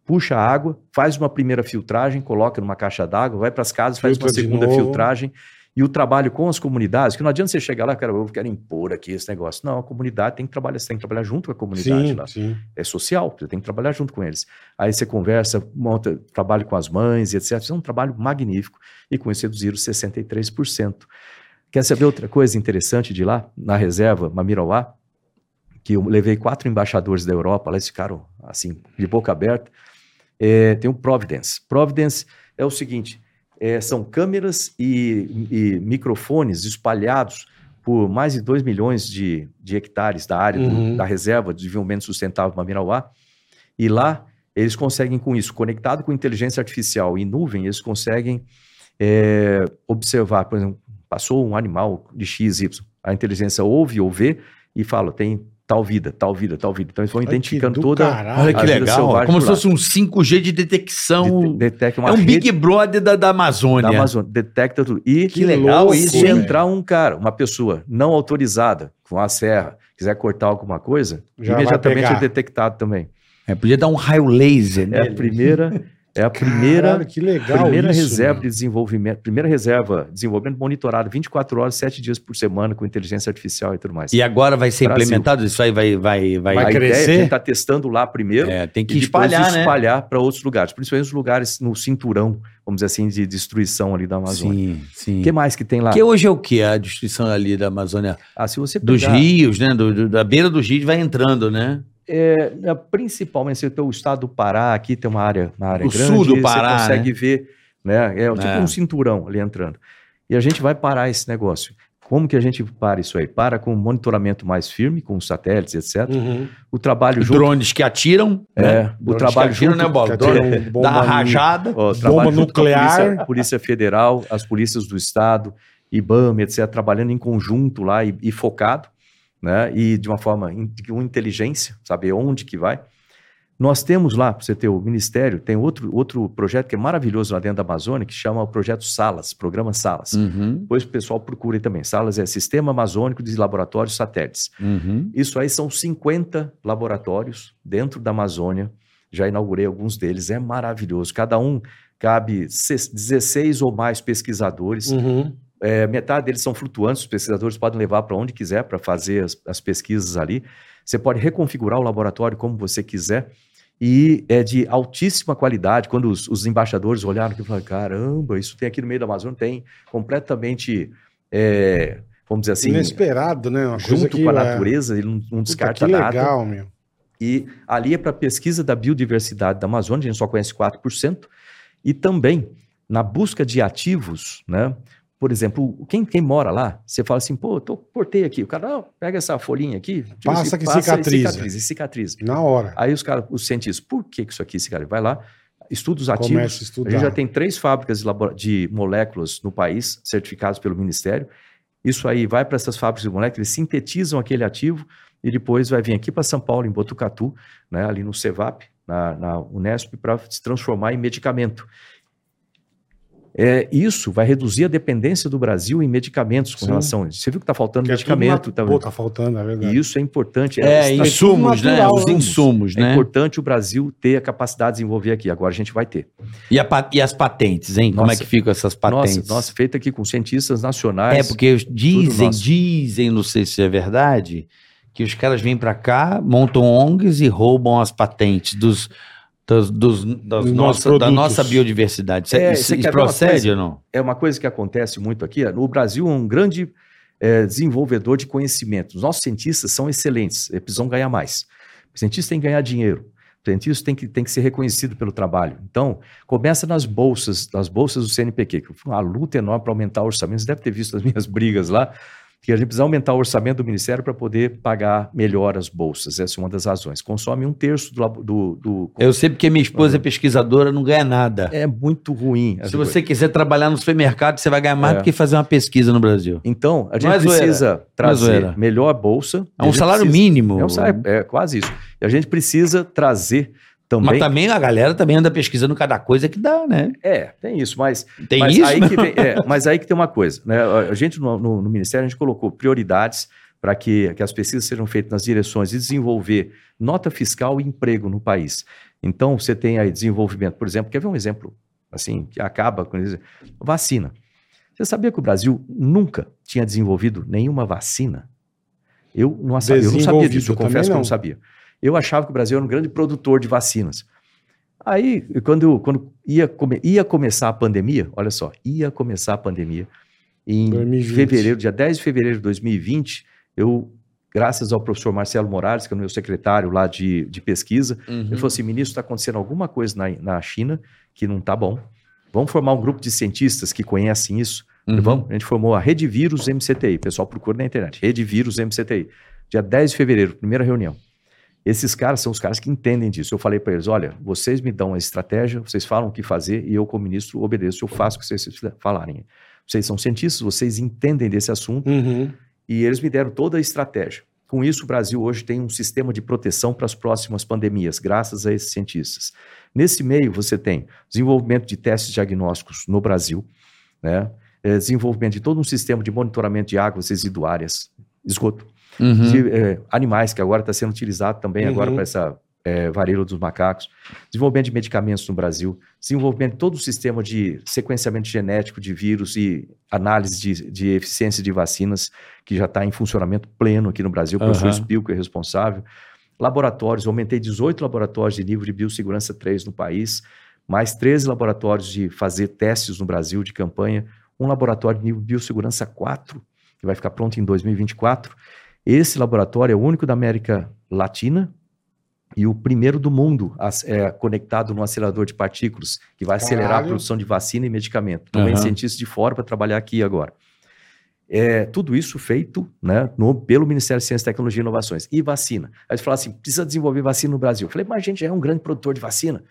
Puxa a água, faz uma primeira filtragem, coloca numa caixa d'água, vai para as casas, faz
Filtra
uma
de
segunda
novo.
filtragem. E o trabalho com as comunidades, que não adianta você chegar lá, cara, eu quero impor aqui esse negócio. Não, a comunidade tem que trabalhar, você tem que trabalhar junto com a comunidade
Sim,
lá
sim.
é social, você tem que trabalhar junto com eles. Aí você conversa, monta, trabalha com as mães e etc. Isso é um trabalho magnífico. E com isso reduziram 63%. Quer saber outra coisa interessante de lá, na reserva Mamirauá? Que eu levei quatro embaixadores da Europa, lá eles ficaram assim, de boca aberta. É, tem o Providence. Providence é o seguinte: é, são câmeras e, e microfones espalhados por mais de 2 milhões de, de hectares da área do-
Uhum.
da reserva de desenvolvimento sustentável Mamirauá. E lá eles conseguem, com isso, conectado com inteligência artificial e nuvem, eles conseguem é, observar, por exemplo, passou um animal de X, Y, a inteligência ouve ou vê e fala, tem tal vida, tal vida, tal vida. Então eles vão
Olha que
identificando
do
toda...
caralho.
Olha que
A vida
legal. ó,
selvagem
Como
por
se
lá.
fosse um 5G de detecção.
dete- Detecta uma
é um
rede
Big né? Brother da, da
da
Amazônia.
Amazônia, detecta tudo. E
Que legal
louco,
isso,
se
velho.
entrar um cara, uma pessoa não autorizada com a serra, quiser cortar alguma coisa,
Já vai
imediatamente
pegar.
é detectado também.
É, podia dar um raio laser,
É
né?
a primeira, é a primeira
Caralho, que legal
Primeira
isso,
reserva
mano.
de desenvolvimento, primeira reserva de desenvolvimento monitorado 24 horas, 7 dias por semana com inteligência artificial e tudo mais.
E agora vai ser
Brasil.
implementado? Isso aí vai. vai, vai,
a
Vai
ideia
crescer?
é a gente tá testando lá primeiro
É, tem que
e depois
espalhar, né?
espalhar para outros lugares, principalmente os lugares no cinturão, vamos dizer assim, de destruição ali da Amazônia.
Sim, sim.
O que mais que tem lá?
Porque hoje é o que? A destruição ali da Amazônia.
Ah, se você
Dos
pegar,
rios, né? Do- do- da beira dos rios vai entrando, né?
é, é, principalmente se tem o estado do Pará, aqui tem uma área, uma área
O
grande,
sul do
você
Pará,
consegue ver, né? É tipo
É.
um cinturão ali entrando. E a gente vai parar esse negócio. Como que a gente para isso aí? Para com um monitoramento mais firme, com os satélites, etc.
Hum.
Uhum.
O trabalho junto.
Drones que atiram.
É,
né?
o
Drones
trabalho
que atiram,
junto-
né, Bola?
Quer
Drone
dizer, um bomba
da
nu-
rajada.
ó, o trabalho junto com a
nuclear.
polícia, polícia Federal, as polícias do Estado, IBAMA, etc., trabalhando em conjunto lá e, e focado, né? E de uma forma in- com inteligência, saber onde que vai. Nós temos lá, para você ter o Ministério, tem outro, outro projeto que é maravilhoso lá dentro da Amazônia, que chama o Projeto Salas, Programa Salas.
Hum.
Uhum,
Depois o pessoal procura aí também. Salas é Sistema Amazônico de Laboratórios Satélites.
uhum.
Isso aí são 50 laboratórios dentro da Amazônia. Já inaugurei alguns deles, é maravilhoso. Cada um cabe se- 16 ou mais pesquisadores.
Uhum.
É, metade deles são flutuantes, os pesquisadores podem levar para onde quiser para fazer as, as pesquisas ali. Você pode reconfigurar o laboratório como você quiser. E é de altíssima qualidade. Quando os, os embaixadores olharam aqui e falaram: caramba, isso tem aqui no meio da Amazônia, tem completamente, é, vamos dizer assim,
Inesperado, né? Uma coisa
junto
que,
com a
é,
natureza, ele não, não
puta,
descarta
que
nada.
legal, meu.
E ali é para pesquisa da biodiversidade da Amazônia, a gente só conhece 4%, e também na busca de ativos, né? Por exemplo, quem, quem mora lá, você fala assim, pô, tô, cortei aqui, o cara, ó, pega essa folhinha aqui, tira
Passa
esse-
que
e
cicatriza.
cicatriza, e cicatriza.
Na hora.
Aí os caras, os cientistas, por que que isso aqui, esse cara vai lá, estuda os ativos,
Começa a
a
estudar.
gente já tem três fábricas de, labora- de moléculas no país, certificadas pelo Ministério. Isso aí vai para essas fábricas de moléculas, eles sintetizam aquele ativo e depois vai vir aqui para São Paulo, em Botucatu, né, ali no CEVAP, na, na Unesp, para se transformar em medicamento. É, isso vai reduzir a dependência do Brasil em medicamentos com
Sim.
relação a isso. Você viu que está faltando
Que é tudo
medicamento.
nat-
tá-
Pô, tá faltando, é verdade.
E isso é importante.
É,
isso tá-
insumos, né?
natural,
Os
né?
insumos,
é
né?
importante o Brasil ter a capacidade de desenvolver aqui. Agora a gente vai ter.
E, a pa- e as patentes, hein? Como
Nossa.
é que ficam essas patentes?
Nossa, nossa, feita aqui com cientistas
É,
nacionais.
porque os- dizem,
nosso.
dizem, não sei se é verdade, que os caras vêm pra cá, montam ONGs e roubam as patentes dos, dos, dos- das
Dos
nossa-
nossos
da
produtos.
nossa biodiversidade. Isso, é-
É,
isso-
você
isso
quer ver uma
procede
coisa?
ou não?
é uma coisa que acontece muito aqui. O Brasil é um grande eh, desenvolvedor de conhecimento. Os nossos cientistas são excelentes, eles precisam ganhar mais. O cientista tem que ganhar dinheiro. O cientista tem que, tem que ser reconhecido pelo trabalho. Então, começa nas bolsas, nas bolsas do CNPq, que foi uma luta enorme para aumentar o orçamento. Você deve ter visto as minhas brigas lá, que a gente precisa aumentar o orçamento do Ministério para poder pagar melhor as bolsas. Essa é uma das razões. Consome um terço do, labo- do- do-
Eu sei porque minha esposa é pesquisadora, não ganha nada.
É muito ruim. assim,
Se
essa coisa.
você quiser trabalhar no supermercado, você vai ganhar mais
É.
do que fazer uma pesquisa no Brasil.
Então, a gente
Não é zoeira.
precisa trazer
zoeira.
melhor bolsa.
É um salário
mínimo.
mínimo.
É, um salário- é quase isso. E a gente precisa trazer
Mas tá-
também.
também a galera também anda pesquisando cada coisa que dá, né?
É, tem isso, mas.
Tem
mas
isso?
Aí que vem- é, mas aí que tem uma coisa. Né? A gente, no, no- no Ministério, a gente colocou prioridades para que, que as pesquisas sejam feitas nas direções de desenvolver nota fiscal e emprego no país. Então, você tem aí desenvolvimento, por exemplo, quer ver um exemplo assim, que acaba com isso? Vacina. Você sabia que o Brasil nunca tinha desenvolvido nenhuma vacina? Eu não, sabia, eu não sabia
Desenvolvido
disso, eu
também
confesso que eu não
não.
sabia. Eu achava que o Brasil era um grande produtor de vacinas. Aí, quando, quando ia, come- ia começar a pandemia, olha só, ia começar a pandemia em
2020.
fevereiro, dia 10 de fevereiro de 2020, eu, graças ao professor Marcelo Moraes, que é o meu secretário lá de, de pesquisa,
Uhum.
ele falou assim, ministro, está acontecendo alguma coisa na, na China que não está bom. Vamos formar um grupo de cientistas que conhecem isso?
Uhum.
Vamos? A gente formou a Rede Vírus MCTI. O pessoal procura na internet. Rede Vírus MCTI. Dia 10 de fevereiro, primeira reunião. Esses caras são os caras que entendem disso. Eu falei para eles: olha, vocês me dão a estratégia, vocês falam o que fazer e eu, como ministro, obedeço, eu faço o que vocês falarem. Vocês são cientistas, vocês entendem desse assunto
Uhum.
e eles me deram toda a estratégia. Com isso, o Brasil hoje tem um sistema de proteção para as próximas pandemias, graças a esses cientistas. Nesse meio, você tem desenvolvimento de testes diagnósticos no Brasil, né? Eh, desenvolvimento de todo um sistema de monitoramento de águas residuárias, esgoto,
Uhum.
de eh, animais, que agora está sendo utilizado também
Uhum.
agora para essa eh, varíola dos macacos, desenvolvimento de medicamentos no Brasil, desenvolvimento de todo o sistema de sequenciamento genético de vírus e análise de, de eficiência de vacinas, que já está em funcionamento pleno aqui no Brasil, o professor
Aham.
Spilker é responsável. Laboratórios, eu aumentei 18 laboratórios de nível de biossegurança 3 no país, mais 13 laboratórios de fazer testes no Brasil de campanha, um laboratório de nível biossegurança 4, que vai ficar pronto em 2024. Esse laboratório é o único da América Latina e o primeiro do mundo as- é, conectado num acelerador de partículas, que vai acelerar a
Caralho.
produção de vacina e medicamento. Também
Aham.
cientistas de fora para trabalhar aqui agora. É, tudo isso feito né, no- pelo Ministério de Ciência, Tecnologia e Inovações. E vacina. Aí eles falaram assim, precisa desenvolver vacina no Brasil. Eu falei, mas a gente já é um grande produtor de vacina.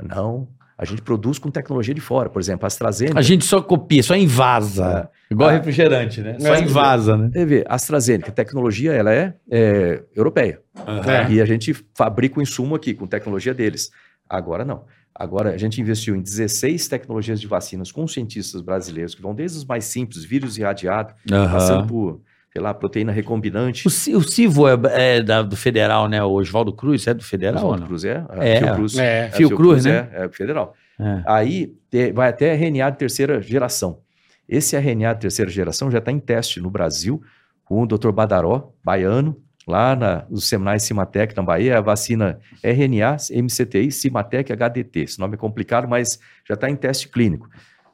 Não, a gente produz com tecnologia de fora. Por exemplo, a AstraZeneca...
A gente só copia, só invasa. Igual
Ah.
refrigerante, né? Só
É.
invasa, né?
Você vê, a AstraZeneca, a tecnologia, ela é, é, europeia.
É.
E a gente fabrica o insumo aqui, com tecnologia deles. Agora não. Agora a gente investiu em 16 tecnologias de vacinas com cientistas brasileiros, que vão desde os mais simples, vírus irradiado,
É.
passando por, sei lá, proteína recombinante.
O, Ci- o Civo é, é da- do federal, né? O Oswaldo Cruz é do federal ou
Oswaldo
não?
Cruz é?
É.
Fiocruz.
É.
Fiocruz, né?
É, é federal.
É.
Aí te- vai até RNA de terceira geração. Esse RNA de terceira geração já está em teste no Brasil com o Dr. Badaró, baiano, lá na, no Seminais Cimatec, na Bahia, a vacina RNA, MCTI, Cimatec HDT. Esse nome é complicado, mas já está em teste clínico.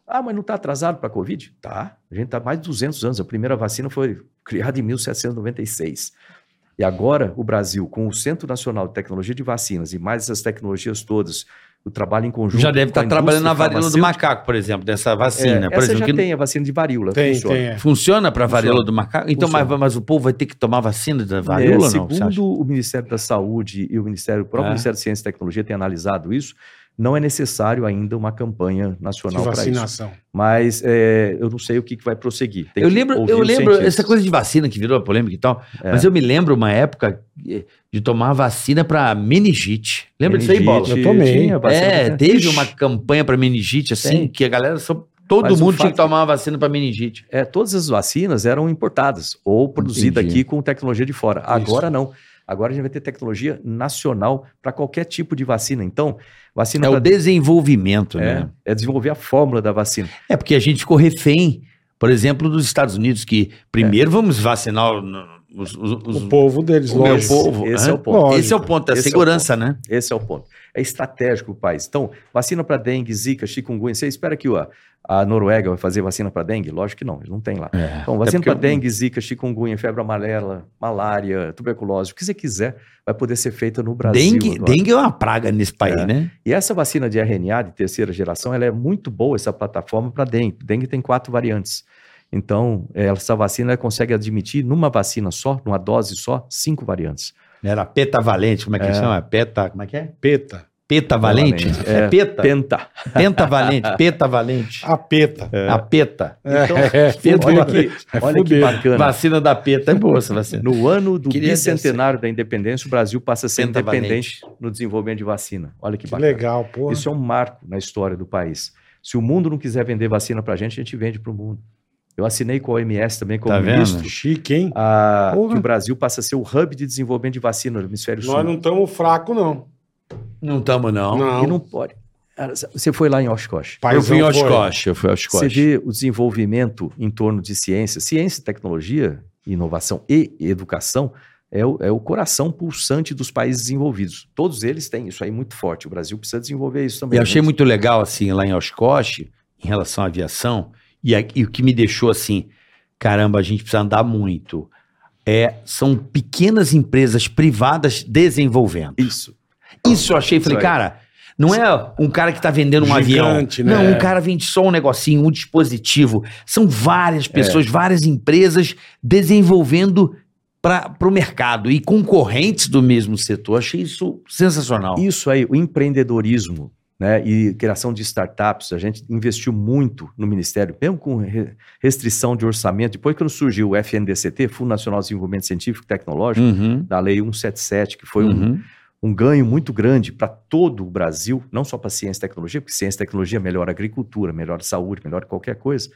Ah, mas não está atrasado para a Covid? Tá. A gente está mais de 200 anos. A primeira vacina foi criada em 1796. E agora o Brasil, com o Centro Nacional de Tecnologia de Vacinas e mais essas tecnologias todas, o trabalho em conjunto.
É. Já deve
com a
estar trabalhando na
indústria
varíola do
farmacêutica,
macaco, por exemplo, dessa
é,
vacina. por
essa
exemplo,
já
que
tem a vacina de varíola.
Tem,
funciona.
tem. é.
Funciona para varíola
Funciona.
do macaco? Então, mas,
Funciona.
mas o povo vai ter que tomar vacina da
É,
varíola ou não? você acha?
segundo o Ministério da Saúde e o Ministério, o próprio
É.
Ministério de Ciência e Tecnologia tem analisado isso, não é necessário ainda uma campanha
De
nacional para isso.
vacinação.
Mas é, eu não sei o que, que vai prosseguir. Tem
Eu
que
lembro,
ouvir
eu
os
lembro
cientistas.
essa coisa de vacina que virou polêmica e tal,
É.
mas eu me lembro uma época eh, de tomar vacina para meningite. Lembra disso aí, Bola?
Meningite,
Eu tomei.
tinha vacina,
É,
né?
teve uma campanha para meningite assim,
Tem. um
que a galera só Todo
Mas o
mundo tinha que
fato-
tomar uma vacina pra meningite.
É, todas as vacinas eram importadas ou produzidas
Entendi.
aqui com tecnologia de fora. Agora não. Agora a gente vai ter tecnologia nacional para qualquer tipo de vacina. Então, vacina
É
pra-
o desenvolvimento,
é,
né?
é desenvolver a fórmula da vacina.
É porque a gente ficou refém, por exemplo, dos Estados Unidos, que primeiro
É.
vamos vacinar o- os, os- os-
O povo deles,
o meu
lógico.
povo.
Esse
hã?
é o ponto.
Lógico.
Esse é o ponto, a
Esse é o
segurança, né?
Esse é o ponto. É estratégico o país. Então, vacina para dengue, zika, chikungunya. Você espera que a, a Noruega vai fazer vacina para dengue? Lógico que não, eles não tem lá. Então, vacina
É porque
para
eu-
dengue, zika, chikungunya, febre amarela, malária, tuberculose, o que você quiser vai poder ser feita no Brasil.
dengue,
agora.
dengue é uma praga nesse país,
É.
né?
E essa vacina de RNA de terceira geração, ela é muito boa, essa plataforma para dengue. Dengue tem quatro variantes. Então, eh, essa vacina ela consegue admitir numa vacina só, numa dose só, cinco variantes.
Era petavalente, como é que chama? Peta, como é que é?
Peta.
Petavalente?
Petavalente.
É, peta?
Penta.
Pentavalente, petavalente.
A peta.
A peta.
Então,
É,
É. olha
fudeu.
que,
É
olha que
fuder.
bacana.
Vacina da peta. É boa essa vacina.
No ano do
Queria dizer- assim.
bicentenário da independência, o Brasil passa a ser
Pentavalente.
independente no desenvolvimento de vacina. Olha que
que
bacana.
legal, porra.
Isso é um marco na história do país. Se o mundo não quiser vender vacina para a gente, a gente vende para o mundo. Eu assinei com a OMS também como
Tá vendo?
ministro
é Chique, hein?
a-
Porra.
que o Brasil passa a ser o hub de desenvolvimento de vacina no hemisfério sul.
Nós não estamos fracos, não.
Não tamo, não.
E não pode. Cara, Você foi lá em Oshkosh.
Eu fui em
Paizão foi.
Oshkosh, eu fui em
Você
Oshkosh.
vê o desenvolvimento em torno de ciência, ciência, tecnologia, inovação e educação é o, é o coração pulsante dos países desenvolvidos. Todos eles têm isso aí muito forte. O Brasil precisa desenvolver isso
E
também. né?
eu achei
Gente,
muito legal, assim, lá em Oshkosh, em relação à aviação, e, a- e o que me deixou assim, caramba, a gente precisa andar muito. É, são pequenas empresas privadas desenvolvendo.
isso.
Isso eu achei, falei,
Isso aí.
cara, não é um cara que tá vendendo um
Gigante,
avião.
né?
Não, um cara vende só um negocinho, um dispositivo. São
É.
várias pessoas, várias empresas desenvolvendo para o mercado e concorrentes do mesmo setor. Achei isso sensacional.
Isso aí, o empreendedorismo né, e criação de startups, a gente investiu muito no Ministério, mesmo com re- restrição de orçamento. Depois quando surgiu o FNDCT, Fundo Nacional de Desenvolvimento Científico e Tecnológico,
Uhum,
da Lei 177, que foi um
uhum.
um ganho muito grande para todo o Brasil, não só para ciência e tecnologia, porque ciência e tecnologia melhora a agricultura, melhora a saúde, melhora qualquer coisa.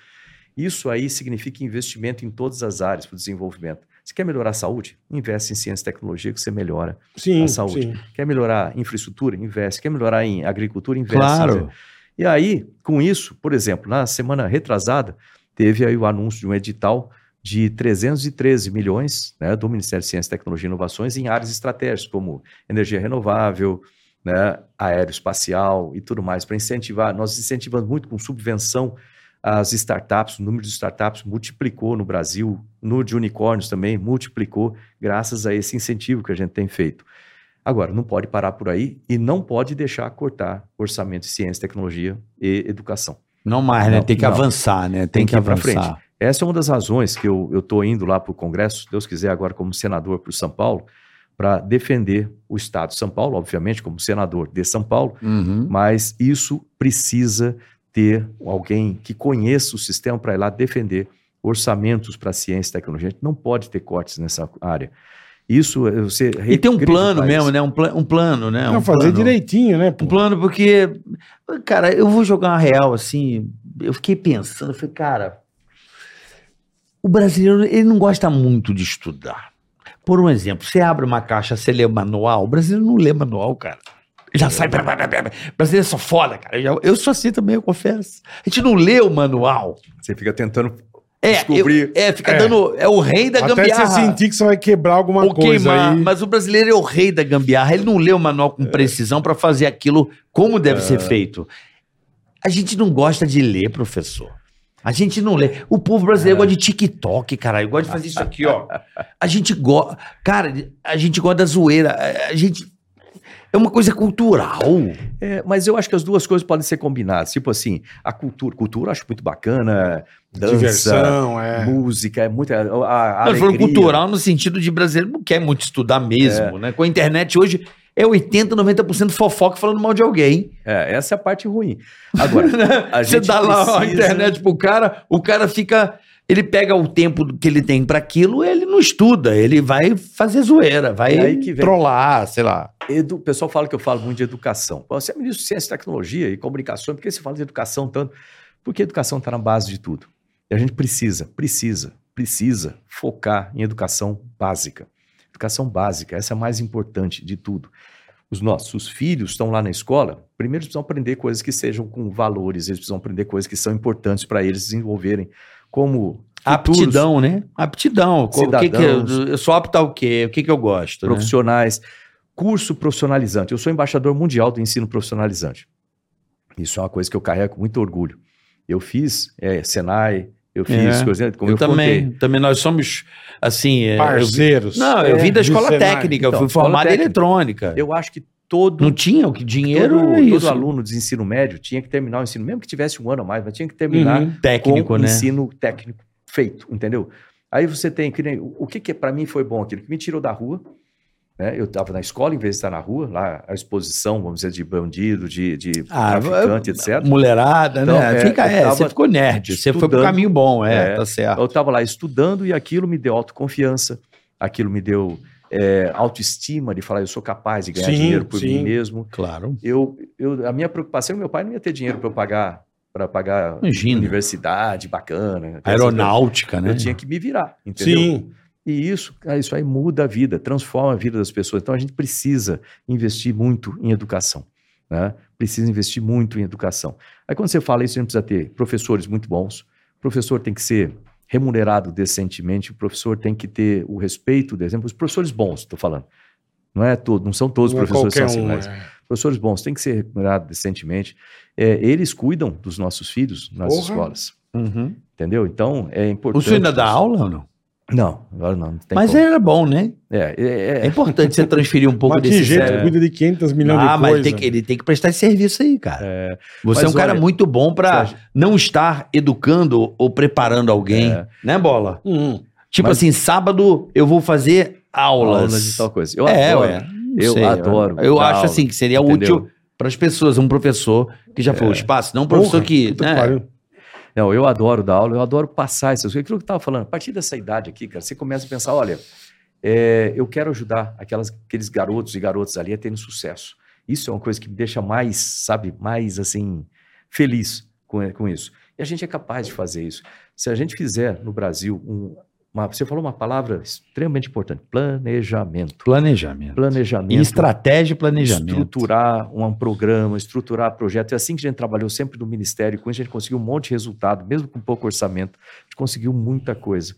Isso aí significa investimento em todas as áreas para o desenvolvimento. Você quer melhorar a saúde? Investe em ciência e tecnologia que você melhora.
Sim,
a saúde.
sim.
Quer melhorar a infraestrutura? Investe. Quer melhorar em agricultura? Investe.
Claro.
E aí, com isso, por exemplo, na semana retrasada, teve aí o anúncio de um edital de 313 milhões né, do Ministério de Ciência, Tecnologia e Inovações em áreas estratégicas, como energia renovável, né, aeroespacial e tudo mais, para incentivar. Nós incentivamos muito com subvenção as startups, o número de startups multiplicou no Brasil, no de unicórnios também multiplicou, graças a esse incentivo que a gente tem feito. Agora, não pode parar por aí e não pode deixar cortar orçamento de ciência, tecnologia e educação.
Não mais, né?
Não,
Tem que
não.
avançar, né? Tem,
Tem
que,
que ir pra
avançar.
frente. Essa é uma das razões que eu estou indo lá para o Congresso, se Deus quiser, agora como senador para o São Paulo, para defender o Estado de São Paulo, obviamente, como senador de São Paulo,
Uhum.
mas isso precisa ter alguém que conheça o sistema para ir lá defender orçamentos para ciência e tecnologia. A gente não pode ter cortes nessa área. Isso é você
E tem um plano mesmo, né? Um, pla- um plano, né?
Não,
um
fazer
plano.
direitinho, né? pô?
Um plano porque, cara, eu vou jogar uma real assim. Eu fiquei pensando, eu falei, cara, o brasileiro ele não gosta muito de estudar. Por um exemplo, você abre uma caixa, você lê o manual, o brasileiro não lê manual, cara. Já sai. blá, blá, blá, blá, blá. O brasileiro é só foda, cara. Eu, já- eu sou assim também, eu confesso. A gente não lê o manual.
Você fica tentando
É,
Descobrir.
eu- é fica
É.
dando. É o rei da
Até
gambiarra.
você sentir que você vai quebrar alguma
ou
coisa
queimar,
aí.
mas o brasileiro é o rei da gambiarra, ele não lê o manual com precisão pra fazer aquilo como deve ser feito. A gente não gosta de ler, professor. A gente não lê. O povo brasileiro gosta de TikTok, caralho. Gosta de fazer isso aqui, ó. A gente gosta. Cara, a gente gosta da zoeira. A- A gente. É uma coisa cultural.
É, mas eu acho que as duas coisas podem ser combinadas. Tipo assim, a cultura, cultura eu acho muito bacana, dança,
Diversão, é.
música, é muito a, a
Nós falamos
alegria.
cultural no sentido de brasileiro não quer muito estudar mesmo, né? Com a internet hoje é 80, 90% fofoca falando mal de alguém.
É, essa é a parte ruim. Agora, a
Você
gente
dá lá a
precisa-
internet pro cara, o cara fica. Ele pega o tempo que ele tem pra aquilo, ele não estuda, ele vai fazer zoeira, vai
É aí que vem.
trollar, sei lá.
Edu, o pessoal assim, "Ah, fala que eu falo muito de educação. Pô, Você é ministro de Ciência, e Tecnologia e Comunicação, por que você fala de educação tanto? Porque a educação está na base de tudo. E a gente precisa, precisa, precisa focar em educação básica. Educação básica, essa é a mais importante de tudo. Os nossos filhos estão lá na escola, primeiro eles precisam aprender coisas que sejam com valores, eles precisam aprender coisas que são importantes para eles desenvolverem como futuros
Aptidão, né? Aptidão. O que que
Cidadãos.
eu, eu sou apto ao quê? O que, que eu gosto? né?
profissionais, curso profissionalizante. Eu sou embaixador mundial do ensino profissionalizante. Isso é uma coisa que eu carrego com muito orgulho. Eu fiz eh, Senai, eu fiz
É.
coisa, como
Eu,
eu,
também.
contei.
Também nós somos, assim. é, eu-
Parceiros.
não, eu
É,
vim da
de
escola
cenário.
técnica, eu
Então,
fui
escola
formado em
técnica.
eletrônica.
Eu acho que todo
não tinha o que dinheiro,
todo,
era
todo
isso.
aluno de ensino médio tinha que terminar o ensino, mesmo que tivesse um ano a mais, mas tinha que terminar
Uhum.
técnico,
com
né?
ensino técnico feito, entendeu? Aí você tem que nem- o que que para mim foi bom aquilo que me tirou da rua, né? Eu estava na escola em vez de estar na rua, lá a exposição, vamos dizer, de bandido, de, de
Ah,
traficante, etc.
Mulherada,
Então,
né?
é,
Fica,
eu
é,
tava
você ficou nerd, você foi pro
estudando.
caminho bom, é,
É.
tá certo.
Eu estava lá estudando e aquilo me deu autoconfiança, aquilo me deu é, autoestima de falar eu sou capaz de ganhar
Sim,
dinheiro por
sim.
mim mesmo.
Claro.
eu, eu- a minha preocupação, meu pai não ia ter dinheiro para eu pagar para pagar
Imagina.
universidade bacana, aquelas
Aeronáutica,
coisas.
né?
Eu tinha que me virar, entendeu?
Sim.
E isso, cara, isso aí muda a vida, transforma a vida das pessoas. Então a gente precisa investir muito em educação, né? Precisa investir muito em educação. Aí quando você fala isso, a gente precisa ter professores muito bons. O professor tem que ser remunerado decentemente, o professor tem que ter o respeito, por exemplo, os professores bons, estou falando. Não é todo, não são todos os
Não é
professores que
qualquer
são assim,
um,
mas
é.
Professores bons têm que ser remunerados decentemente. É, eles cuidam dos nossos filhos nas
Porra.
escolas.
Uhum.
Entendeu? Então é
O
importante.
senhor ainda dá aula ou não?
Não, agora não. não tem
Mas
como.
era bom, né?
É, é,
É
é,
importante você transferir um pouco
Mas que
desse
jeito,
cérebro.
cuida de 500 milhões
ah,
de
mas
coisas.
tem que- ele tem que prestar esse serviço aí, cara.
é,
Você é
Mas
um cara
olha,
muito bom pra não estar educando ou preparando alguém,
É. Uhum.
né, Bola?
Hum.
Tipo
Mas-
assim, sábado eu vou fazer aulas.
aulas de tal coisa. Eu
é,
adoro.
ué. Não
Eu
sei,
adoro
Eu, eu
dar
acho
aula,
assim que seria
entendeu? É.
útil para as pessoas, um professor que já foi ao espaço, não um professor
Porra,
que.
puta
né?
que pariu.
Não, eu adoro dar aula, eu adoro passar essas coisas. Aquilo que eu estava falando, a partir dessa idade aqui, cara, você começa a pensar: olha, é, eu quero ajudar aquelas- aqueles garotos e garotas ali a terem sucesso. Isso é uma coisa que me deixa mais, sabe, mais assim, feliz com, com isso. E a gente é capaz de fazer isso. Se a gente fizer no Brasil um. uma- você falou uma palavra extremamente importante: planejamento.
Planejamento.
Planejamento.
E estratégia e planejamento.
Estruturar um programa, estruturar projeto. É assim que a gente trabalhou sempre no Ministério, com isso a gente conseguiu um monte de resultado, mesmo com pouco orçamento, a gente conseguiu muita coisa.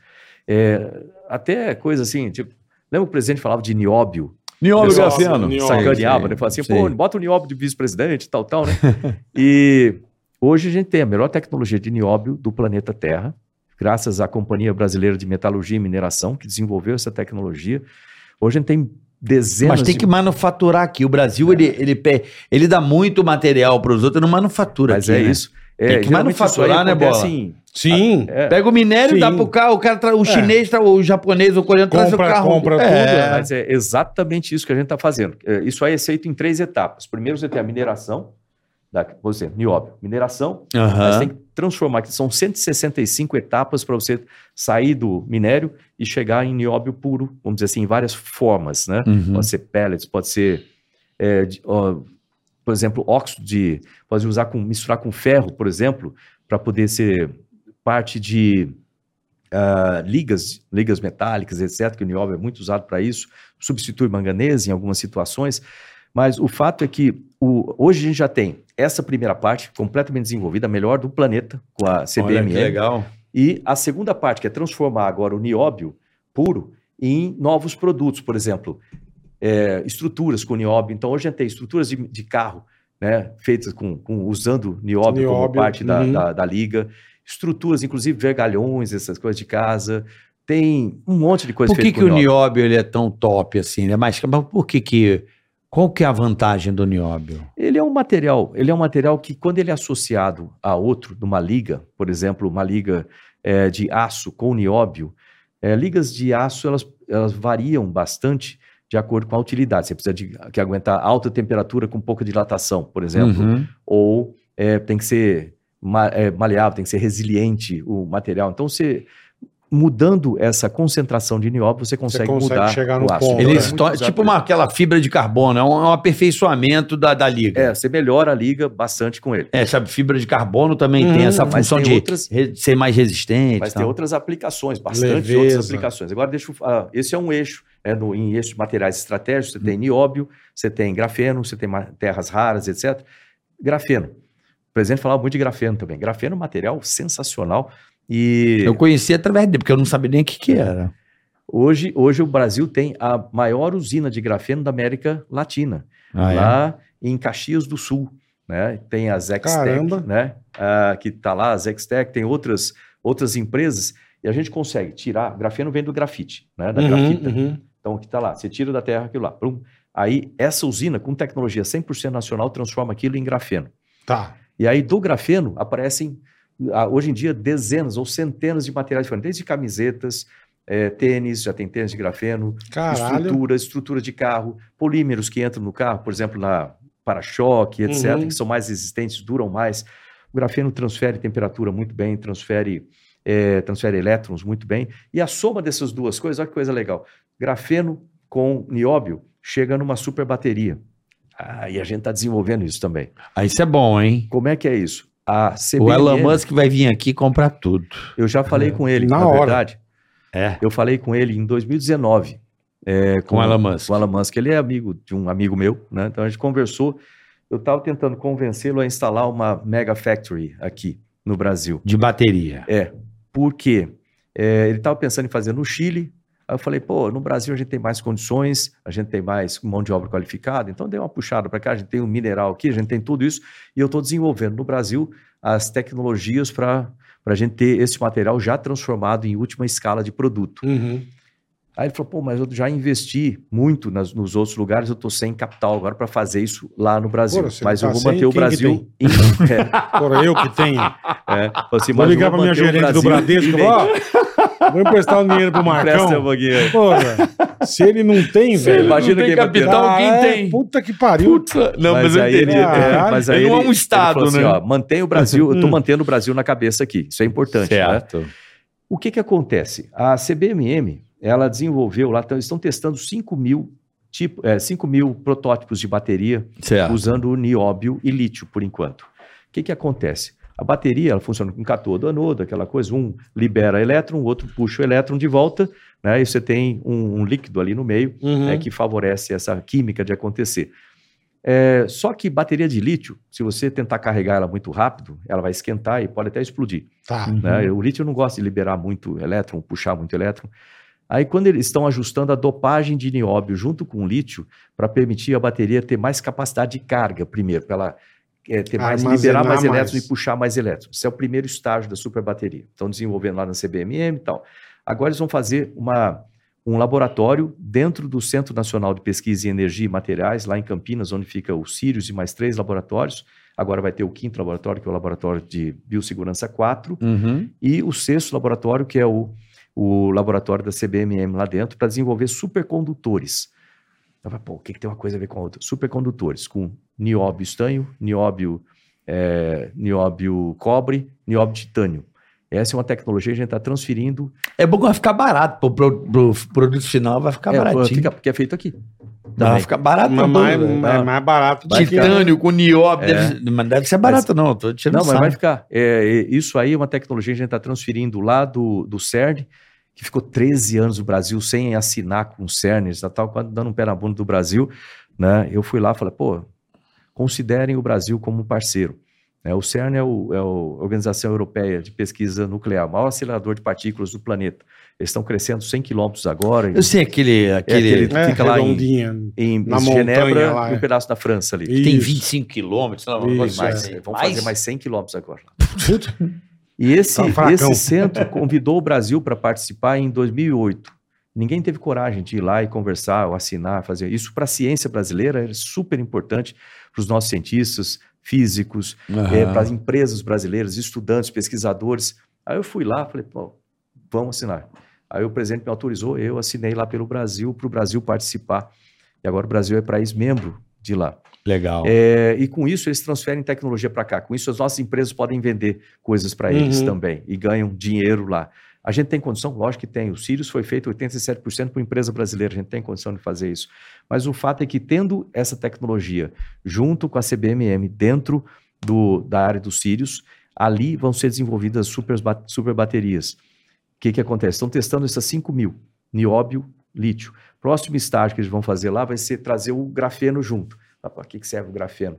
É, até coisa assim, tipo, lembra que o presidente falava de nióbio,
Nióbio
Pessoal,
Graciano.
Nióbio.
sacaneava, né? Falava assim,
Sim.
pô, bota o nióbio de vice-presidente, tal, tal, né? e hoje a gente tem a melhor tecnologia de nióbio do planeta Terra, graças à Companhia Brasileira de Metalurgia e Mineração, que desenvolveu essa tecnologia. Hoje a gente tem dezenas
Mas tem
de
que manufaturar aqui. O Brasil, ele, ele, pe- ele dá muito material para os outros, não manufatura
Mas
aqui,
é
né?
isso. É,
Tem que
geralmente isso aí
manufaturar, né,
acontece
Bola?
em-
Sim.
é,
Pega o minério,
Sim.
dá pro carro, o cara tra- o chinês, tra- o japonês, o coreano traz o
Compra-
carro.
compra tudo,
é.
Mas é exatamente isso que a gente está fazendo. É, isso aí é feito em três etapas. Primeiro você tem a mineração, da, por exemplo, nióbio. Mineração, aí você tem que transformar, que são 165 etapas para você sair do minério e chegar em nióbio puro, vamos dizer assim, em várias formas, né?
Uhum.
Pode ser pellets, pode ser, é, de- ó, por exemplo, óxido de. Pode usar com, misturar com ferro, por exemplo, para poder ser parte de ah, ligas, ligas metálicas, etc., que o nióbio é muito usado para isso, substitui manganês em algumas situações. Mas o fato é que o- hoje a gente já tem essa primeira parte completamente desenvolvida, a melhor do planeta, com a
Olha que
CBME.
legal.
E a segunda parte, que é transformar agora o nióbio puro em novos produtos, por exemplo, é, estruturas com nióbio. Então, hoje a gente tem estruturas de, de carro né, feitas com, com- usando nióbio, como
Nióbio,
parte da,
uhum.
da- da liga. Estruturas, inclusive, vergalhões, essas coisas de casa. Tem um monte de coisa
Por que,
feita
que
com
o nióbio ele é tão top assim? Ele é mais... Mas por que que... Qual que é a vantagem do nióbio?
Ele é um material, ele é um material que quando ele é associado a outro, numa liga, por exemplo, uma liga eh, de aço com nióbio, eh, ligas de aço elas, elas variam bastante de acordo com a utilidade. Você precisa de, que aguentar alta temperatura com pouca dilatação, por exemplo,
Uhum.
ou eh, tem que ser ma- eh, maleável, tem que ser resiliente o material. Então você mudando essa concentração de nióbio, você consegue,
consegue
mudar
chegar no
o ácido.
ponto,
Ele
né?
se torna- tipo uma, aquela fibra de carbono, é um, é um aperfeiçoamento da, da liga.
É, você melhora a liga bastante com ele.
É, sabe, fibra de carbono também
Hum,
tem essa
Uhum. mas
função
tem
de
outras-
re- ser mais resistente.
Mas
e
tem
tal.
outras aplicações, bastante
Leveza.
outras aplicações. Agora, deixa eu, ah, esse é um eixo. né, no, em eixos de materiais estratégicos, você tem nióbio, você tem grafeno, você tem ma- terras raras, etc. Grafeno. O presidente falava muito de grafeno também. Grafeno é um material sensacional. E
Eu conheci através dele, porque eu não sabia nem o que,
É.
que era.
hoje, hoje o Brasil tem a maior usina de grafeno da América Latina.
Ah, é?
lá em Caxias do Sul, né? Tem a Zextec,
Caramba.
né? Ah, que está lá, a Zextec, tem outras, outras empresas, e a gente consegue tirar, grafeno vem do grafite,
é,
né? Da grafita.
uhum.
Então, o que está lá? Você tira da terra aquilo lá. plum. Aí, essa usina, com tecnologia 100% nacional, transforma aquilo em grafeno.
Tá.
E aí, do grafeno, aparecem, ah, hoje em dia, dezenas ou centenas de materiais diferentes, desde camisetas, eh, tênis, já tem tênis de grafeno,
Caralho.
estruturas, estrutura de carro, polímeros que entram no carro, por exemplo, na para-choque, etc.,
Uhum.
que são mais resistentes, duram mais. O grafeno transfere temperatura muito bem, transfere, eh, transfere elétrons muito bem. E a soma dessas duas coisas, olha que coisa legal. Grafeno com nióbio chega numa super bateria. Ah, e a gente está desenvolvendo isso também.
Ah, isso é bom, hein?
Como é que é isso? A CBN,
O Elon Musk vai vir aqui comprar tudo.
eu já falei com ele,
Na
na,
hora.
verdade.
É.
Eu falei com ele em 2019. eh,
Com o Elon Musk.
o Elon Musk, ele é amigo de um amigo meu, né? Então a gente conversou. Eu estava tentando convencê-lo a instalar uma mega factory aqui no Brasil.
De bateria.
Por quê? É, ele estava pensando em fazer no Chile. Aí eu falei, pô, no Brasil a gente tem mais condições, a gente tem mais mão de obra qualificada, então dei uma puxada para cá, a gente tem um mineral aqui, a gente tem tudo isso, e eu estou desenvolvendo no Brasil as tecnologias para a gente ter esse material já transformado em última escala de produto.
Uhum.
Aí ele falou, pô, mas eu já investi muito nas- nos outros lugares, eu estou sem capital agora para fazer isso lá no Brasil.
Porra, você
mas
tá
eu vou
sem,
manter o
quem que
Brasil em é,
Agora eu que tenho.
é, Falou assim,
Vou
mas eu
ligar
vou
pra minha
manter o
gerente do
Brasil
Bradesco. e falar, Ó, vou emprestar um dinheiro pro
Presta um
Marcão.
pouquinho aí.
Porra, se ele não tem, velho.
ele Imagina quem vai ter.
capital, quem
é,
tem?
Puta que pariu.
Putz, Ah, não, mas, eu
aí
entendi.
ele-
Ah,
é, mas
ele
aí
não é um
ele- ele
estado,
falou assim,
né?
ó, mantém o Brasil, eu estou
Hum.
mantendo o Brasil na cabeça aqui. Isso é importante, né? O que, que acontece? A CBMM, ela desenvolveu lá, tão- estão testando 5 mil, tipo, é, 5 mil protótipos de bateria
Tá.
Certo.
usando o nióbio e lítio por enquanto. O que, que acontece? A bateria ela funciona com catodo, anodo, aquela coisa, um libera elétron, o outro puxa o elétron de volta, né? E você tem um, um líquido ali no meio
Uhum.
né, que favorece essa química de acontecer. É, só que bateria de lítio, se você tentar carregar ela muito rápido, ela vai esquentar e pode até explodir.
Tá.
né? O lítio não gosta de liberar muito elétron, puxar muito elétron. Aí, quando eles estão ajustando a dopagem de nióbio junto com o lítio, para permitir a bateria ter mais capacidade de carga, primeiro, para ela eh, ter mais,
Armazenar
liberar
mais.
mais, elétrons e puxar mais elétrons. Esse é o primeiro estágio da superbateria. Estão desenvolvendo lá na CBMM e tal. Agora, eles vão fazer uma, um laboratório dentro do Centro Nacional de Pesquisa em Energia e Materiais, lá em Campinas, onde fica o Sirius e mais três laboratórios. Agora vai ter o quinto laboratório, que é o laboratório de Biossegurança 4
Uhum.
e o sexto laboratório, que é o, o laboratório da CBMM lá dentro, para desenvolver supercondutores. Então, vai, pô, o que, que tem uma coisa a ver com a outra? Supercondutores com nióbio estanho, nióbio, eh, nióbio cobre, nióbio titânio. Essa é uma tecnologia que a gente está transferindo.
É bom que vai ficar barato. Pro, pro, pro produto final vai ficar
É,
baratinho.
fica- porque é feito aqui.
Não, vai
também.
ficar barato.
Mas
não,
mais,
né?
é mais barato do que-
Titânio com nióbio.
É.
Deve, mas deve ser barato, não. eu Tô tirando
Não, mas vai
sarro.
ficar. É, é, isso aí é uma tecnologia que a gente está transferindo lá do, do CERN, que ficou 13 anos no Brasil sem assinar com o CERN, já estava quase dando um pé na bunda do Brasil. Né? Eu fui lá e falei, pô, considerem o Brasil como um parceiro. né? O CERN é, o, é a Organização Europeia de Pesquisa Nuclear, o maior acelerador de partículas do planeta. Eles estão crescendo 100 quilômetros agora.
Eu sei aquele, aquele,
aquele-
É,
Fica lá em-
redondinha.
Em,
Na
em
montanha
Genebra,
lá,
um
é.
pedaço da França ali.
que tem
Isso.
25 quilômetros. sei lá, uma
Isso,
coisa
mais,
mais.
é, vamos fazer mais 100 quilômetros agora.
Puta.
E esse,
Tá fracão.
esse centro convidou o Brasil para participar em 2008. Ninguém teve coragem de ir lá e conversar, ou assinar, fazer isso. Para a ciência brasileira era super importante para os nossos cientistas, físicos, eh, para as empresas brasileiras, estudantes, pesquisadores. Aí eu fui lá, falei, pô, vamos assinar. Aí o presidente me autorizou, eu assinei lá pelo Brasil, para o Brasil participar. E agora o Brasil é país-membro de lá.
Legal.
É, e com isso eles transferem tecnologia para cá. Com isso as nossas empresas podem vender coisas para eles
Uhum.
também e ganham dinheiro lá. A gente tem condição, lógico que tem. O Sirius foi feito 87% por empresa brasileira, a gente tem condição de fazer isso. Mas o fato é que, tendo essa tecnologia junto com a CBMM dentro do- da área do Sirius, ali vão ser desenvolvidas super, ba- super baterias. O que, que acontece? Estão testando essas 5 mil, nióbio, lítio. Próximo estágio que eles vão fazer lá vai ser trazer o grafeno junto. Mas Para que, que serve o grafeno?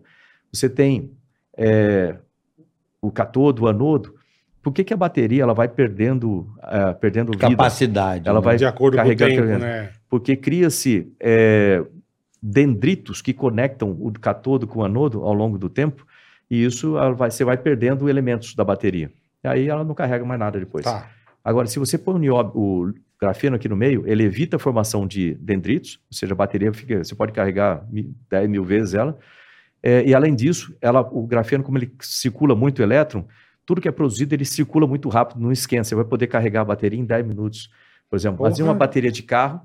Você tem é, o catodo, o anodo. Por que, que a bateria ela vai perdendo, ah, perdendo vida?
Capacidade. né?
Ela vai
de acordo com o
carregar
tempo,
carregando.
né?
porque cria-se é, dendritos que conectam o catodo com o anodo ao longo do tempo, e isso ela vai, você vai perdendo elementos da bateria. E aí ela não carrega mais nada depois.
Tá.
Agora, se você põe o, nióbio- o grafeno aqui no meio, ele evita a formação de dendritos, ou seja, a bateria fica, você pode carregar mi- 10 mil vezes ela. É, e além disso, ela, o grafeno, como ele circula muito elétron, tudo que é produzido ele circula muito rápido, não esquenta. Você vai poder carregar a bateria em 10 minutos. Por exemplo,
Porra.
fazer uma bateria de carro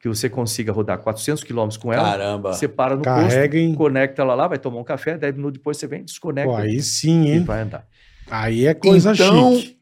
que você consiga rodar 400 quilômetros com ela,
Caramba.
você para no
Carrega, hein?
posto, conecta ela lá, vai tomar um café, 10 minutos depois você vem, desconecta
Pô, aí sim,
e
hein?
vai andar.
Aí é coisa
Então,
chique.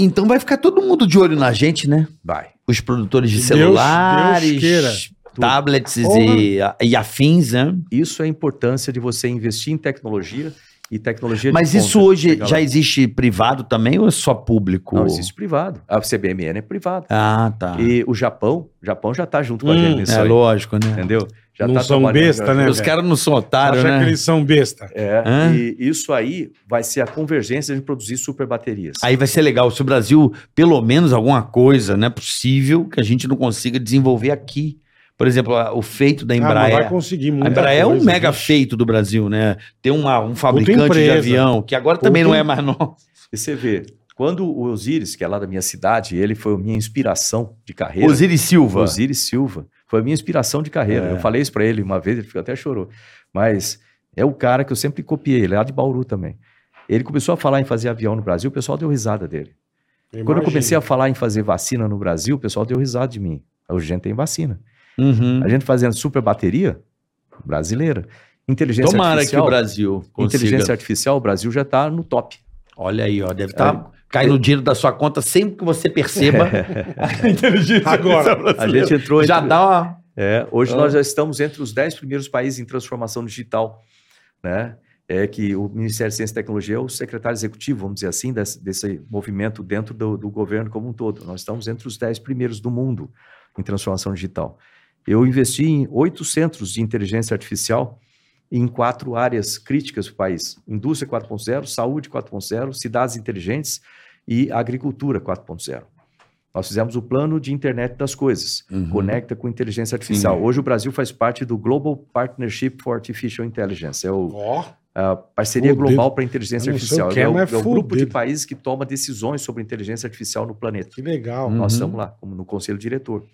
Então vai ficar todo mundo de olho na gente, né?
Vai.
Os produtores de
Deus- Deus
celulares,
queira.
tablets e, e afins, né?
Isso é a importância de você investir em tecnologia e tecnologia de
Mas
ponta.
isso hoje
Chega lá.
já existe privado também ou é só público?
Não, existe privado. A CBMN é privada.
Ah, tá.
E o Japão, o Japão já está junto com a
Hum,
gente
é
nisso aí,
lógico, né?
entendeu? Já
Não
tá
são
trabalhando
besta,
já.
né?
Os
velho?
caras não são otários, né?
Achar que eles são besta.
É,
Hã?
e isso aí vai ser a convergência de produzir super baterias.
Aí vai ser legal se o Brasil, pelo menos alguma coisa, não é possível que a gente não consiga desenvolver aqui. Por exemplo, a- o feito da
Ah, mas
Embraer.
vai conseguir
a
muita
Embraer é um
coisa,
mega
viu?
feito do Brasil, né? Tem uma, um fabricante de
empresa.
avião, que agora também
Puta
não é mais nosso.
E você vê, quando o Osiris, que é lá da minha cidade, ele foi a minha inspiração de carreira.
Osiris Silva.
Osiris Silva. Foi a minha inspiração de carreira.
É.
Eu falei isso pra ele uma vez, ele ficou- até chorou. Mas é o cara que eu sempre copiei, ele é lá de Bauru também. Ele começou a falar em fazer avião no Brasil, o pessoal deu risada dele. Quando eu
Imagina.
comecei a falar em fazer vacina no Brasil, o pessoal deu risada de mim. Hoje a gente tem vacina.
Uhum.
A gente fazendo super bateria brasileira. Inteligência
Tomara que
artificial.
o Brasil
Inteligência
consiga.
artificial, o Brasil já está no top.
Olha aí, ó, deve estar
É.
caindo o dinheiro da sua conta sempre que você perceba. a inteligência
Agora,
artificial
A gente entrou
já
entre-
dá uma...
É, hoje
Ah.
nós já estamos entre os 10 primeiros países em transformação digital, né? É que o Ministério de Ciência e Tecnologia é o secretário executivo, vamos dizer assim, desse, desse movimento dentro do, do governo como um todo. Nós estamos entre os 10 primeiros do mundo em transformação digital. Eu investi em oito centros de inteligência artificial em quatro áreas críticas para o país: indústria 4.0, saúde 4.0, cidades inteligentes e agricultura 4.0. Nós fizemos o plano de internet das coisas conecta com inteligência artificial. Hoje o Brasil faz parte do Global Partnership for Artificial Intelligence, é o,
ó,
a parceria
Fudido.
global para inteligência
Eu não sei o
artificial.
que é,
é, o,
mas
é o grupo de
fudido.
países que toma decisões sobre inteligência artificial no planeta.
que legal.
Hum.
Nós
Uhum.
estamos lá, como no conselho diretor.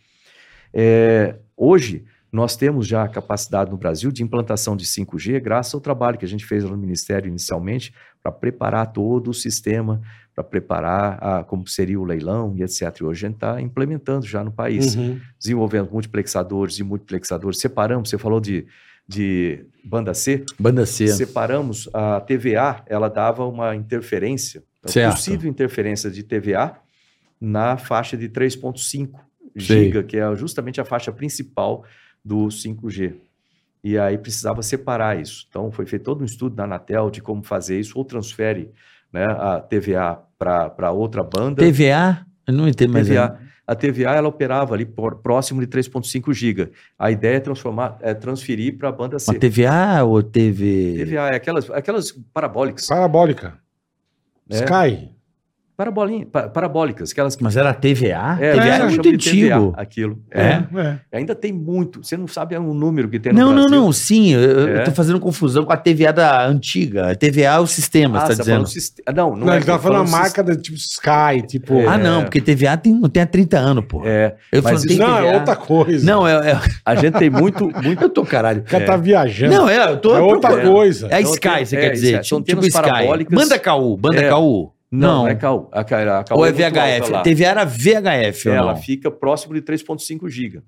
É, hoje, nós temos já a capacidade no Brasil de implantação de 5G, graças ao trabalho que a gente fez lá no Ministério inicialmente, para preparar todo o sistema, para preparar a- como seria o leilão e etc. E hoje a gente está implementando já no país
Uhum.
desenvolvendo multiplexadores e multiplexadores, separamos, você falou de, de banda C,
Banda C.
separamos a TVA, ela dava uma interferência, uma
Certo.
possível interferência de TVA na faixa de 3.5
Sei.
giga, que é justamente a faixa principal do 5G. E aí precisava separar isso. Então foi feito todo um estudo da Anatel de como fazer isso, ou transfere né, a TVA para outra banda.
TVA? Eu não entendo mais.
TVA. A TVA ela operava ali por- próximo de 3.5 giga. A ideia é transformar, é transferir para a banda C.
Uma TVA ou TV?
TVA é aquelas, aquelas parabólicas,
Parabólica.
É.
Sky.
parabolinha, pa- parabólicas, aquelas que
Mas era TVA?
é,
TVA
é,
eles
era
chamam
Ah, muito
de TVA,
antigo.
aquilo.
É?
É. Ainda tem muito. Você não sabe o número que tem no
Não, não,
Brasil.
não, sim, eu, eu
É.
tô fazendo confusão com a TVA da antiga. A TVA é o sistema,
Ah,
você tá
você tá falando
dizendo.
siste- ah, Não, não,
Não,
é
ele
que eu
tava
tô
falando a
sis-
marca da tipo Sky, tipo.
É.
Ah, não, porque TVA tem, não tem há 30 anos, pô.
É,
eu
mas
falando,
isso-
tem
não,
TVA.
é outra coisa.
Não, é, é-
a gente tem muito, muito
eu tô caralho.
O cara
é.
tá viajando.
Não, é, eu tô
é outra
procurando.
coisa.
É
Então,
Sky,
tem-
você
é,
quer dizer.
Sky, são
tipo
antenas
Sky.
parabólicas.
Banda KU, banda
É.
KU.
Não,
Não,
é CAU. A, ca- a CAU
ou é
muito alta
VHF.
lá. É,
A TVA era VHF, ou
ela
não?
fica próximo de 3.5 giga.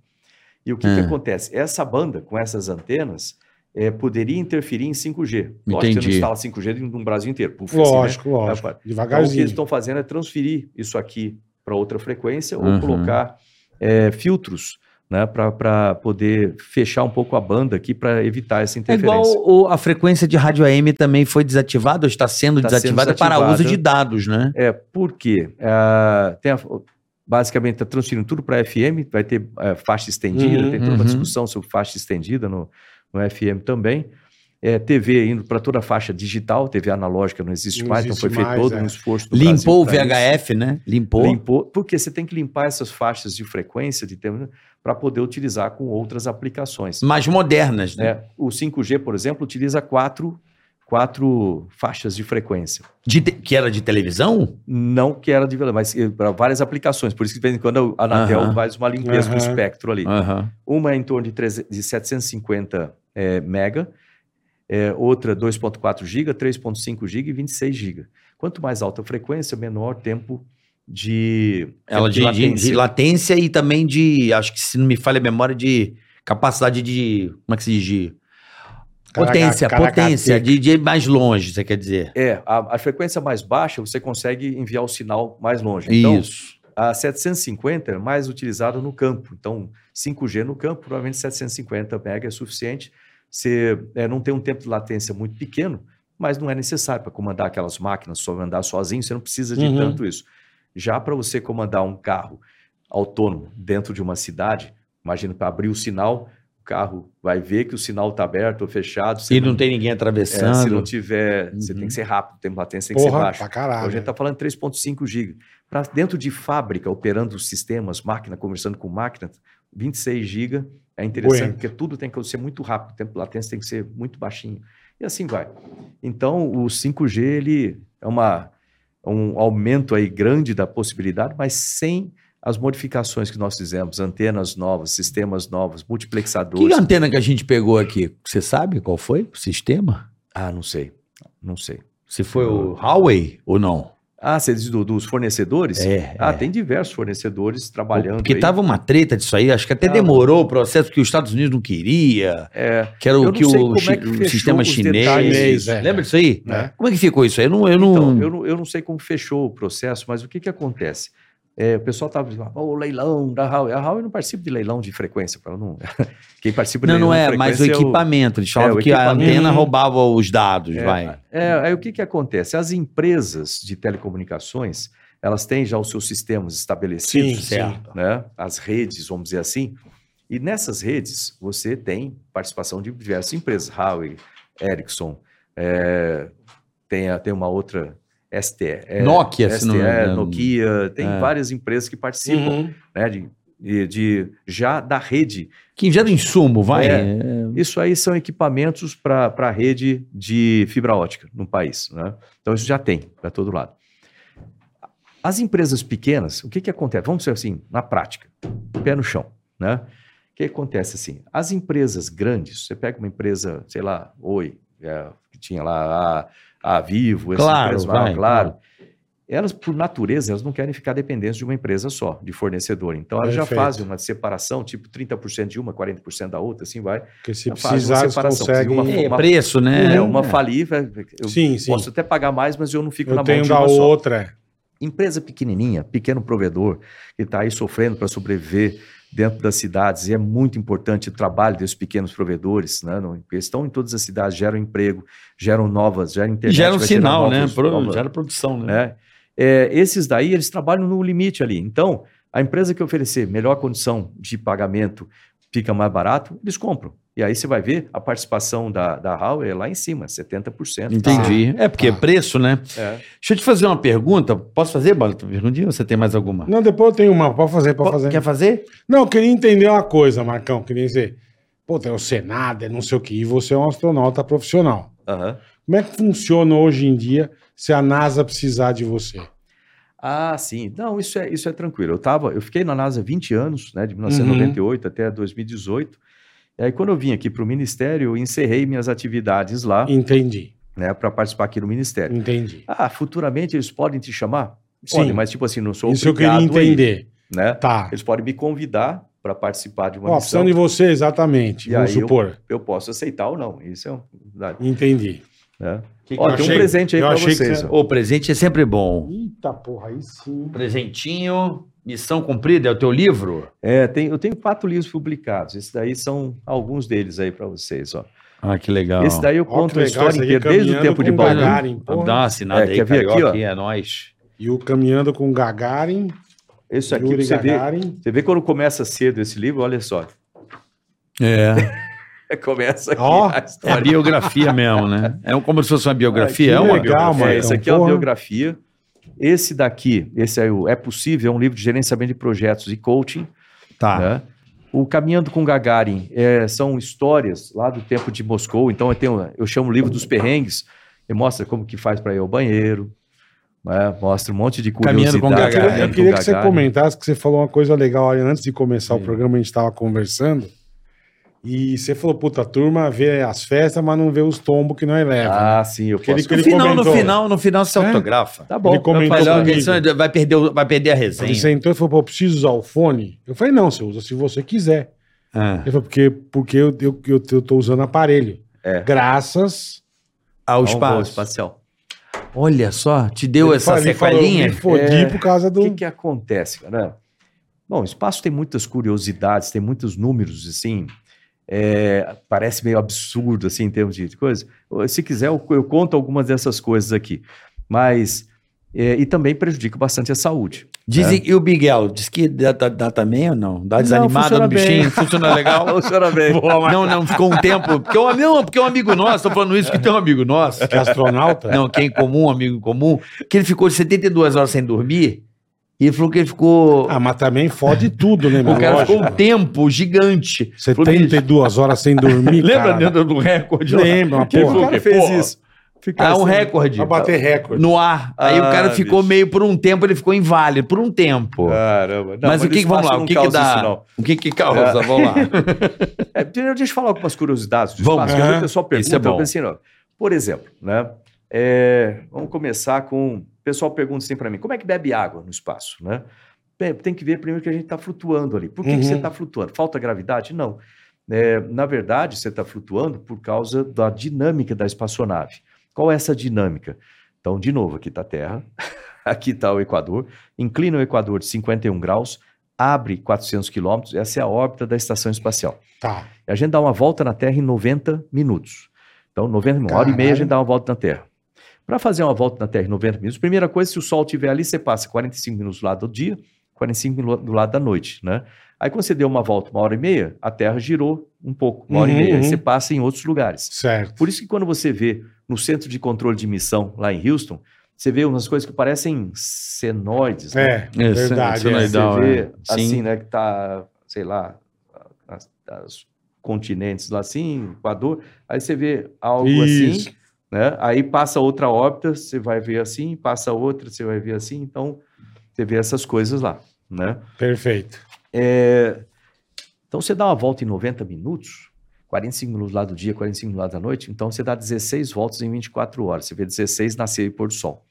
E o que, que
Ah.
acontece? Essa banda, com essas antenas, eh, poderia interferir em 5G. Lógico que você
Entendi.
não instala 5G no Brasil inteiro. Puf, assim, né?
Lógico, lógico.
Rapaz, Então, o que
Devagarzinho.
eles estão fazendo é transferir isso aqui para outra frequência ou
Uhum.
colocar é, filtros né, para poder fechar um pouco a banda aqui para evitar essa
É
interferência.
igual o- a frequência de rádio AM também foi desativada ou está sendo
Está Tá sendo
desativada para
desativada.
uso de dados, né?
É, porque ah, tem a- basicamente está transferindo tudo para FM, vai ter eh, faixa estendida,
Uhum,
tem toda
uhum.
uma discussão sobre faixa estendida no, no FM também. É, TV indo para toda a faixa digital, TV analógica não existe
Não
mais,
existe
então foi feito
mais,
todo
é.
um esforço do
Limpou o
Brasil pra isso.
VHF, né? Limpou.
Limpou, porque você tem que limpar essas faixas de frequência de para poder utilizar com outras aplicações.
Mais modernas, né?
né? O 5G, por exemplo, utiliza quatro, quatro faixas de frequência.
De te- Que era de televisão?
Não que era de verdade, mas para várias aplicações. Por isso que de vez em quando a Anatel
Aham. Ah.
faz uma limpeza do
Aham.
espectro ali.
Aham.
Uma é em torno de, 300 de 750 eh, mega, eh, outra 2.4 giga, 3.5 giga e 26 giga. Quanto mais alta a frequência, menor tempo de,
Ela
tempo
de, de- de latência. e também de, acho que se não me falha a memória, de capacidade de, como é que se diz? De
Caraca-
potência,
caracateca.
potência, de, de ir mais longe, você quer dizer.
É, a, a frequência mais baixa você consegue enviar o sinal mais longe. Então,
Isso.
a 750 é mais utilizada no campo. Então, 5G no campo, provavelmente 750 mega é suficiente. Você eh, não tem um tempo de latência muito pequeno, mas não é necessário para comandar aquelas máquinas, só andar sozinho, você não precisa de
Uhum.
tanto isso. Já para você comandar um carro autônomo dentro de uma cidade, imagina para abrir o sinal, o carro vai ver que o sinal está aberto ou fechado. você
E não tem ninguém
é, se não
atravessando.
tiver, você
Uhum.
tem que ser rápido, o tempo de latência tem que ser
Porra,
baixo.
pra caralho.
Hoje tá- a gente está falando 3,5 GB. Para dentro de fábrica, operando os sistemas, máquina, conversando com máquina, 26 GB é interessante,
Bueno.
porque tudo tem que ser muito rápido, o tempo de latência tem que ser muito baixinho. E assim vai. Então, o 5G ele é uma, é um aumento aí grande da possibilidade, mas sem as modificações que nós fizemos, antenas novas, sistemas novos, multiplexadores.
Que antena que a gente pegou aqui? Você sabe qual foi o sistema?
Ah, não sei. Não sei.
Se foi o Huawei ou não?
Ah, você diz do- dos fornecedores?
É.
Ah, tem diversos fornecedores trabalhando.
Porque
aí.
tava uma treta disso aí, acho que até
Tava.
demorou o processo que os Estados Unidos não queria,
É,
que era
Eu
o
não
que,
sei
o,
como
chi-
é que
o
fechou
sistema
os
chinês.
detalhes.
É.
Lembra disso aí?
Né?
Como é que ficou isso aí? Eu não, eu não...
então, eu, não, eu não sei como fechou o processo, mas o que, que acontece? É, o pessoal estava dizendo, "Ah, o leilão da Huawei. A Huawei não participa de leilão de frequência. Ela não... Quem participa de
Não,
leilão
não é,
de
mas o
frequência é
equipamento. Eles
é, o
falavam que a
equipamento.
antena roubava os dados, vai.
É, aí o que, que acontece? As empresas de telecomunicações, elas têm já os seus sistemas estabelecidos.
Sim, certo.
né? As redes, vamos dizer assim. E nessas redes, você tem participação de diversas empresas. Huawei, Ericsson, eh, tem, a- tem uma outra... ST, eh,
Nokia, se
STE,
não me engano.
Nokia, tem
É.
várias empresas que participam,
Uhum.
né, de, de- de- já da rede.
Que gera insumo, vai.
É. Isso aí são equipamentos para a rede de fibra ótica no país, né? Então isso já tem para todo lado. As empresas pequenas, o que que acontece? Vamos ser assim, na prática, pé no chão, né? O que acontece assim? As empresas grandes, você pega uma empresa, sei lá, Oi, é, que tinha lá a, a Vivo, essas
Claro,
empresas,
vai,
claro. Elas, por natureza, elas não querem ficar dependentes de uma empresa só, de fornecedor. Então, elas já
Perfeito.
fazem uma separação, tipo 30% de uma, 40% da outra, assim vai.
Porque se
Faz uma
precisar, eles
separação, precisa de
conseguem...
uma
É,
uma-
preço, né?
É uma falível. Eu
Sim, sim.
posso até pagar mais, mas eu não fico na
Eu
mão
tenho
de
da
uma só.
outra. é.
Empresa pequenininha, pequeno provedor, que está aí sofrendo para sobreviver dentro das cidades, e é muito importante o trabalho desses pequenos provedores, né? Não- porque estão em todas as cidades, geram emprego, geram novas, geram
E
internet.
gera um
vai gerar
sinal, né?
novos-
Pro-
novas-
Gera produção, né?
né? É, esses daí, eles trabalham no limite ali. Então, a empresa que oferecer melhor condição de pagamento fica mais barato, eles compram. E aí você vai ver a participação da, da Huawei é lá em cima, 70%.
Entendi. É porque é
Tá.
preço, né?
É.
Deixa eu te fazer uma pergunta. Posso fazer, Bola? Tu perguntinha ou você tem mais alguma?
Não, depois eu tenho uma. Pode fazer, pode
Po-
fazer.
é?
Quer fazer?
Não, eu queria entender uma coisa, Marcão. Queria dizer, pô, tem o Senado, é não sei o quê, e você é um astronauta profissional.
Aham.
Como é que funciona hoje em dia se a NASA precisar de você?
Ah, sim. Não, isso é, isso é tranquilo. Eu, tava, eu fiquei na NASA 20 anos, né, de
Uhum.
1998 até 2018. E aí, quando eu vim aqui para o Ministério, eu encerrei minhas atividades lá,
Entendi,
né, para participar aqui no Ministério.
entendi.
Ah, futuramente eles podem te chamar?
Sim.
Podem, mas tipo assim, não sou
Isso eu queria
obrigado a ir,
entender.
né?
Tá.
Eles podem me convidar para participar de uma
Ó,
missão.
precisando de você, exatamente.
E
Vamos
aí eu-
supor.
Eu posso aceitar ou não. Isso é um...
Entendi.
né?
Que que eu
Ó, tem um
achei?
presente aí
Eu
pra
achei que
vocês.
você-
ó.
O presente é sempre bom.
Eita porra, aí sim.
Presentinho, missão cumprida, é o teu livro?
É, tem- eu tenho quatro livros publicados. Esses daí são alguns deles aí pra vocês. Ó.
Ah, que legal.
Esse daí eu
Ó, que
conto a
legal,
história
isso aqui,
inteira, desde o
Caminhando
tempo de né?
com um
Baldu.
Gagarin,
Dá
porra.
uma assinada
É,
tá aí,
quer ver aqui,
carioca,
ó?
é nóis.
E o Caminhando com Gagarin,
Isso aqui pra
Yuri
você vê.
Gagarin.
Você vê quando começa cedo esse livro, olha só.
É.
Começa aqui
Ó,
a
É a
história.
biografia mesmo, né? É um- como se fosse uma biografia.
Ah,
é
que
uma
legal,
biografia.
mano.
É, esse
Marcão,
aqui é uma
porra.
biografia. Esse daqui, esse é o É Possível, é um livro de gerenciamento de projetos e coaching.
Ah.
Tá.
né? O Caminhando com Gagarin é, são histórias lá do tempo de Moscou. Então eu, tenho, eu chamo o livro dos perrengues e mostra como que faz para ir ao banheiro. né? Mostra um monte de
Caminhando
curiosidade.
com
Eu queria-
Gagarin,
eu queria que você comentasse que você falou uma coisa legal olha, antes de começar o programa, a gente estava conversando. E você falou, puta, a turma vê as festas, mas não vê os tombos que nós leva.
Ah, sim, eu
Que ele-
posso.
que
No
ele
final, no
comentou.
final, no final você
É?
autografa.
Tá bom.
ele
Eu
comentou
falei, ó,
comigo.
senão vai perder, o- vai perder a resenha.
Ele sentou e falou, pô, eu preciso usar o fone? Eu falei, não, você usa se você quiser.
Ah.
Ele falou, porque, porque eu, eu, eu, eu tô usando aparelho.
É.
Graças.
Ao
Dá um voo
Ah, espaço.
espacial.
Olha só, te deu
Ele
essa
falou- ele falou, Eu
sequelinha?
me fodi
É.
por causa
O
do.
que, que acontece, cara? Bom, o espaço tem muitas curiosidades, tem muitos números, assim. é, parece meio absurdo, assim, em termos de coisa. Se quiser, eu, eu conto algumas dessas coisas aqui. Mas. é, e também prejudica bastante a saúde.
Dizem, E o Miguel, diz que dá, dá- dá também ou não? Dá desanimada
funciona
no bichinho?
bem.
Funciona legal?
Ô, senhora bem.
não, não, ficou um tempo. Porque é um, não, porque é um amigo nosso, tô falando isso que tem um amigo nosso.
Que é astronauta?
Não, que é em comum, um amigo em comum, que ele ficou 72 horas sem dormir e ele falou que ele ficou.
Ah, mas também fode tudo, né, meu?
o cara ficou
Lógico.
um tempo gigante. Falou, bicho,
72 horas sem dormir,
Lembra
cara.
dentro do recorde? lá?
Lembra, uma
Que
o
porra.
foi- Porra.
cara fez
Porra.
isso. Ficar
Ah, um
assim.
recorde. tá,
Pra bater recorde.
No ar. Aí
Ah,
o cara ficou
bicho.
meio por um tempo, ele ficou inválido, por um tempo.
Caramba. Não,
mas, o que, que- vamos
espaço
lá,
não
o que, que
causa
dá?
isso, não.
O que que causa? Vamos lá.
É, primeiro, deixa eu falar algumas curiosidades do
Vamos.
espaço, que às vezes
Aham.
o pessoal pergunta.
Isso é bom.
eu pensei, não. Por exemplo, né? é, vamos começar com. O pessoal pergunta assim para mim: como é que bebe água no espaço? Né? Bem, Tem que ver primeiro que a gente está flutuando ali. Por que, que
Uhum.
você está flutuando? Falta gravidade? Não. É, na verdade, você está flutuando por causa da dinâmica da espaçonave. Qual é essa dinâmica? Então, de novo, aqui está a Terra, aqui está o Equador, inclina o Equador de 51 graus, abre 400 quilômetros, essa é a órbita da estação espacial.
Tá.
A gente dá uma volta na Terra em 90 minutos. Então, 90, uma hora e meia a gente dá uma volta na Terra. Para fazer uma volta na Terra em 90 minutos, primeira coisa, se o Sol estiver ali, você passa 45 minutos do lado do dia, 45 minutos do lado da noite, né? Aí, quando você deu uma volta, uma hora e meia, a Terra girou um pouco, uma hora
Uhum,
e meia. Aí
uhum.
você passa em outros lugares.
Certo.
Por isso que quando você vê no Centro de Controle de Missão, lá em Houston, você vê umas coisas que parecem senoides, né?
É, verdade.
isso
é.
não é
Você
Legal,
vê,
é.
assim,
Sim.
né, que tá, sei lá, as, as continentes lá assim, Equador, aí você vê algo
Isso.
assim, né, aí passa outra órbita, você vai ver assim, passa outra, você vai ver assim, então você vê essas coisas lá, né.
Perfeito.
É, então você dá uma volta em 90 minutos, 45 minutos lá do dia, 45 minutos lá da noite, então você dá 16 voltas em 24 horas, você vê 16 nascer e pôr do sol.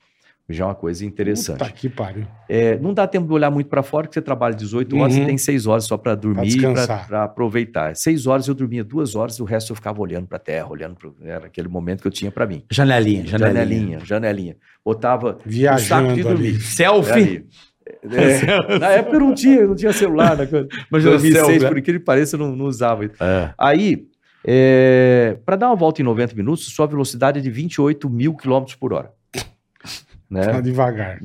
Já é uma coisa interessante.
Puta que
Um
pariu.
É, não dá tempo de olhar muito para fora, porque você trabalha 18 horas,
Uhum.
você tem 6 horas só para dormir,
descansar.
para aproveitar. 6 horas eu dormia 2 horas, o resto eu ficava olhando para a terra, olhando para era aquele momento que eu tinha para mim.
Janelinha, janelinha.
janelinha, janelinha. Botava o saco de
Viajando ali.
dormir. Era
Selfie.
ali. É, na época eu não tinha, não tinha celular, né? na coisa.
Mas era
2006,
selfie.
por incrível que pareça, eu não, não usava.
É.
Aí, para dar uma volta em 90 minutos, sua velocidade é de 28 mil quilômetros por hora.
Tá
Né?
devagar.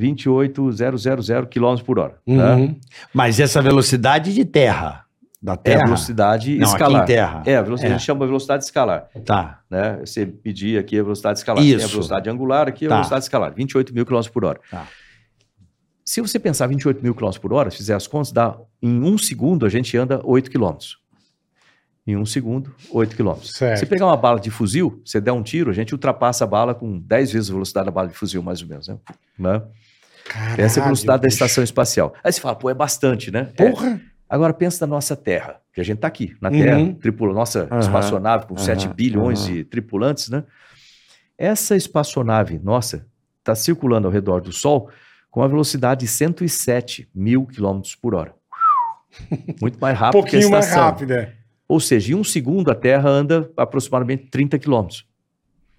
28.000 quilômetros por hora. Né?
Uhum.
Mas essa velocidade de terra. Da
É a
terra.
velocidade
não,
escalar.
aqui em terra.
É, a velocidade,
É.
a gente chama velocidade escalar.
Tá.
Né? Você pedir aqui a velocidade escalar. Tem a
Isso.
velocidade angular, aqui a
Tá.
velocidade escalar. 28 mil quilômetros por hora.
Tá.
Se você pensar 28 mil quilômetros por hora, se fizer as contas, dá, em um segundo a gente anda 8 quilômetros. Em um segundo, 8 quilômetros.
Certo.
Se pegar uma bala de fuzil, você der um tiro, a gente ultrapassa a bala com 10 vezes a velocidade da bala de fuzil, mais ou menos. Né? Né?
Caralho,
Essa é a velocidade da
bicho.
estação espacial. Aí você fala, pô, é bastante, né? É.
Porra!
Agora pensa na nossa Terra, que a gente está aqui, na
Uhum.
Terra, tripula, nossa
Aham,
espaçonave com
aham,
7 bilhões
aham.
de tripulantes, né? Essa espaçonave nossa está circulando ao redor do Sol com a velocidade de 107 mil quilômetros por hora. Muito mais
Um
rápido que a
pouquinho mais
estação.
rápida. é.
Ou seja, em um segundo a Terra anda aproximadamente 30 quilômetros.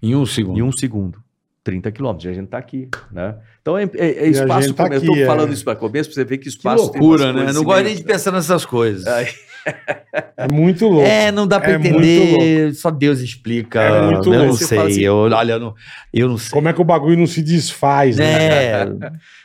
Em um segundo.
Uhum.
Em um segundo. 30 quilômetros, e a gente está aqui, né? Então é, é- é
a
espaço,
gente tá
come- eu
aqui,
estou
é.
falando isso para começo, para você ver que
Que
espaço tem
loucura,
bastante
né? Não gosto nem de
conhecimento.
pensar nessas coisas.
Ai,
É muito louco.
É, não dá pra
É muito
entender. Só Deus explica.
É muito
eu não
louco. Você
sei.
fala assim,
eu, olha, eu não, eu não sei.
Como é que o bagulho não se desfaz, né?
É,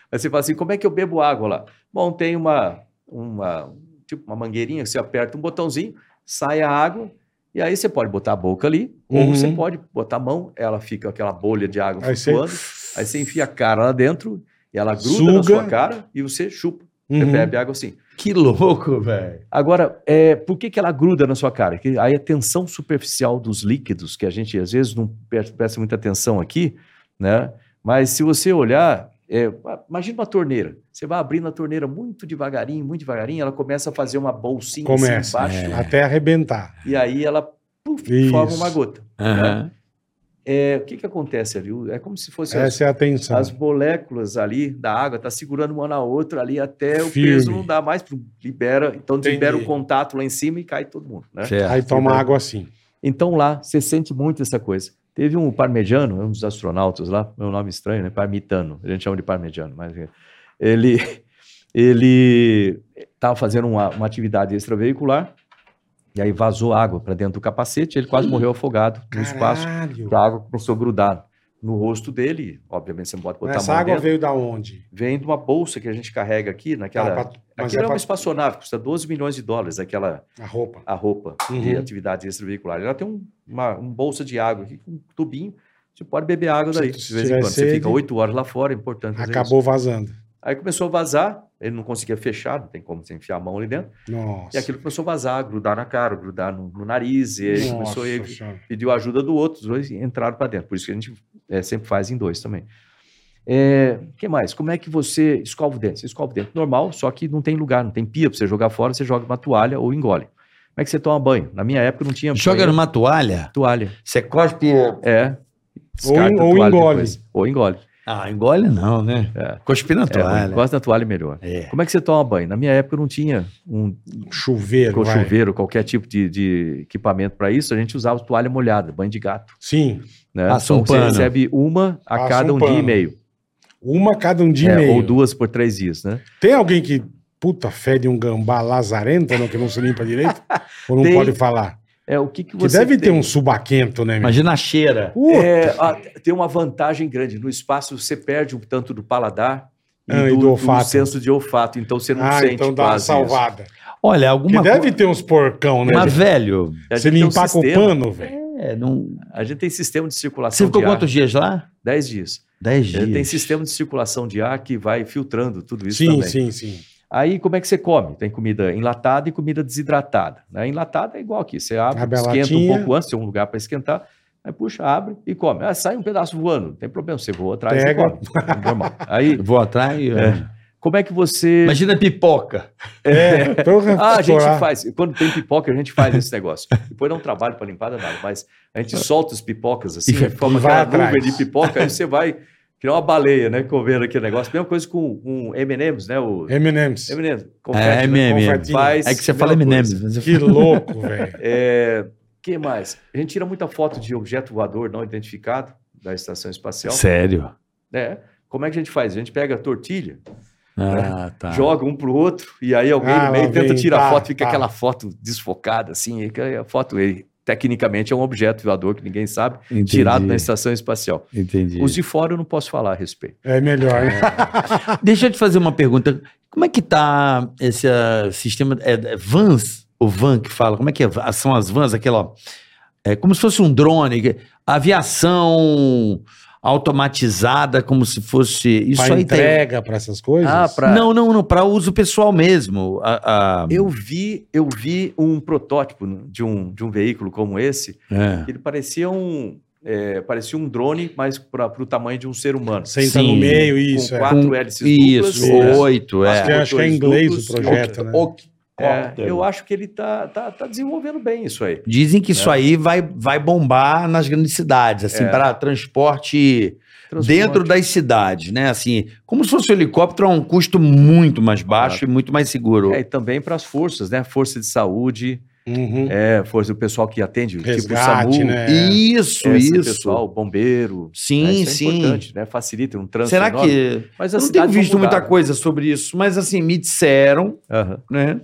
Aí você fala assim, como é que eu bebo água lá? Bom, tem uma, uma tipo uma mangueirinha que você aperta um botãozinho, sai a água, e aí você pode botar a boca ali,
Uhum.
ou você pode botar a mão, ela fica aquela bolha de água
Aí você-
flutuando, aí você enfia a cara lá dentro, e ela gruda
Suga.
na sua cara, e você chupa, você
Uhum.
bebe água assim.
que louco, velho.
Agora, é, por que, que ela gruda na sua cara? Que aí a tensão superficial dos líquidos, que a gente às vezes não pre- presta muita atenção aqui, né? Mas se você olhar, é, a- imagina uma torneira. Você vai abrindo a torneira muito devagarinho, muito devagarinho, ela começa a fazer uma bolsinha assim
Começa, é.
embaixo,
Até arrebentar.
e aí ela puf,
Isso.
forma uma gota.
Aham.
É, o que, que acontece ali? O- É como se fosse as,
Essa é a atenção.
as moléculas ali da água, tá segurando uma na outra ali até o
Firme.
peso não dá mais, pum, libera, então
Entendi.
libera o contato lá em cima e cai todo mundo, né?
Certo.
Aí toma
Entendeu?
água assim.
Então lá, você sente muito essa coisa. Teve um parmegiano, um dos astronautas lá, meu nome estranho, né? Parmitano, a gente chama de parmegiano, mas é. ele ele estava fazendo uma, uma atividade extraveicular e aí vazou água para dentro do capacete, ele quase morreu afogado no espaço,
Caralho.
porque a água começou a grudar no rosto dele, obviamente você não pode botar
Essa
a mão
água
dentro.
veio da onde?
Vem de uma bolsa que a gente carrega aqui, naquela...
Ah, pra- mas
Aquilo é,
é
uma
pra-
espaçonave, custa 12 milhões de dólares, aquela
a roupa.
a roupa de
Uhum.
atividade extraveiculares. Ela tem um, uma um bolsa de água aqui, com um tubinho. Você pode beber água daí.
Se
De vez
tiver
em quando. Você
sede-
fica oito horas lá fora, é importante fazer isso.
Acabou vazando.
Aí começou a vazar, ele não conseguia fechar, não tem como você enfiar a mão ali dentro.
Nossa.
E aquilo começou a vazar, grudar na cara, grudar no, no nariz. E ele começou a
Nossa senhora.
pediu ajuda do outro, os dois entraram para dentro. Por isso que a gente é, sempre faz em dois também. É, que mais? Como é que você escova o dente? Você escova o dente normal, só que não tem lugar, não tem pia para você jogar fora, você joga uma toalha ou engole. Como é que você toma banho? Na minha época não tinha
Joga
banheiro,
numa toalha,
toalha.
você cospe.
É.
Ou- ou engole.
Ou engole.
Ah, engole não, né?
É.
Cospe na
É, eu
toalha.
gosto da toalha melhor.
É.
Como é que você toma banho? Na minha época não tinha um
Chuveiro, vai.
chuveiro, qualquer tipo de, de equipamento para isso, a gente usava toalha molhada, banho de gato.
Sim.
Né?
Passa
Então
um
você
pano.
recebe uma a
Passa
cada
um
um dia e
pano.
meio.
Uma cada um dia
É,
e meio.
ou duas por três dias, né?
Tem alguém que, puta, fede um gambá lazarento, não, que não se limpa direito? Ou não
Tem.
pode falar?
É o que, que
Que
você
deve ter
tem.
um subaquento, né, meu?
Imagina a cheira.
Puta,
É, a- tem uma vantagem grande no espaço. Você perde um tanto do paladar e,
Ah,
do,
e do olfato.
senso de olfato. Então você não
ah,
sente
então dá uma
quase
salvada.
Olha,
Que
alguma
deve
coisa.
ter uns porcão, né?
Mas,
gente?
velho,
isso. A
Você
gente tem um
limpar com
sistema-
pano, velho.
é, não...
A gente tem sistema de circulação.
você ficou
de ar,
quantos dias lá?
Dez dias.
Dez
A gente tem
dias.
sistema de circulação de ar que vai filtrando tudo É, isso
Sim,
também.
sim, sim.
Aí como é que você come? Tem comida enlatada e comida desidratada. Né? Enlatada é igual aqui. Você abre,
Abre a
esquenta
latinha.
um pouco antes, tem um lugar para esquentar. Aí puxa, abre e come. Ah, sai um pedaço voando, não tem problema. Você voa atrás e
Pega.
come. É normal. Aí,
Vou atrás. e-
como é que você.
Imagina pipoca.
É, porra,
Ah, a gente
estourar.
faz. Quando tem pipoca, a gente faz esse negócio. Depois dá um trabalho para limpar danado, mas a gente solta as pipocas assim,
E-
forma
e vai
aquela
atrás.
nuvem de pipoca, aí você vai criar uma baleia, né? Comendo aquele negócio. Mesma coisa com um M&M's, né? O
M&M's.
M&M's,
É,
confete, né?
MM.
Confetinho.
Faz
É que você fala
mesma
MM.
coisa.
mas eu-
Que louco, velho.
É, que mais? A gente tira muita foto de objeto voador não identificado da estação espacial.
Sério.
É. Como é que a gente faz? A gente pega a tortilha,
É.
Ah, tá.
joga um pro outro, e aí alguém
Ah,
no
lá
meio tenta
vem,
tirar
tá,
a foto, fica
tá.
aquela foto desfocada, assim, e que a foto, ele, tecnicamente, é um objeto voador que ninguém sabe,
Entendi.
tirado
né?
na estação espacial.
Entendi.
Os de fora eu não posso falar a respeito.
É melhor, né?
Ah, Deixa eu te fazer uma pergunta. Como é que tá esse ah, sistema? É, é vans? O van que fala? Como é que é? Ah, são as vans? Aquela. ó, É como se fosse um drone. que- Aviação automatizada, como se fosse. Isso
Pra
aí tem.
entrega, pra essas coisas.
Ah, pra-
Não, não, não. Para uso pessoal mesmo. A, a-
Eu vi, eu vi um protótipo de um, de um veículo como esse,
É.
ele parecia um, é, parecia um drone, mas para o tamanho de um ser humano.
Senta
Sim.
no meio, isso.
com
é.
quatro
Com-
hélices
Isso,
duplas, né?
oito.
Acho
É.
Acho que- acho que é em
Dois
inglês
duplos,
o projeto, né?
É, eu acho que ele está tá, tá desenvolvendo bem isso aí.
Dizem que isso aí vai, vai bombar nas grandes cidades, assim,
É.
para transporte. dentro das cidades, né? Assim, como se fosse um helicóptero a um custo muito mais baixo e muito mais seguro.
É, e também para as forças, né? Força de saúde,
Uhum.
É, força, o pessoal que atende, tipo o
Resgate,
SAMU,
né?
Isso,
esse
isso.
É, pessoal, bombeiro.
É,
né?
Sim,
Isso é
sim.
importante, né? Facilita um trânsito
Será
enorme.
que.
Mas a
Eu não
cidade
tenho
foi
visto muita
mudada.
coisa sobre isso, mas assim, me disseram,
Aham.
né?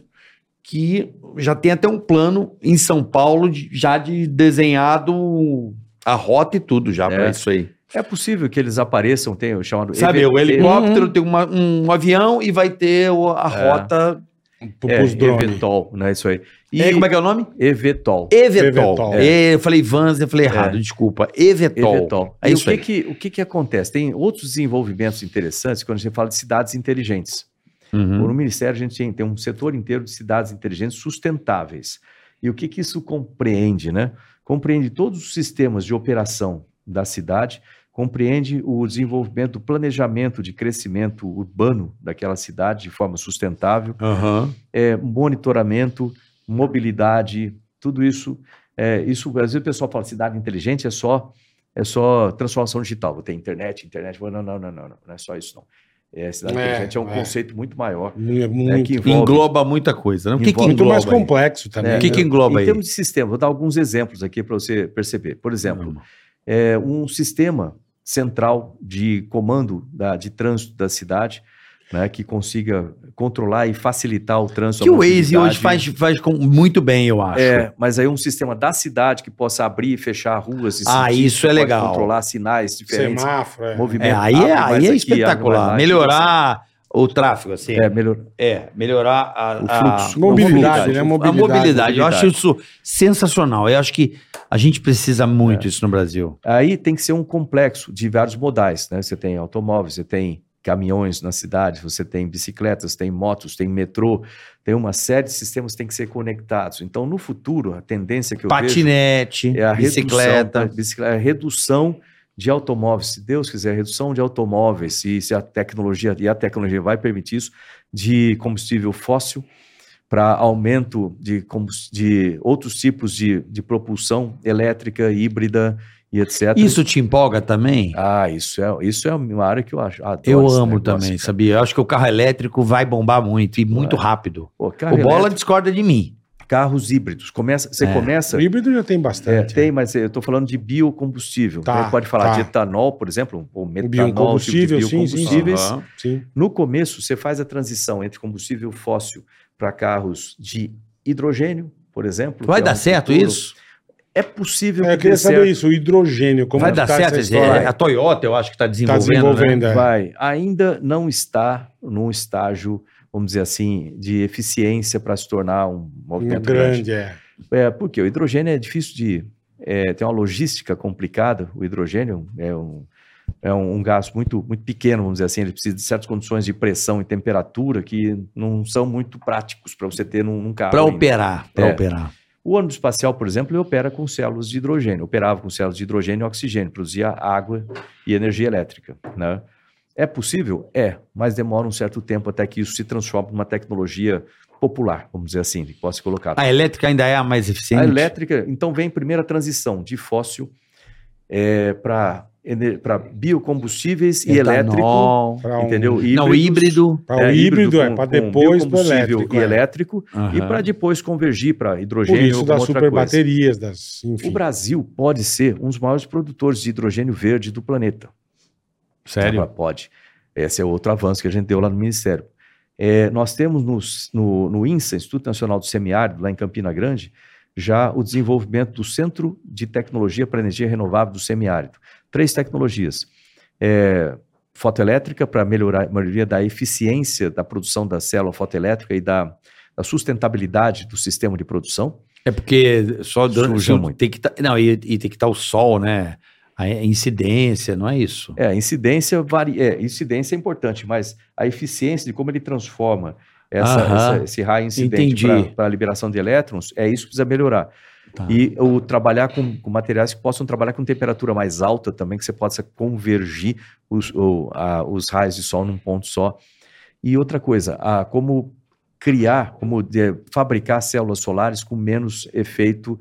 Que já tem até um plano em São Paulo de- já de desenhado a rota e tudo já pra isso aí.
É possível que eles apareçam, tem o chamado...
Sabe,
EV-
o helicóptero tem uma- um avião e vai ter o- a
É.
rota.
Pro-
É,
Pros drones.
EVTOL, né? Isso aí. E
E como é que é o nome?
EVTOL.
Evetol.
Evetol.
E- eu falei Vans, eu falei errado, desculpa. É. Evetol.
Evetol.
É
e
isso
o,
aí.
que, que, o que, que acontece? Tem outros desenvolvimentos interessantes quando a gente fala de cidades inteligentes.
Uhum.
No um Ministério, a gente tem, tem um setor inteiro de cidades inteligentes sustentáveis. E o que, que isso compreende? Né? Compreende todos os sistemas de operação da cidade, compreende o desenvolvimento, o planejamento de crescimento urbano daquela cidade de forma sustentável,
Aham.
é, monitoramento, mobilidade, tudo isso. É, isso às vezes o pessoal fala cidade inteligente é só é só transformação digital. Vou ter internet, internet. Não, não, não, não, não, não é só isso não. É, cidade
É,
inteligente é um
é.
conceito muito maior.
Mu-
né,
Muito,
que envolve-
Engloba muita coisa, né? O que, que
Envolve É.
muito
engloba?
mais
aí?
complexo também.
O que,
né?
que engloba
em
aí?
termos de sistema, vou dar alguns exemplos aqui para você perceber. Por
Uhum.
exemplo, é, um sistema central de comando da- de trânsito da cidade, né, que consiga controlar e facilitar o trânsito.
Que
a
o Waze
mobilidade.
hoje faz, faz com- muito bem, eu acho.
É, mas aí um sistema da cidade que possa abrir e fechar ruas e
Ah,
sentidos,
isso é
pode
legal.
controlar sinais diferentes,
Semáforo, é.
É,
movimento.
aí
abre
é, aí é
mais aqui, abre mais
espetacular.
lá,
Melhorar o tráfego, assim.
aqui, assim. É, melhor.
É, melhorar a,
O
a-
fluxo.
Mobilidade, né?
A
Mobilidade.
mobilidade. Eu acho isso sensacional. Eu acho que a gente precisa
É.
muito isso no Brasil.
Aí tem que ser um complexo de vários modais, né? Você tem automóveis, você tem caminhões na cidade, você tem bicicletas, tem motos, tem metrô, tem uma série de sistemas que tem que ser conectados. Então, no futuro, a tendência que eu vejo
Patinete,
é a
bicicleta.
redução, tá? Bicicleta, a redução de automóveis, se Deus quiser, a redução de automóveis, e se a tecnologia e a tecnologia vai permitir isso, de combustível fóssil para aumento de, combus- de outros tipos de, de propulsão elétrica, híbrida e etc.
Isso te empolga também?
Ah, isso é, isso é uma área que eu acho. adoro
Eu
esse
amo
negócio,
também,
cara.
sabia? Eu acho que o carro elétrico vai bombar muito e muito rápido.
Pô, carro
O Bola
elétrico,
discorda de mim.
carros híbridos. Começa, você
É.
começa.
Híbrido já tem
É,
bastante.
tem, mas eu estou falando de biocombustível.
Tá,
Então, a gente pode falar
tá.
de etanol, por exemplo, ou metanol,
Biocombustível,
tipo de
sim, sim,
biocombustíveis.
sim. Sim.
No começo, você faz a transição entre combustível fóssil para carros de hidrogênio, por exemplo.
Vai
que é
dar
um
certo
futuro.
isso?
É possível
É, eu
que dê
queria
certo. né?
saber isso, o hidrogênio, como
vai
que
dar
tá
certo?
essa história?
É, a Toyota, eu acho que está
Tá
desenvolvendo. né?
desenvolvendo, é.
Vai. Ainda não está num estágio, vamos dizer assim, de eficiência para se tornar um
Um
movimento grande.
grande, é.
É, porque o hidrogênio é difícil de. é, tem uma logística complicada. O hidrogênio é um, é um, um gás muito, muito pequeno, vamos dizer assim. Ele precisa de certas condições de pressão e temperatura que não são muito práticos para você ter num, num carro.
Para
ainda.
operar, para
É.
operar.
O ônibus espacial, por exemplo, ele opera com células de hidrogênio. Operava com células de hidrogênio e oxigênio, produzia água e energia elétrica. né? É possível? É, mas demora um certo tempo até que isso se transforme numa tecnologia popular, vamos dizer assim, que possa ser colocada.
A elétrica ainda é a mais eficiente?
A elétrica, então, vem primeiro a transição de fóssil é, para biocombustíveis e elétrico,
Etanol.
Pra um-
entendeu?
Não,
Híbridos,
híbrido.
Pra o híbrido, é,
com-
para
com
depois pro
biocombustível
elétrico.
e
é.
elétrico, e
Aham.
para depois convergir para
Por
hidrogênio
isso
ou alguma
das
outra
super
coisa.
baterias, das, enfim.
O Brasil pode ser um dos maiores produtores de hidrogênio verde do planeta. Ela pode. Esse é outro avanço que a gente deu lá no Ministério. É, nós temos nos- no, no INSA, Instituto Nacional do Semiárido, lá em Campina Grande, já o desenvolvimento do Centro de Tecnologia para Energia Renovável do Semiárido. Três tecnologias. É, fotoelétrica, para melhorar, melhoria da eficiência da produção da célula fotoelétrica e da, da sustentabilidade do sistema de produção.
É porque só durante,
Suja muito.
tem que tá, não e, e tem que estar o sol, né? A incidência, não é isso?
É, a incidência varia. É, incidência é importante, mas a eficiência de como ele transforma essa-
Aham.
essa- esse raio
Entendi.
incidente para a liberação de elétrons, é isso que precisa melhorar.
Tá.
E o trabalhar com, com materiais que possam trabalhar com temperatura mais alta também, que você possa convergir os, o- a- os raios de sol num ponto só. E outra coisa, a, como criar, como de- fabricar células solares com menos efeito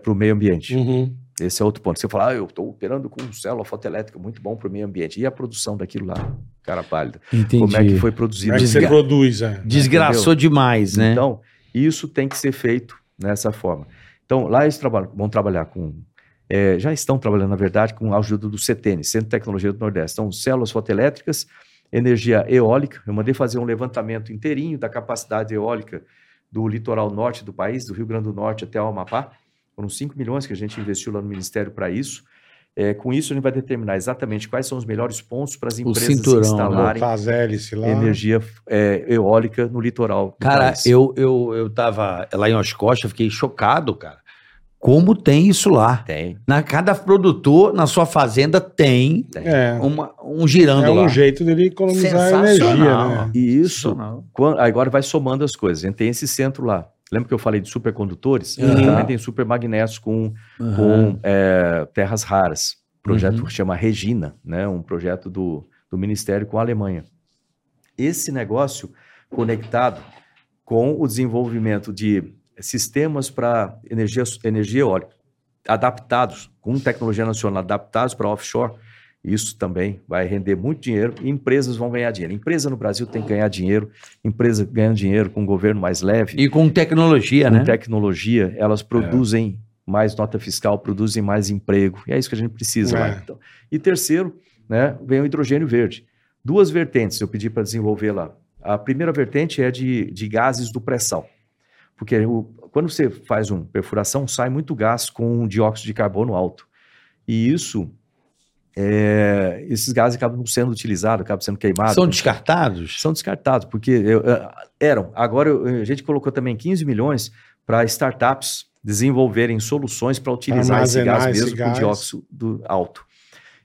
para o meio ambiente.
Uhum.
Esse é outro ponto. Você fala, ah, eu estou operando com célula fotoelétrica, muito bom para o meio ambiente. E a produção daquilo lá, cara pálida?
Entendi.
Como é que foi produzido?
Como é que você
Desgra-
produz, é.
Desgraçou demais, né?
Então, isso Então, tem que ser feito nessa forma. Então, lá eles trabalham, vão trabalhar com. eh, já estão trabalhando, na verdade, com a ajuda do CTN, Centro de Tecnologia do Nordeste. Então, células fotoelétricas, energia eólica. Eu mandei fazer um levantamento inteirinho da capacidade eólica do litoral norte do país, do Rio Grande do Norte até o Amapá. Foram 5 milhões que a gente investiu lá no Ministério para isso. Eh, com isso, a gente vai determinar exatamente quais são os melhores pontos para as empresas
cinturão, né?
instalarem
Botar as hélices lá.
energia eh, eólica no litoral. do
Cara,
país.
eu, eu, eu tava lá em Oscocha, fiquei chocado, cara. Como tem isso lá?
Tem,
Na, cada produtor, na sua fazenda, tem
tem.
É,
uma- um girando
é um
lá.
jeito dele economizar energia, né?
E isso,
Sensacional.
quan- agora vai somando as coisas. A gente tem esse centro lá. Lembra que eu falei de supercondutores?
Uhum.
Também tem supermagnetos com,
Uhum.
com eh, terras raras. Projeto
Uhum.
que chama Regina, né? um projeto do, do Ministério com a Alemanha. Esse negócio conectado com o desenvolvimento de sistemas para energia, energia eólica, adaptados, com tecnologia nacional, adaptados para offshore, isso também vai render muito dinheiro e empresas vão ganhar dinheiro. Empresa no Brasil tem que ganhar dinheiro, empresa ganhando dinheiro com um governo mais leve,
E com tecnologia,
com
né?
tecnologia, elas produzem mais nota fiscal, produzem mais emprego. E é isso que a gente precisa
É.
lá. Então. E terceiro, né, vem o hidrogênio verde. Duas vertentes eu pedi para desenvolver lá. A primeira vertente é de, de gases do pré-sal. Porque o- quando você faz uma perfuração, sai muito gás com um dióxido de carbono alto. E isso, é, esses gases acabam sendo utilizados, acabam sendo queimados.
São descartados?
São descartados, porque eu, eh, eram. Agora eu- a gente colocou também 15 milhões para startups desenvolverem soluções para utilizar esse
Armazenar
gás
esse
mesmo com
gás.
dióxido alto.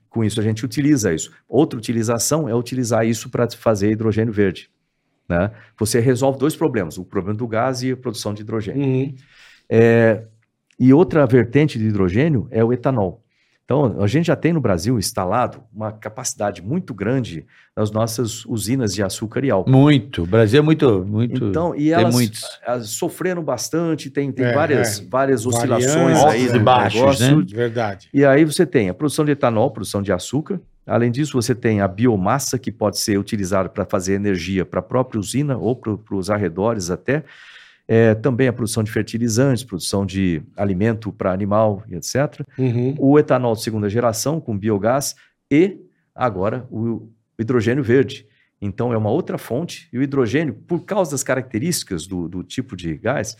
Com isso a gente utiliza isso. Outra utilização é utilizar isso para fazer hidrogênio verde. Né? Você resolve dois problemas: o problema do gás e a produção de hidrogênio.
Uhum.
E outra vertente de hidrogênio é o etanol. Então, a gente já tem no Brasil instalado uma capacidade muito grande nas nossas usinas de açúcar e álcool.
Muito. O Brasil é muito. muito
Então, e
tem
elas
muitos.
as- sofreram bastante, tem, tem
É,
várias,
é.
várias oscilações
Variantes,
aí
altos
do
e
baixos,
negócio.
né?
Verdade.
E aí você tem a produção de etanol, produção de açúcar. Além disso, você tem a biomassa que pode ser utilizada para fazer energia para a própria usina ou para os arredores até. É, também a produção de fertilizantes, produção de alimento para animal e etc.
Uhum.
O etanol de segunda geração com biogás e agora o hidrogênio verde. Então é uma outra fonte. E o hidrogênio, por causa das características do, do tipo de gás,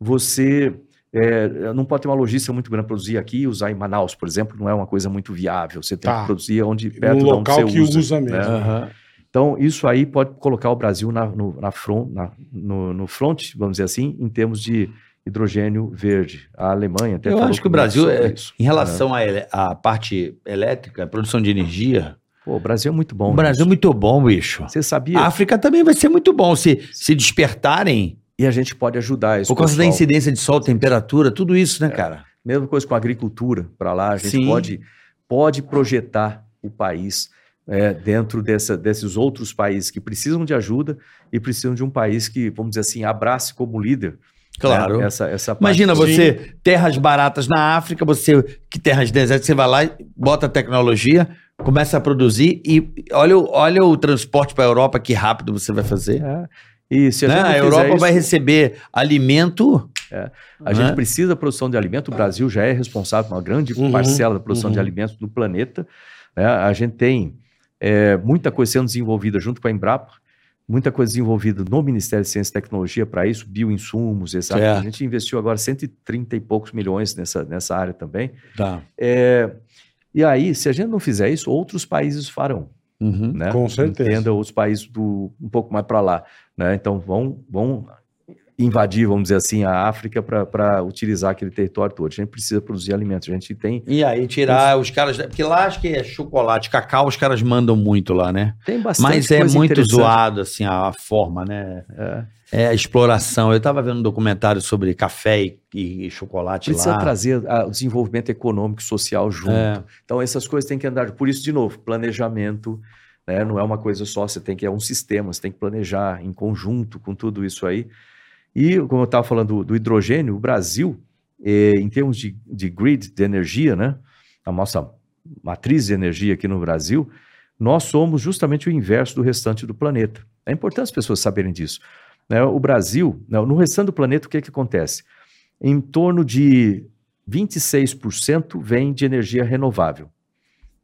você eh, não pode ter uma logística muito grande produzir aqui e usar em Manaus, por exemplo, não é uma coisa muito viável. Você tem
Tá.
que produzir onde
No
perto de onde
local
você
que usa,
né?
mesmo.
Então isso aí pode colocar o Brasil na, no, na front, na- no, no front, vamos dizer assim, em termos de hidrogênio verde. A Alemanha até
Eu
falou
acho que o
comigo
Brasil
sobre
é-
isso,
Em
né?
relação à ele- à parte elétrica, produção de energia,
Pô, o Brasil é muito bom.
o
né?
Brasil é muito bom, bicho.
Você sabia?
A África também vai ser muito bom se, se despertarem
E a gente pode ajudar isso.
por causa da incidência de sol, temperatura, tudo isso,
É.
né, cara?
Mesma coisa com a agricultura para lá, a gente
Sim.
pode, pode projetar o país é, dentro dessa- desses outros países que precisam de ajuda e precisam de um país que, vamos dizer assim, abrace como líder.
Claro.
né, essa, essa parte.
Imagina
Sim.
você, terras baratas na África, você, que terras desertas, você vai lá, e bota a tecnologia, começa a produzir e olha, o- olha o transporte para a Europa, que rápido você vai fazer.
É. E se a
né?
gente não
A
fizer
Europa
isso,
vai receber alimento.
A gente
né?
precisa da produção de alimento, o Brasil já é responsável por uma grande
Uhum,
parcela da produção de
uhum.
alimentos no planeta. né? A gente tem é, muita coisa sendo desenvolvida junto com a Embrapa, muita coisa desenvolvida no Ministério de Ciência e Tecnologia para isso, bioinsumos, etc. A
Certo.
gente investiu agora 130 e poucos milhões nessa, nessa área também.
Tá.
É, e aí, se a gente não fizer isso, outros países farão né?
Com certeza.
Entenda os países do um pouco mais para lá, né? Então vão vão invadir, vamos dizer assim, a África para utilizar aquele território todo. A gente precisa produzir alimentos. A gente tem
E aí tirar os caras. Porque lá acho que é chocolate, cacau, os caras mandam muito lá, né?
tem bastante
Mas é
coisa
muito
interessante.
zoado, assim, a, a forma, né?
É.
É a exploração. Eu tava vendo um documentário sobre café e, e- e chocolate
Precisa
lá.
trazer ah, o desenvolvimento econômico, e social junto.
É.
Então essas coisas têm que andar. Por isso de novo, planejamento. né? Não é uma coisa só, você tem que é um sistema, você tem que planejar em conjunto com tudo isso aí. E, como eu estava falando do, do hidrogênio, o Brasil, eh, em termos de, de grid, de energia, né? a nossa matriz de energia aqui no Brasil, nós somos justamente o inverso do restante do planeta. É importante as pessoas saberem disso. né? O Brasil, né, no restante do planeta, o é que, que acontece? em torno de 26% vem de energia renovável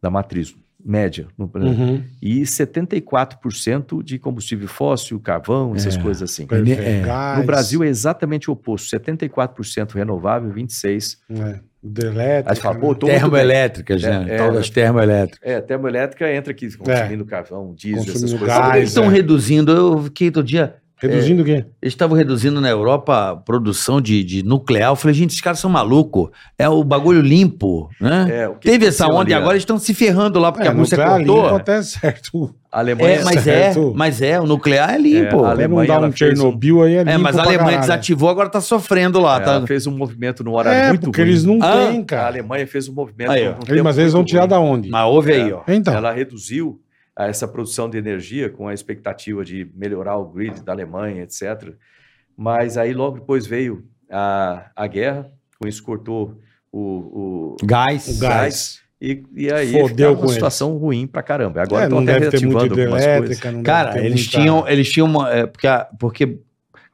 da matriz média no planeta.
Uhum.
E 74% de combustível fóssil, carvão, essas
É.
coisas assim.
Uhum. Perfeito.
é,
Gás,
No Brasil é exatamente o oposto, 74% renovável, 26%.
é.
Aí você
Hidrelétrica.
fala, pô, é." tô muito bem.
Termoelétricas,
É,
né?
é.
Tal das termoelétricas.
É, termoelétrica entra aqui
É.
consumindo carvão, diesel, essas
Consumindo
coisas.
gás.
Então,
Sabe o que eles estão
é.
reduzindo? Eu fiquei outro dia.
Reduzindo o quê?
Eles estavam reduzindo na Europa a produção de, de nuclear. Eu falei, gente, esses caras são malucos. É o bagulho limpo, né?
É, o que
Teve essa
aconteceu
onda
ali,
e
né?
agora eles estão se ferrando lá porque
É,
a Rússia
nuclear limpo
cortou.
até certo.
A Alemanha,
É, mas é,
Certo.
mas é, o nuclear é limpo.
É, a
É,
Ela
Ale-
não
Alemanha,
dá um
ela fez um-
Chernobyl aí, é limpo
mas a
pra
Alemanha
caralho.
desativou, agora tá sofrendo lá.
ela
Tá...
fez um movimento num horário
É,
muito
porque
ruim.
eles não
Ah,
têm,
A
cara.
Alemanha fez um movimento.
Aí, ó.
num
Eles-
tempo
Mas eles vão
muito
tirar
ruim.
da onde?
Mas ouve aí,
É.
ó.
Então,
Ela reduziu a essa produção de energia com a expectativa de melhorar o grid da Alemanha, etc. Mas aí logo depois veio a, a guerra, com isso cortou o, né? o-
Gás.
o gás.
e, e aí
Fodeu
ficava uma
com eles.
situação ruim pra caramba. Agora
É,
estão
não
até
deve ter muito
reativando algumas coisas.
hidrelétrica. não deve
Cara,
ter
eles
muita-
tinham, eles tinham uma, é, porque, a- porque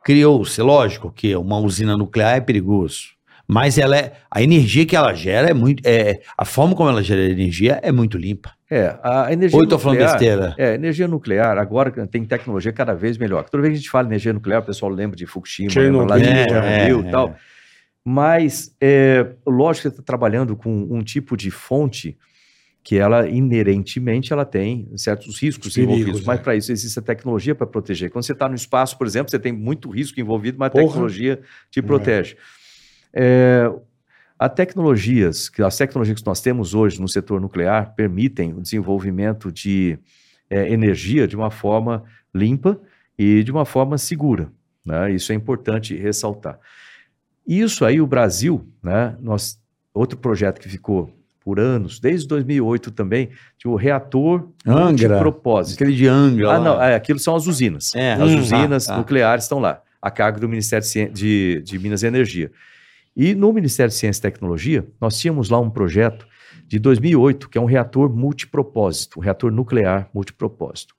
criou-se, lógico, que uma usina nuclear é perigoso. Mas ela é, a energia que ela gera é muito. É, a forma como ela gera energia é muito limpa.
É, a energia
Ou eu tô falando
nuclear-
besteira?
É, energia nuclear, agora que tem tecnologia cada vez melhor. Toda vez que a gente fala em energia nuclear, o pessoal lembra de Fukushima,
Chernobyl, né?
lembra lá de
é,
Chernobyl
é,
e tal. Mas, é, lógico que está trabalhando com um tipo de fonte que ela, inerentemente, ela tem certos riscos
Perigos,
envolvidos. Mas,
é.
para isso, existe a tecnologia para proteger. Quando você está no espaço, por exemplo, você tem muito risco envolvido, mas a
Porra.
tecnologia te
É.
protege. É, a tecnologias, que- as tecnologias que nós temos hoje no setor nuclear permitem o desenvolvimento de eh, energia de uma forma limpa e de uma forma segura. né? Isso é importante ressaltar. Isso aí, o Brasil, né, nós, outro projeto que ficou por anos, desde 2008 também, de o reator de
Angra.
propósito.
Aquele de Angra.
é Ah,
lá.
não, é, aquilo são as usinas.
É,
as
hum,
usinas
ah,
tá, tá.
nucleares estão lá, a cargo do Ministério de, Cien- de, de Minas e Energia. E no Ministério de Ciência e Tecnologia, nós tínhamos lá um projeto de 2008, que é um reator multipropósito, um reator nuclear multipropósito.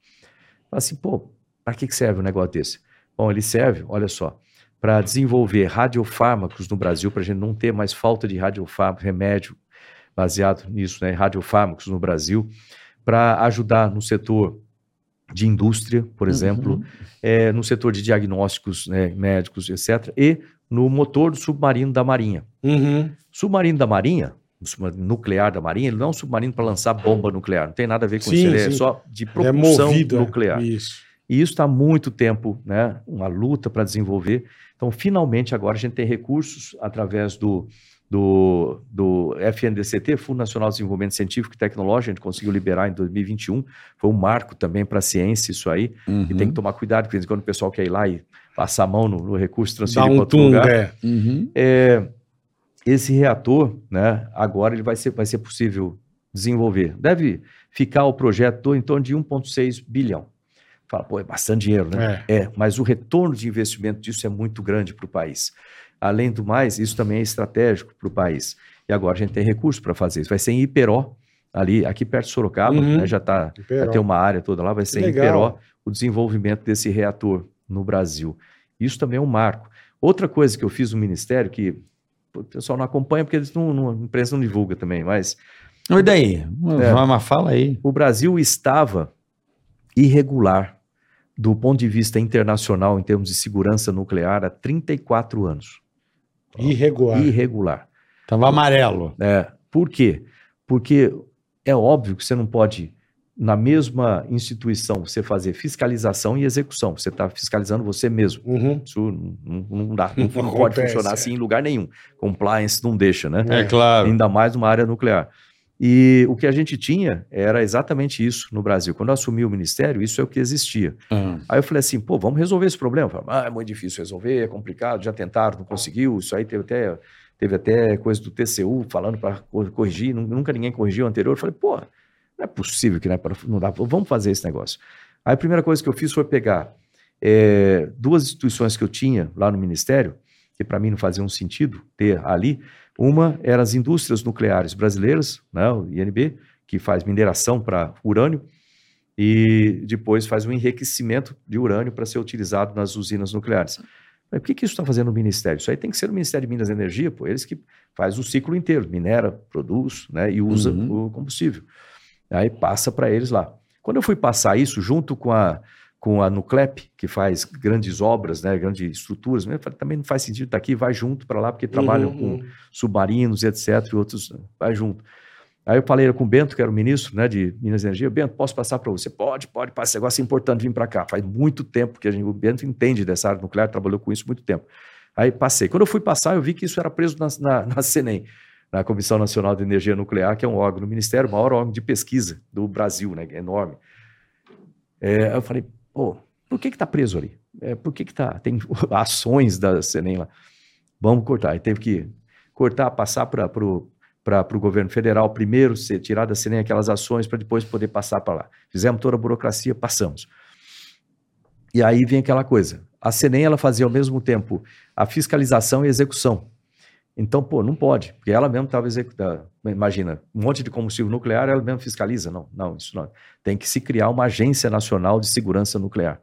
Fala assim, pô, para que que serve um negócio desse? Bom, ele serve, olha só, para desenvolver radiofármacos no Brasil, para a gente não ter mais falta de radiofármacos, remédio baseado nisso, né, radiofármacos no Brasil, para ajudar no setor de indústria, por exemplo, eh, no setor de diagnósticos né, médicos, etc., e no motor do submarino da Marinha.
Uhum.
Submarino da Marinha, o submarino nuclear da Marinha, ele não é um submarino para lançar bomba nuclear, não tem nada a ver com
Sim,
isso, ele
sim.
é só de
É
propulsão
movido. é.
nuclear.
Isso.
E isso está há muito tempo, né? Uma luta para desenvolver. Então, finalmente, agora a gente tem recursos através do, do, do FNDCT, Fundo Nacional de Desenvolvimento Científico e Tecnológico, a gente conseguiu liberar em 2021. Foi um marco também para a ciência isso aí.
ah,
E
Uhum.
tem que tomar cuidado, porque de vez em quando o pessoal quer ir lá e passar a mão no, no recurso,
Dá
transferir para
um
outro
tum,
lugar.
é.
uhum.
Esse reator, né? Agora ele vai ser, vai ser possível desenvolver. Deve ficar o projeto em torno de 1,6 bilhão. Fala, pô, é bastante dinheiro, né?
É.
É, mas o retorno de investimento disso é muito grande para o país. Além do mais, isso também é estratégico para o país. E agora a gente tem recurso para fazer isso. Vai ser em Iperó, ali, aqui perto de Sorocaba,
Uhum.
né, já está
Imperou.
vai ter uma área toda lá, vai ser em
legal.
Peró o desenvolvimento desse reator no Brasil. Isso também é um marco. Outra coisa que eu fiz no Ministério, que o pessoal não acompanha, porque eles não, não- a imprensa não divulga também, mas
Mas daí?
É.
Vai, mas fala aí.
o Brasil estava irregular do ponto de vista internacional em termos de segurança nuclear há 34 anos.
Irregular.
Irregular.
Tava amarelo.
É, por quê? Porque é óbvio que você não pode, na mesma instituição, você fazer fiscalização e execução. Você está fiscalizando você mesmo.
Uhum.
Isso não, não- não dá, não,
Não
não pode
acontece,
funcionar
é.
assim em lugar nenhum. Compliance não deixa, né?
É
claro.
Ainda mais numa área nuclear. E o que a gente tinha era exatamente isso no Brasil. Quando eu assumi o ministério, isso é o que existia.
Ah.
Aí eu falei assim, pô, vamos resolver esse problema. Falaram, ah, é muito difícil resolver, é complicado, já tentaram, não conseguiu. Isso aí teve até, teve até coisa do TCU falando para corrigir, nun- nunca ninguém corrigiu o anterior. Eu falei, pô, não é possível que não, é pra- não dá, vamos fazer esse negócio. Aí a primeira coisa que eu fiz foi pegar eh, duas instituições que eu tinha lá no Ministério, que para mim não fazia um sentido ter ali. Uma era as indústrias nucleares brasileiras, né, o INB, que faz mineração para urânio, e depois faz um enriquecimento de urânio para ser utilizado nas usinas nucleares. Falei, por que, que isso está fazendo no Ministério? Isso aí tem que ser o Ministério de Minas e Energia, pô, eles que faz o ciclo inteiro, minera, produz né, e usa o combustível. Aí passa para eles lá. Quando eu fui passar isso junto com a, com a Nuclep, que faz grandes obras, né, grandes estruturas, eu falei, também não faz sentido estar aqui, vai junto para lá, porque trabalham com
Uhum,
submarinos, etc., e outros, né, vai junto. Aí eu falei com o Bento, que era o ministro né, de Minas e Energia, Bento, posso passar para você? Pode, pode, passa, esse negócio é importante vir para cá. Faz muito tempo que a gente, o Bento entende dessa área nuclear, trabalhou com isso muito tempo. Aí passei. Quando eu fui passar, eu vi que isso era preso na, na, na CENEM, na Comissão Nacional de Energia Nuclear, que é um órgão do Ministério, o maior órgão de pesquisa do Brasil, né, que é enorme. É, aí eu falei, pô, por que que tá preso ali? É, por que que tá, tem ações da CENEM lá. Vamos cortar. Aí teve que cortar, passar para pro para o governo federal primeiro, ser, tirar da CNEM aquelas ações para depois poder passar para lá. Fizemos toda a burocracia, passamos. E aí vem aquela coisa. A CNEM ela fazia ao mesmo tempo a fiscalização e a execução. Então, pô, não pode, porque ela mesma estava executando. Imagina, um monte de combustível nuclear, ela mesma fiscaliza. Não, não, isso não. Tem que se criar uma agência nacional de segurança nuclear.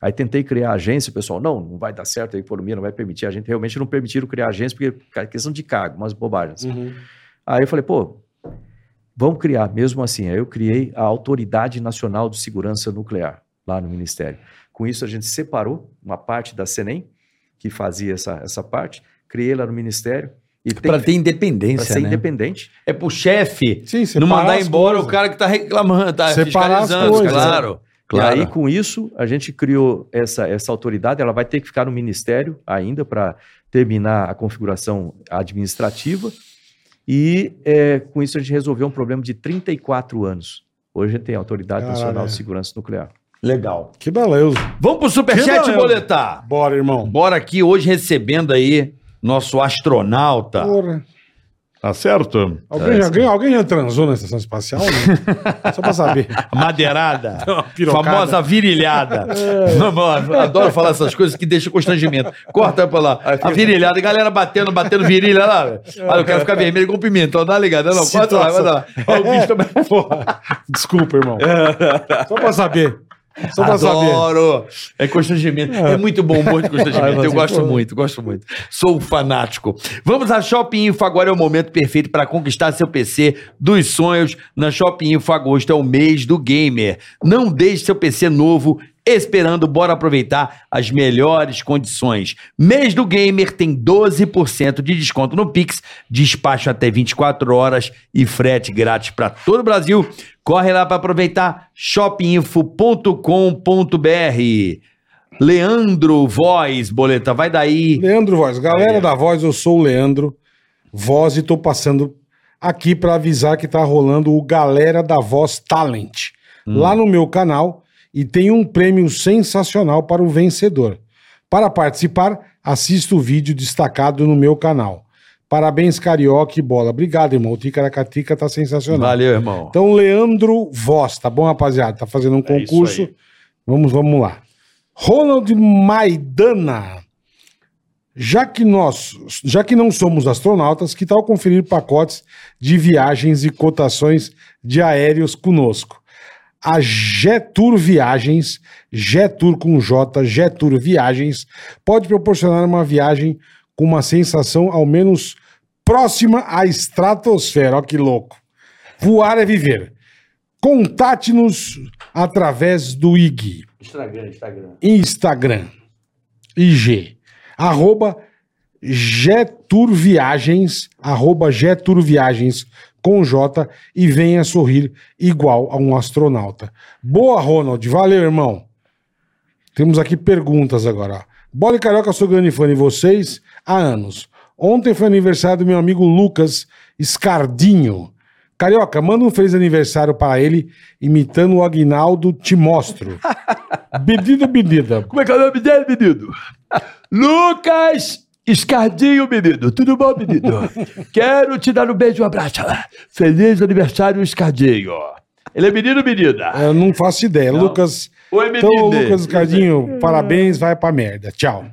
Aí tentei criar a agência, o pessoal, não, não vai dar certo, a economia não vai permitir. A gente realmente não permitiram criar a agência, porque é questão de cargo, umas bobagens.
uhum.
Aí eu falei, pô, vamos criar, mesmo assim. Aí eu criei a Autoridade Nacional de Segurança Nuclear, lá no Ministério. Com isso, a gente separou uma parte da CENEM, que fazia essa, essa parte, criei lá no Ministério. E tem,
Pra ter
pra
independência,
ser
né?
independente.
É pro chefe
Sim, separar
não mandar
as
embora
coisas.
o cara que tá reclamando, tá
Separar as
fiscalizando,
coisas,
claro.
E aí, com isso, a gente criou essa, essa autoridade, ela vai ter que ficar no Ministério ainda para terminar a configuração administrativa. E é, com isso a gente resolveu um problema de 34 anos. Hoje a gente tem a Autoridade
Caralho.
Nacional de Segurança Nuclear.
Legal.
Que beleza.
Vamos pro Superchat
Que não,
boletar.
Bora, irmão.
Bora aqui hoje recebendo aí nosso astronauta.
Porra.
Tá certo?
É,
Alguém, já, alguém, alguém já transou na estação espacial? né? Só pra saber.
Madeirada.
pirocada. É.
Famosa virilhada. Vamos, Adoro falar essas coisas que deixa constrangimento. Corta pra lá. A virilhada, galera batendo, batendo virilha lá. velho. Olha, eu quero ficar vermelho com pimenta. Não dá uma ligada, não. Corta lá, vai lá. Ó, o bicho também.
Porra. Desculpa, irmão. Só pra saber. Só pra saber. Ah,
Adoro! É constrangimento. É muito bom, muito constrangimento. Eu
Mas, então-
gosto
pô.
muito, gosto muito. Sou um fanático. Vamos à Shopping Info. Agora é o momento perfeito para conquistar seu PC dos sonhos. Na Shopping Info, agosto é o mês do gamer. Não deixe seu PC novo esperando. Bora aproveitar as melhores condições. Mês do gamer tem 12% de desconto no Pix, despacho até 24 horas e frete grátis para todo o Brasil. Corre lá para aproveitar shopinfo.com.br. Leandro Voz, boleta, vai daí.
Leandro Voz. Galera da Voz, eu sou o Leandro Voz e tô passando aqui pra avisar que tá rolando o Galera da Voz Talent. Lá no meu canal e tem um prêmio sensacional para o vencedor. Para participar, assista o vídeo destacado no meu canal. Parabéns, Carioca e Bola. Obrigado, irmão. O Ticaracatica tá sensacional.
Valeu,
Tá
irmão.
Então, Leandro Voz, tá bom, rapaziada? Tá fazendo um concurso. vamos, vamos lá. Ronald Maidana. Já que nós, já que não somos astronautas, que tal conferir pacotes de viagens e cotações de aéreos conosco? A Getur Viagens, Getur com J, Getur Viagens, pode proporcionar uma viagem com uma sensação ao menos próxima à estratosfera. Ó, que louco! Voar é viver. Contate-nos através do IG. Instagram, IG, arroba Geturviagens, arroba Geturviagens com J e venha sorrir igual a um astronauta. Boa, Ronald. Valeu, irmão. Temos aqui perguntas agora. ó. Bola e Carioca, sou grande fã de vocês há anos. Ontem foi aniversário do meu amigo Lucas Escardinho. Carioca, manda um feliz aniversário para ele, imitando o Agnaldo Te Mostro. Bedida, bedida.
Como é que é o nome dele, menino? Lucas Escardinho, menino. Tudo bom, menino? Quero te dar um beijo e um abraço. Feliz aniversário, Escardinho. Ele é menino, menina?
Eu não faço ideia. Lucas.
Oi, menino.
Então, Lucas Cardinho, parabéns, vai pra merda. Tchau.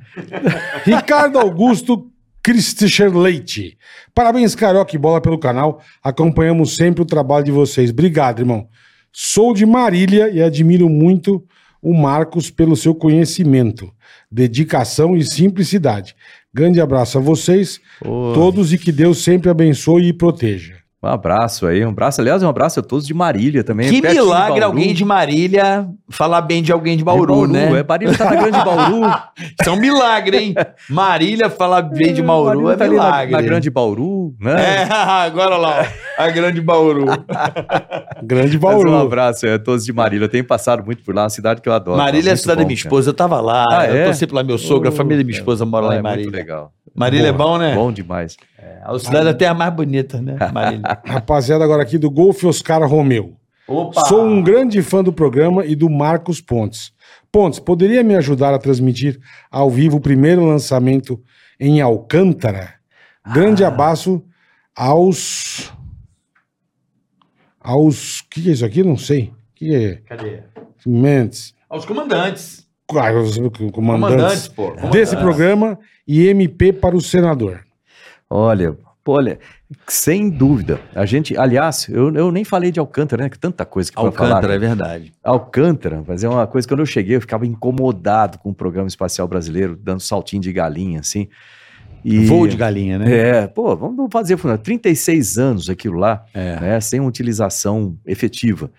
Ricardo Augusto Christopher Leite. Parabéns, Carioca e Bola, pelo canal. Acompanhamos sempre o trabalho de vocês. Obrigado, irmão. Sou de Marília e admiro muito o Marcos pelo seu conhecimento, dedicação e simplicidade. Grande abraço a vocês,
Ô,
todos, e que Deus sempre abençoe e proteja.
Um abraço aí, um abraço. Aliás, um abraço a todos de Marília também.
Que
pertinho de
milagre
Bauru.
alguém de Marília falar bem de alguém de Bauru,
É
né?
É Marília tá na Grande Bauru.
Isso é um milagre, hein? Marília falar bem de Bauru
Marília
é
tá ali na-
milagre.
Na, Grande Bauru, né?
É, agora lá, ó, a grande Bauru.
tá
Grande
Mas
Bauru.
Um abraço aí a todos de Marília. Eu tenho passado muito por lá, uma cidade que eu adoro. tá?
Marília é a
Muito
cidade
bom,
da minha
cara.
esposa, eu tava lá,
Ah,
eu
é?
tô sempre lá, meu sogro, a
Ô,
família da minha
cara.
esposa mora
Ah,
lá
é
em
muito
Marília.
legal.
Marília é bom, né?
Bom demais.
A cidade até é a mais bonita, né? Marília.
Rapaziada, agora aqui do Golfe Oscar Romeu.
Opa!
Sou um grande fã do programa e do Marcos Pontes. Pontes, poderia me ajudar a transmitir ao vivo o primeiro lançamento em Alcântara?
Ah.
Grande abraço aos. Aos. O que, que é isso aqui? Não sei. O que, que é?
Cadê?
Mentes.
Aos comandantes.
Ah, os comandantes
Comandantes, pô. Comandantes.
desse programa e MP para o senador.
Olha, pô, olha, sem dúvida. A gente, aliás, eu, eu nem falei de Alcântara, né? Que tanta coisa que foi falar.
Alcântara, é verdade.
Alcântara, mas é uma coisa que quando eu cheguei eu ficava incomodado com o programa espacial brasileiro, dando saltinho de galinha, assim. E...
Voo de galinha, né?
É, pô, vamos fazer, Fulano, 36 anos aquilo lá,
É.
né, sem uma utilização efetiva.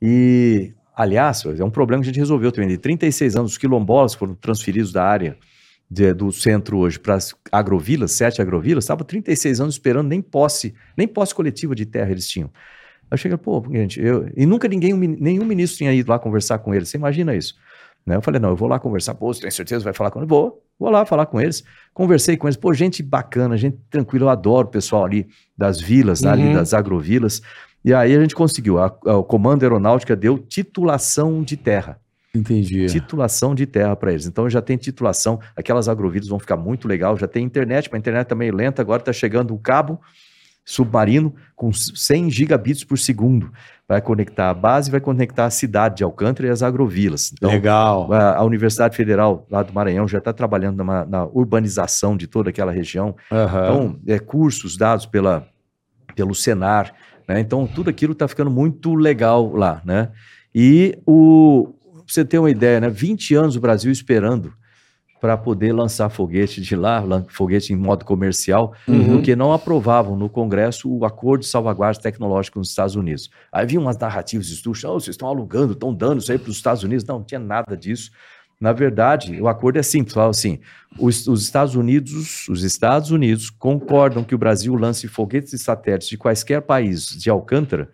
E, aliás, é um problema que a gente resolveu também. De 36 anos, os quilombolas foram transferidos da área de- do centro hoje para as agrovilas, sete agrovilas, estavam 36 anos esperando nem posse, nem posse coletiva de terra eles tinham. Aí chega, pô, gente, eu, e nunca ninguém, um nenhum ministro tinha ido lá conversar com eles, você imagina isso. Né? Eu falei, não, eu vou lá conversar, pô, você tem certeza que vai falar com eles? Vou, vou lá falar com eles. Conversei com eles, pô, gente bacana, gente tranquila, eu adoro o pessoal ali das vilas, né,
Uhum.
ali das agrovilas. E aí a gente conseguiu, a, a- o Comando Aeronáutica deu titulação de terra
É.
Entendi.
titulação de terra para eles. Então já tem titulação, aquelas agrovidas vão ficar muito legal, já tem internet, mas a internet tá meio lenta, agora está chegando o cabo submarino com 100 gigabits por segundo. Vai conectar a base, vai conectar a cidade de Alcântara e as agrovilas. Então,
Legal.
a, a Universidade Federal lá do Maranhão já está trabalhando na, na urbanização de toda aquela região.
Aham.
Então, é, cursos dados pela, pelo Senar, né? Então, tudo aquilo está ficando muito legal lá, né? E o, pra você ter uma ideia, né? 20 anos o Brasil esperando para poder lançar foguete de lá, lan- foguete em modo comercial, porque não aprovavam no Congresso o acordo de salvaguardas tecnológicas nos Estados Unidos. Aí vinham umas narrativas de estudos, oh, vocês estão alugando, estão dando isso aí para os Estados Unidos. Não, não tinha nada disso. Na verdade, o acordo é simples, falava assim, os, os Estados Unidos, os Estados Unidos concordam que o Brasil lance foguetes e satélites de quaisquer países de Alcântara,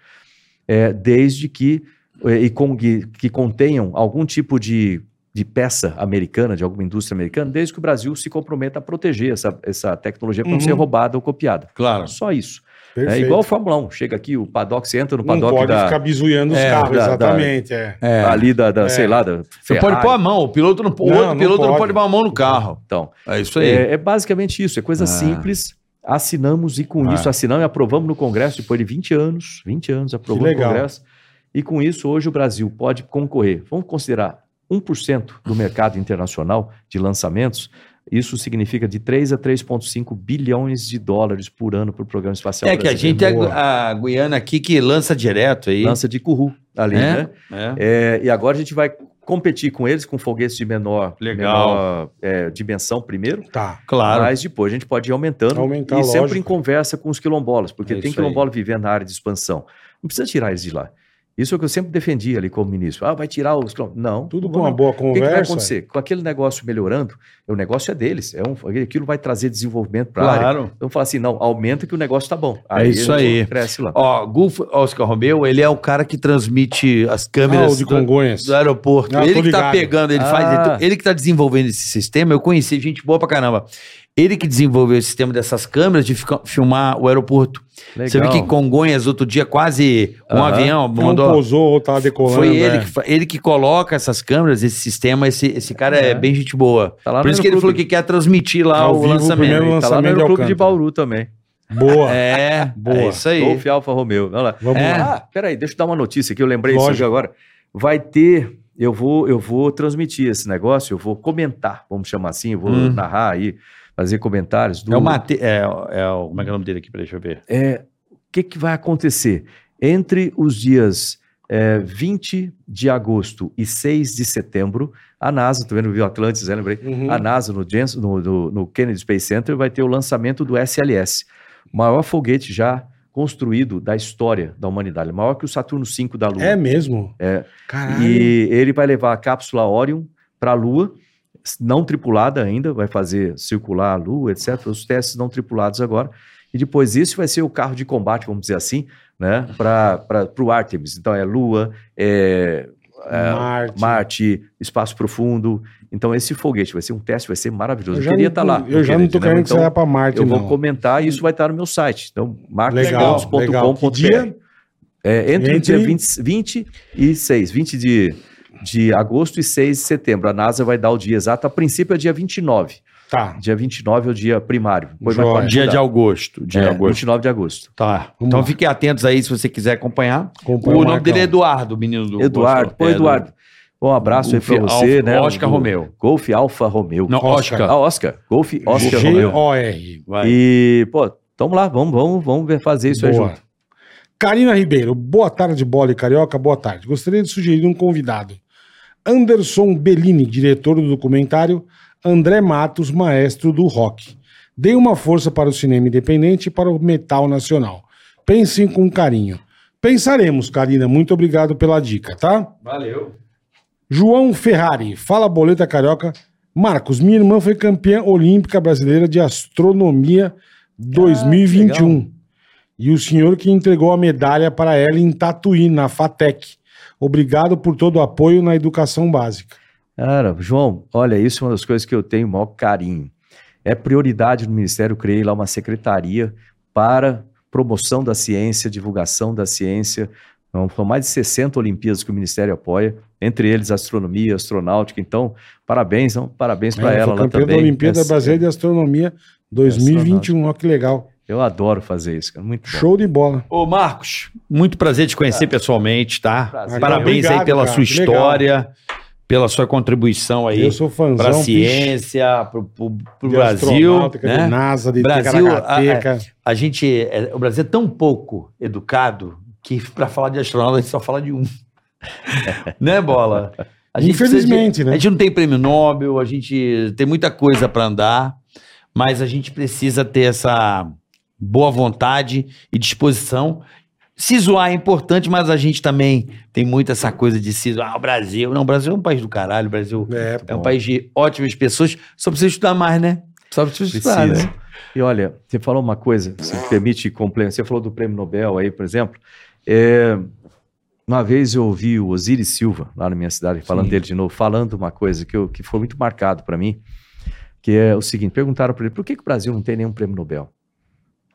eh, desde que eh, e com- que- que contenham algum tipo de, de peça americana, de alguma indústria americana, desde que o Brasil se comprometa a proteger essa, essa tecnologia para não
Uhum.
ser roubada ou copiada.
Claro.
Só isso. É
Perfeito.
igual o Fórmula 1. Chega aqui, o paddock, você entra no
Não
paddock
pode
da,
ficar bizuiando os
É,
carros,
da- da-
exatamente. É.
ali da, da,
É.
sei lá, da
Você pode pôr a mão, o piloto não, o
Não,
outro
não
piloto não
pode.
pode pôr a mão no carro.
Então,
É isso aí.
É, é basicamente isso, é coisa
Ah.
simples. Assinamos e com
Ah.
isso assinamos e aprovamos no Congresso depois de 20 anos, 20 anos aprovamos
Que
no
legal.
Congresso. E com isso hoje o Brasil pode concorrer. Vamos considerar 1% do mercado internacional de lançamentos. Isso significa de 3 a 3,5 bilhões de dólares por ano para o programa espacial.
É que a
brasileiro.
gente é
Boa.
a, a Guiana aqui que lança direto aí.
lança de curru ali,
É?
né?
É.
É, e agora a gente vai competir com eles com foguetes de menor,
Legal.
menor, é, dimensão primeiro.
Tá.
Claro.
Mas depois a gente pode ir aumentando
Aumentar,
e sempre
lógico.
em conversa com os quilombolas, porque
É
tem
isso aí.
quilombola vivendo na área de expansão. Não precisa tirar eles de lá. Isso é o que eu sempre defendi ali como ministro. Ah, vai tirar os quilombolas. Não.
Tudo
não
com uma
vamos-
boa
O que, que vai
conversa. é.
acontecer? Com aquele negócio melhorando, o negócio é deles. É um, aquilo vai trazer desenvolvimento para a área.
claro. É
Então fala assim, não, aumenta que o negócio tá bom.
isso aí.
Cresce lá.
Ó, Gulf Oscar Romeu, ele é o cara que transmite as
Ah,
câmeras
o de
do,
Congonhas.
do aeroporto.
Ah,
ele
tô
que tá
ligado.
pegando, ele
Ah.
faz. então, ele que tá desenvolvendo esse sistema. Eu conheci gente boa pra caramba. Ele que desenvolveu o sistema dessas câmeras de fica- filmar o aeroporto.
Legal.
Você viu que em Congonhas, outro dia, quase um
Aham.
avião
Um
mandou.
pousou, outro tava decolando.
Foi ele,
é.
que, fa- ele que coloca essas câmeras, esse sistema, esse, esse cara é,
É.
bem gente boa.
Tá lá
Por
no
isso que ele falou
Aeroclube.
que quer transmitir lá
Ao
o
vivo,
lançamento.
primeiro
Tá lá no
lançamento de
Aeroclube de
Alcântara.
Bauru também.
Boa.
É,
Boa.
é isso aí.
Golf Alfa Romeo. Olha lá.
Vamos
É.
lá.
Ah, peraí, deixa eu dar uma notícia aqui, eu lembrei disso aqui
Lógico.
agora. Vai ter, eu vou, eu vou transmitir esse negócio, eu vou comentar, vamos chamar assim, eu vou
Hum.
narrar aí, fazer comentários do
É o Mate... é, é o... Como é que é o nome dele aqui? Peraí, deixa eu ver.
é, o que, que vai acontecer entre os dias é, 20 de agosto e 6 de setembro, a NASA, estou vendo o Atlântico, lembrei,
Uhum.
a NASA no, Jensen- no- no- no Kennedy Space Center vai ter o lançamento do SLS, o maior foguete já construído da história da humanidade, maior que o Saturno V da Lua.
É mesmo?
É.
Caralho.
E ele vai levar a cápsula Orion para a Lua, não tripulada ainda, vai fazer circular a Lua, etc. Os testes não tripulados agora. E depois isso vai ser o carro de combate, vamos dizer assim, né, para o Artemis. Então é Lua, é, é,
Marte.
Marte, espaço profundo. Então esse foguete vai ser um teste, vai ser maravilhoso. Eu,
já
queria
não
tá
estar
tô-
lá.
Eu já
né?
não tô querendo
Então,
que você vá pra Marte,
Eu
não.
vou comentar e isso vai estar no meu site. Então,
Legal, legal. Que
marcospontos.com.br.
dia?
É, entre, o dia
Entre-
20, 20 e 6, 20 de, de agosto e 6 de setembro. A NASA vai dar o dia exato. A princípio é dia 29.
Tá.
Dia 29 é o dia primário. Depois vai
Joia.
pode
Dia
mudar.
de agosto. Dia de
É,
agosto.
29 de agosto.
Tá.
Vamos
então
lá.
fiquem atentos aí se você quiser acompanhar.
Compõe
O nome
Marcão.
dele é Eduardo, menino do.
Eduardo,
Gostou.
pô,
É, do-
Eduardo. Um abraço aí pra
Golf
você,
Alfa-
né?
Oscar
do-
Romeu.
Golf Alfa Romeo.
Não,
Oscar.
Oscar.
Ah, Oscar. Golf
é
Oscar Romeo.
né?
G-O-R.
Vai.
E, pô, tamo lá, vamos, vamos, vamos ver- fazer isso aí
Boa.
junto.
Karina Ribeiro, boa tarde, bola e carioca, boa tarde. Gostaria de sugerir um convidado. Anderson Bellini, diretor do documentário André Matos, maestro do rock. Dê uma força para o cinema independente e para o metal nacional. Pensem com carinho. Pensaremos, Karina. Muito obrigado pela dica, tá?
Valeu.
João Ferrari, fala boleta carioca. Marcos, minha irmã foi campeã olímpica brasileira de astronomia 2021. e o senhor que entregou a medalha para ela em Tatuí, na FATEC. Obrigado por todo o apoio na educação básica.
Cara, João, olha, isso é uma das coisas que eu tenho o maior carinho. É prioridade no Ministério, eu criei lá uma secretaria para promoção da ciência, divulgação da ciência. Então, São mais de 60 Olimpíadas que o Ministério apoia, entre eles astronomia, astronáutica. Então, parabéns, não, parabéns para
Ela
ela
É, foi
lá
Né? campeã
também.
da Olimpíada
É,
Brasileira de Astronomia 2021. Olha um. que legal.
Eu adoro fazer isso, cara, muito bom.
Show de bola.
Ô, Marcos, muito prazer te conhecer pessoalmente, tá?
Prazer.
Parabéns
Obrigado,
aí pela
cara,
sua
que legal.
história, pela sua contribuição aí
Eu sou fãzão.
para a
bicho,
ciência, para o
de
Brasil.
astronáutica, de
Né?
NASA, de né?
Brasil, ah,
Tecaracateca.
A gente, é- o Brasil é tão pouco educado que para falar de astronauta a gente só fala de um. né, Bola? A gente precisa de-
Infelizmente, né?
A gente não tem prêmio Nobel, a gente tem muita coisa para andar, mas a gente precisa ter essa boa vontade e disposição. Se zoar é importante, mas a gente também tem muito essa coisa de se zoar. Ah, o Brasil. Não, o Brasil é um país do caralho. O Brasil
É,
é um país de ótimas pessoas. Só precisa estudar mais, né? Só precisa estudar,
Precisa.
né?
E olha, você falou uma coisa, se me permite complementar. Você falou do prêmio Nobel aí, por exemplo. É, uma vez eu ouvi o Osiris Silva, lá na minha cidade, falando dele de novo, falando uma coisa que, eu- que foi muito marcado para mim, que é o seguinte: perguntaram para ele por que, que o Brasil não tem nenhum prêmio Nobel?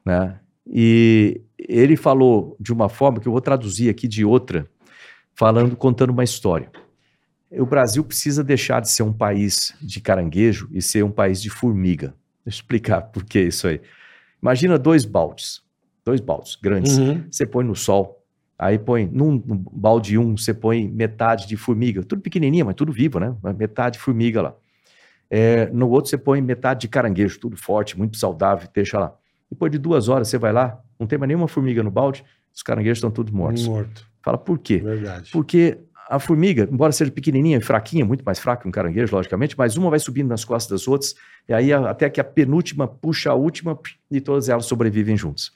Né? E ele falou de uma forma que eu vou traduzir aqui de outra, falando, contando uma história. O Brasil precisa deixar de ser um país de caranguejo e ser um país de formiga. Deixa eu explicar por que isso aí. Imagina dois baldes, dois baldes grandes.
Uhum.
Você põe no sol, aí põe num num balde um, você põe metade de formiga, tudo pequenininha, mas tudo vivo, né? Mas Metade de formiga lá. É, no outro você põe metade de caranguejo, tudo forte, muito saudável, deixa lá. Depois de duas horas você vai lá, não tem mais nenhuma formiga no balde, os caranguejos estão todos mortos.
Morto.
Fala por quê?
Verdade.
Porque a formiga, embora seja pequenininha e fraquinha, muito mais fraca que um caranguejo, logicamente, mas uma vai subindo nas costas das outras, e aí a- até que a penúltima puxa a última psh, e todas elas sobrevivem juntas.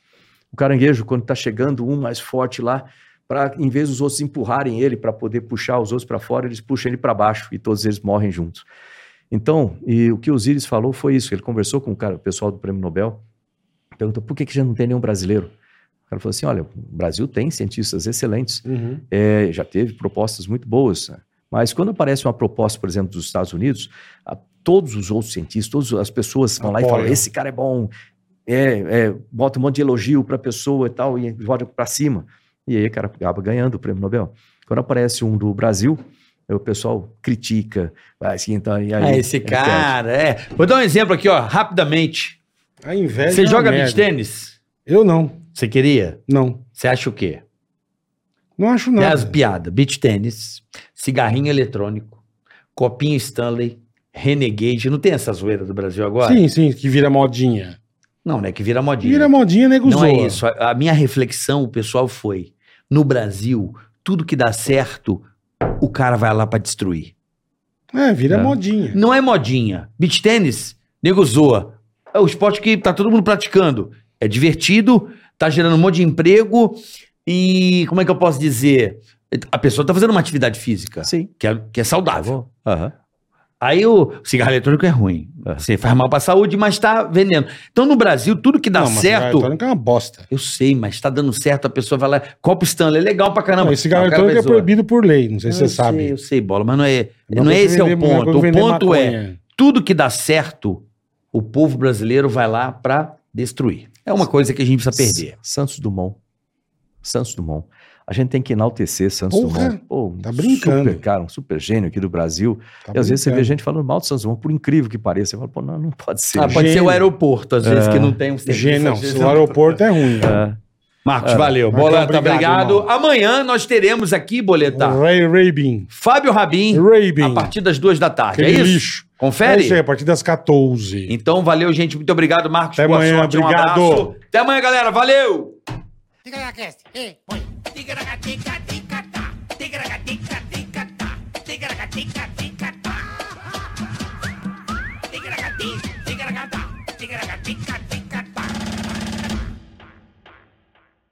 O caranguejo, quando está chegando um mais forte lá, pra, em vez dos outros empurrarem ele para poder puxar os outros para fora, eles puxam ele para baixo e todos eles morrem juntos. Então, e o que o Osiris falou foi isso. Ele conversou com o, cara, o pessoal do Prêmio Nobel, perguntou por que, que já não tem nenhum brasileiro. O cara falou assim: olha, o Brasil tem cientistas excelentes,
Uhum.
é, já teve propostas muito boas. né? Mas quando aparece uma proposta, por exemplo, dos Estados Unidos, a- todos os outros cientistas, todas as pessoas vão lá e
Apoiam.
falam: esse cara é bom, é, é, bota um monte de elogio para a pessoa e tal, e joga para cima. E aí o cara acaba ganhando o prêmio Nobel. Quando aparece um do Brasil, aí o pessoal critica. vai Assim, então, e aí,
Ah, esse
entende?
cara, é. Vou dar um exemplo aqui, ó, rapidamente.
A inveja. é
Você
uma
joga
merda.
beach tênis?
Eu não.
Você queria?
Não.
Você acha o quê?
Não acho
Tem
nada.
as piadas. Beach tênis, cigarrinho eletrônico, copinho Stanley, Renegade. Não tem essa zoeira do Brasil agora?
Sim, sim, que vira modinha.
Não, né? Que vira modinha.
Vira modinha, nego
Não é
zoa.
isso. A a minha reflexão, o pessoal, foi: no Brasil, tudo que dá certo, o cara vai lá pra destruir.
É, vira
É.
modinha.
Não é modinha. Beach tênis, nego zoa. É o esporte que tá todo mundo praticando. É divertido, tá gerando um monte de emprego e, como é que eu posso dizer? A pessoa tá fazendo uma atividade física,
Sim.
que é, que é saudável.
Aham.
Aí o cigarro eletrônico é ruim. Você faz mal pra saúde, mas tá vendendo. Então no Brasil, tudo que dá
Não, mas cigarro
certo.
eletrônico é uma bosta.
Eu sei, mas tá dando certo, a pessoa vai lá. Copo Stanley é legal pra
Não,
caramba.
esse cigarro
Ah, o cara
eletrônico é
vai zoar.
proibido por lei, não sei se
Eu
você sabe.
Sei, eu sei, bola, mas não é,
Uma
não é
coisa
esse é o
vender- uma
ponto.
coisa
O
vender
ponto é,
maconha.
tudo que dá certo, o povo brasileiro vai lá pra destruir. É uma coisa que a gente precisa perder.
S- Santos Dumont. Santos Dumont. A gente tem que enaltecer Santos
Porra,
Dumont. Pô, um
tá brincando.
Super cara, um super gênio aqui do Brasil.
Tá
e às vezes você
brincando.
vê gente falando mal de Santos Dumont, por incrível que pareça. Você fala, pô, não, não pode ser.
Ah, pode ser
Gênio.
o aeroporto, às vezes, que Ah, não tem um
Gê-
serviço,
não,
às vezes
se o aeroporto é ruim. né?
Marcos, valeu.
Marcão,
Bola, tá
obrigado,
obrigado.
irmão.
Amanhã nós teremos aqui, Boleta,
Ray Rabin.
Fábio Rabin, tá. a
Rabin.
partir das duas da tarde.
Aquele
é isso?
lixo. É
Confere?
isso aí, a partir das 14.
Então, valeu, gente. Muito obrigado, Marcos. um
Até amanhã, obrigado.
Até amanhã, galera. Valeu!
Tigaracast, e põe. Tigaracatica, ticatá. Tigaracatica, ticatá. Tigaracatica, ticatá. Tigaracati, tigaracatá. Tigaracatica,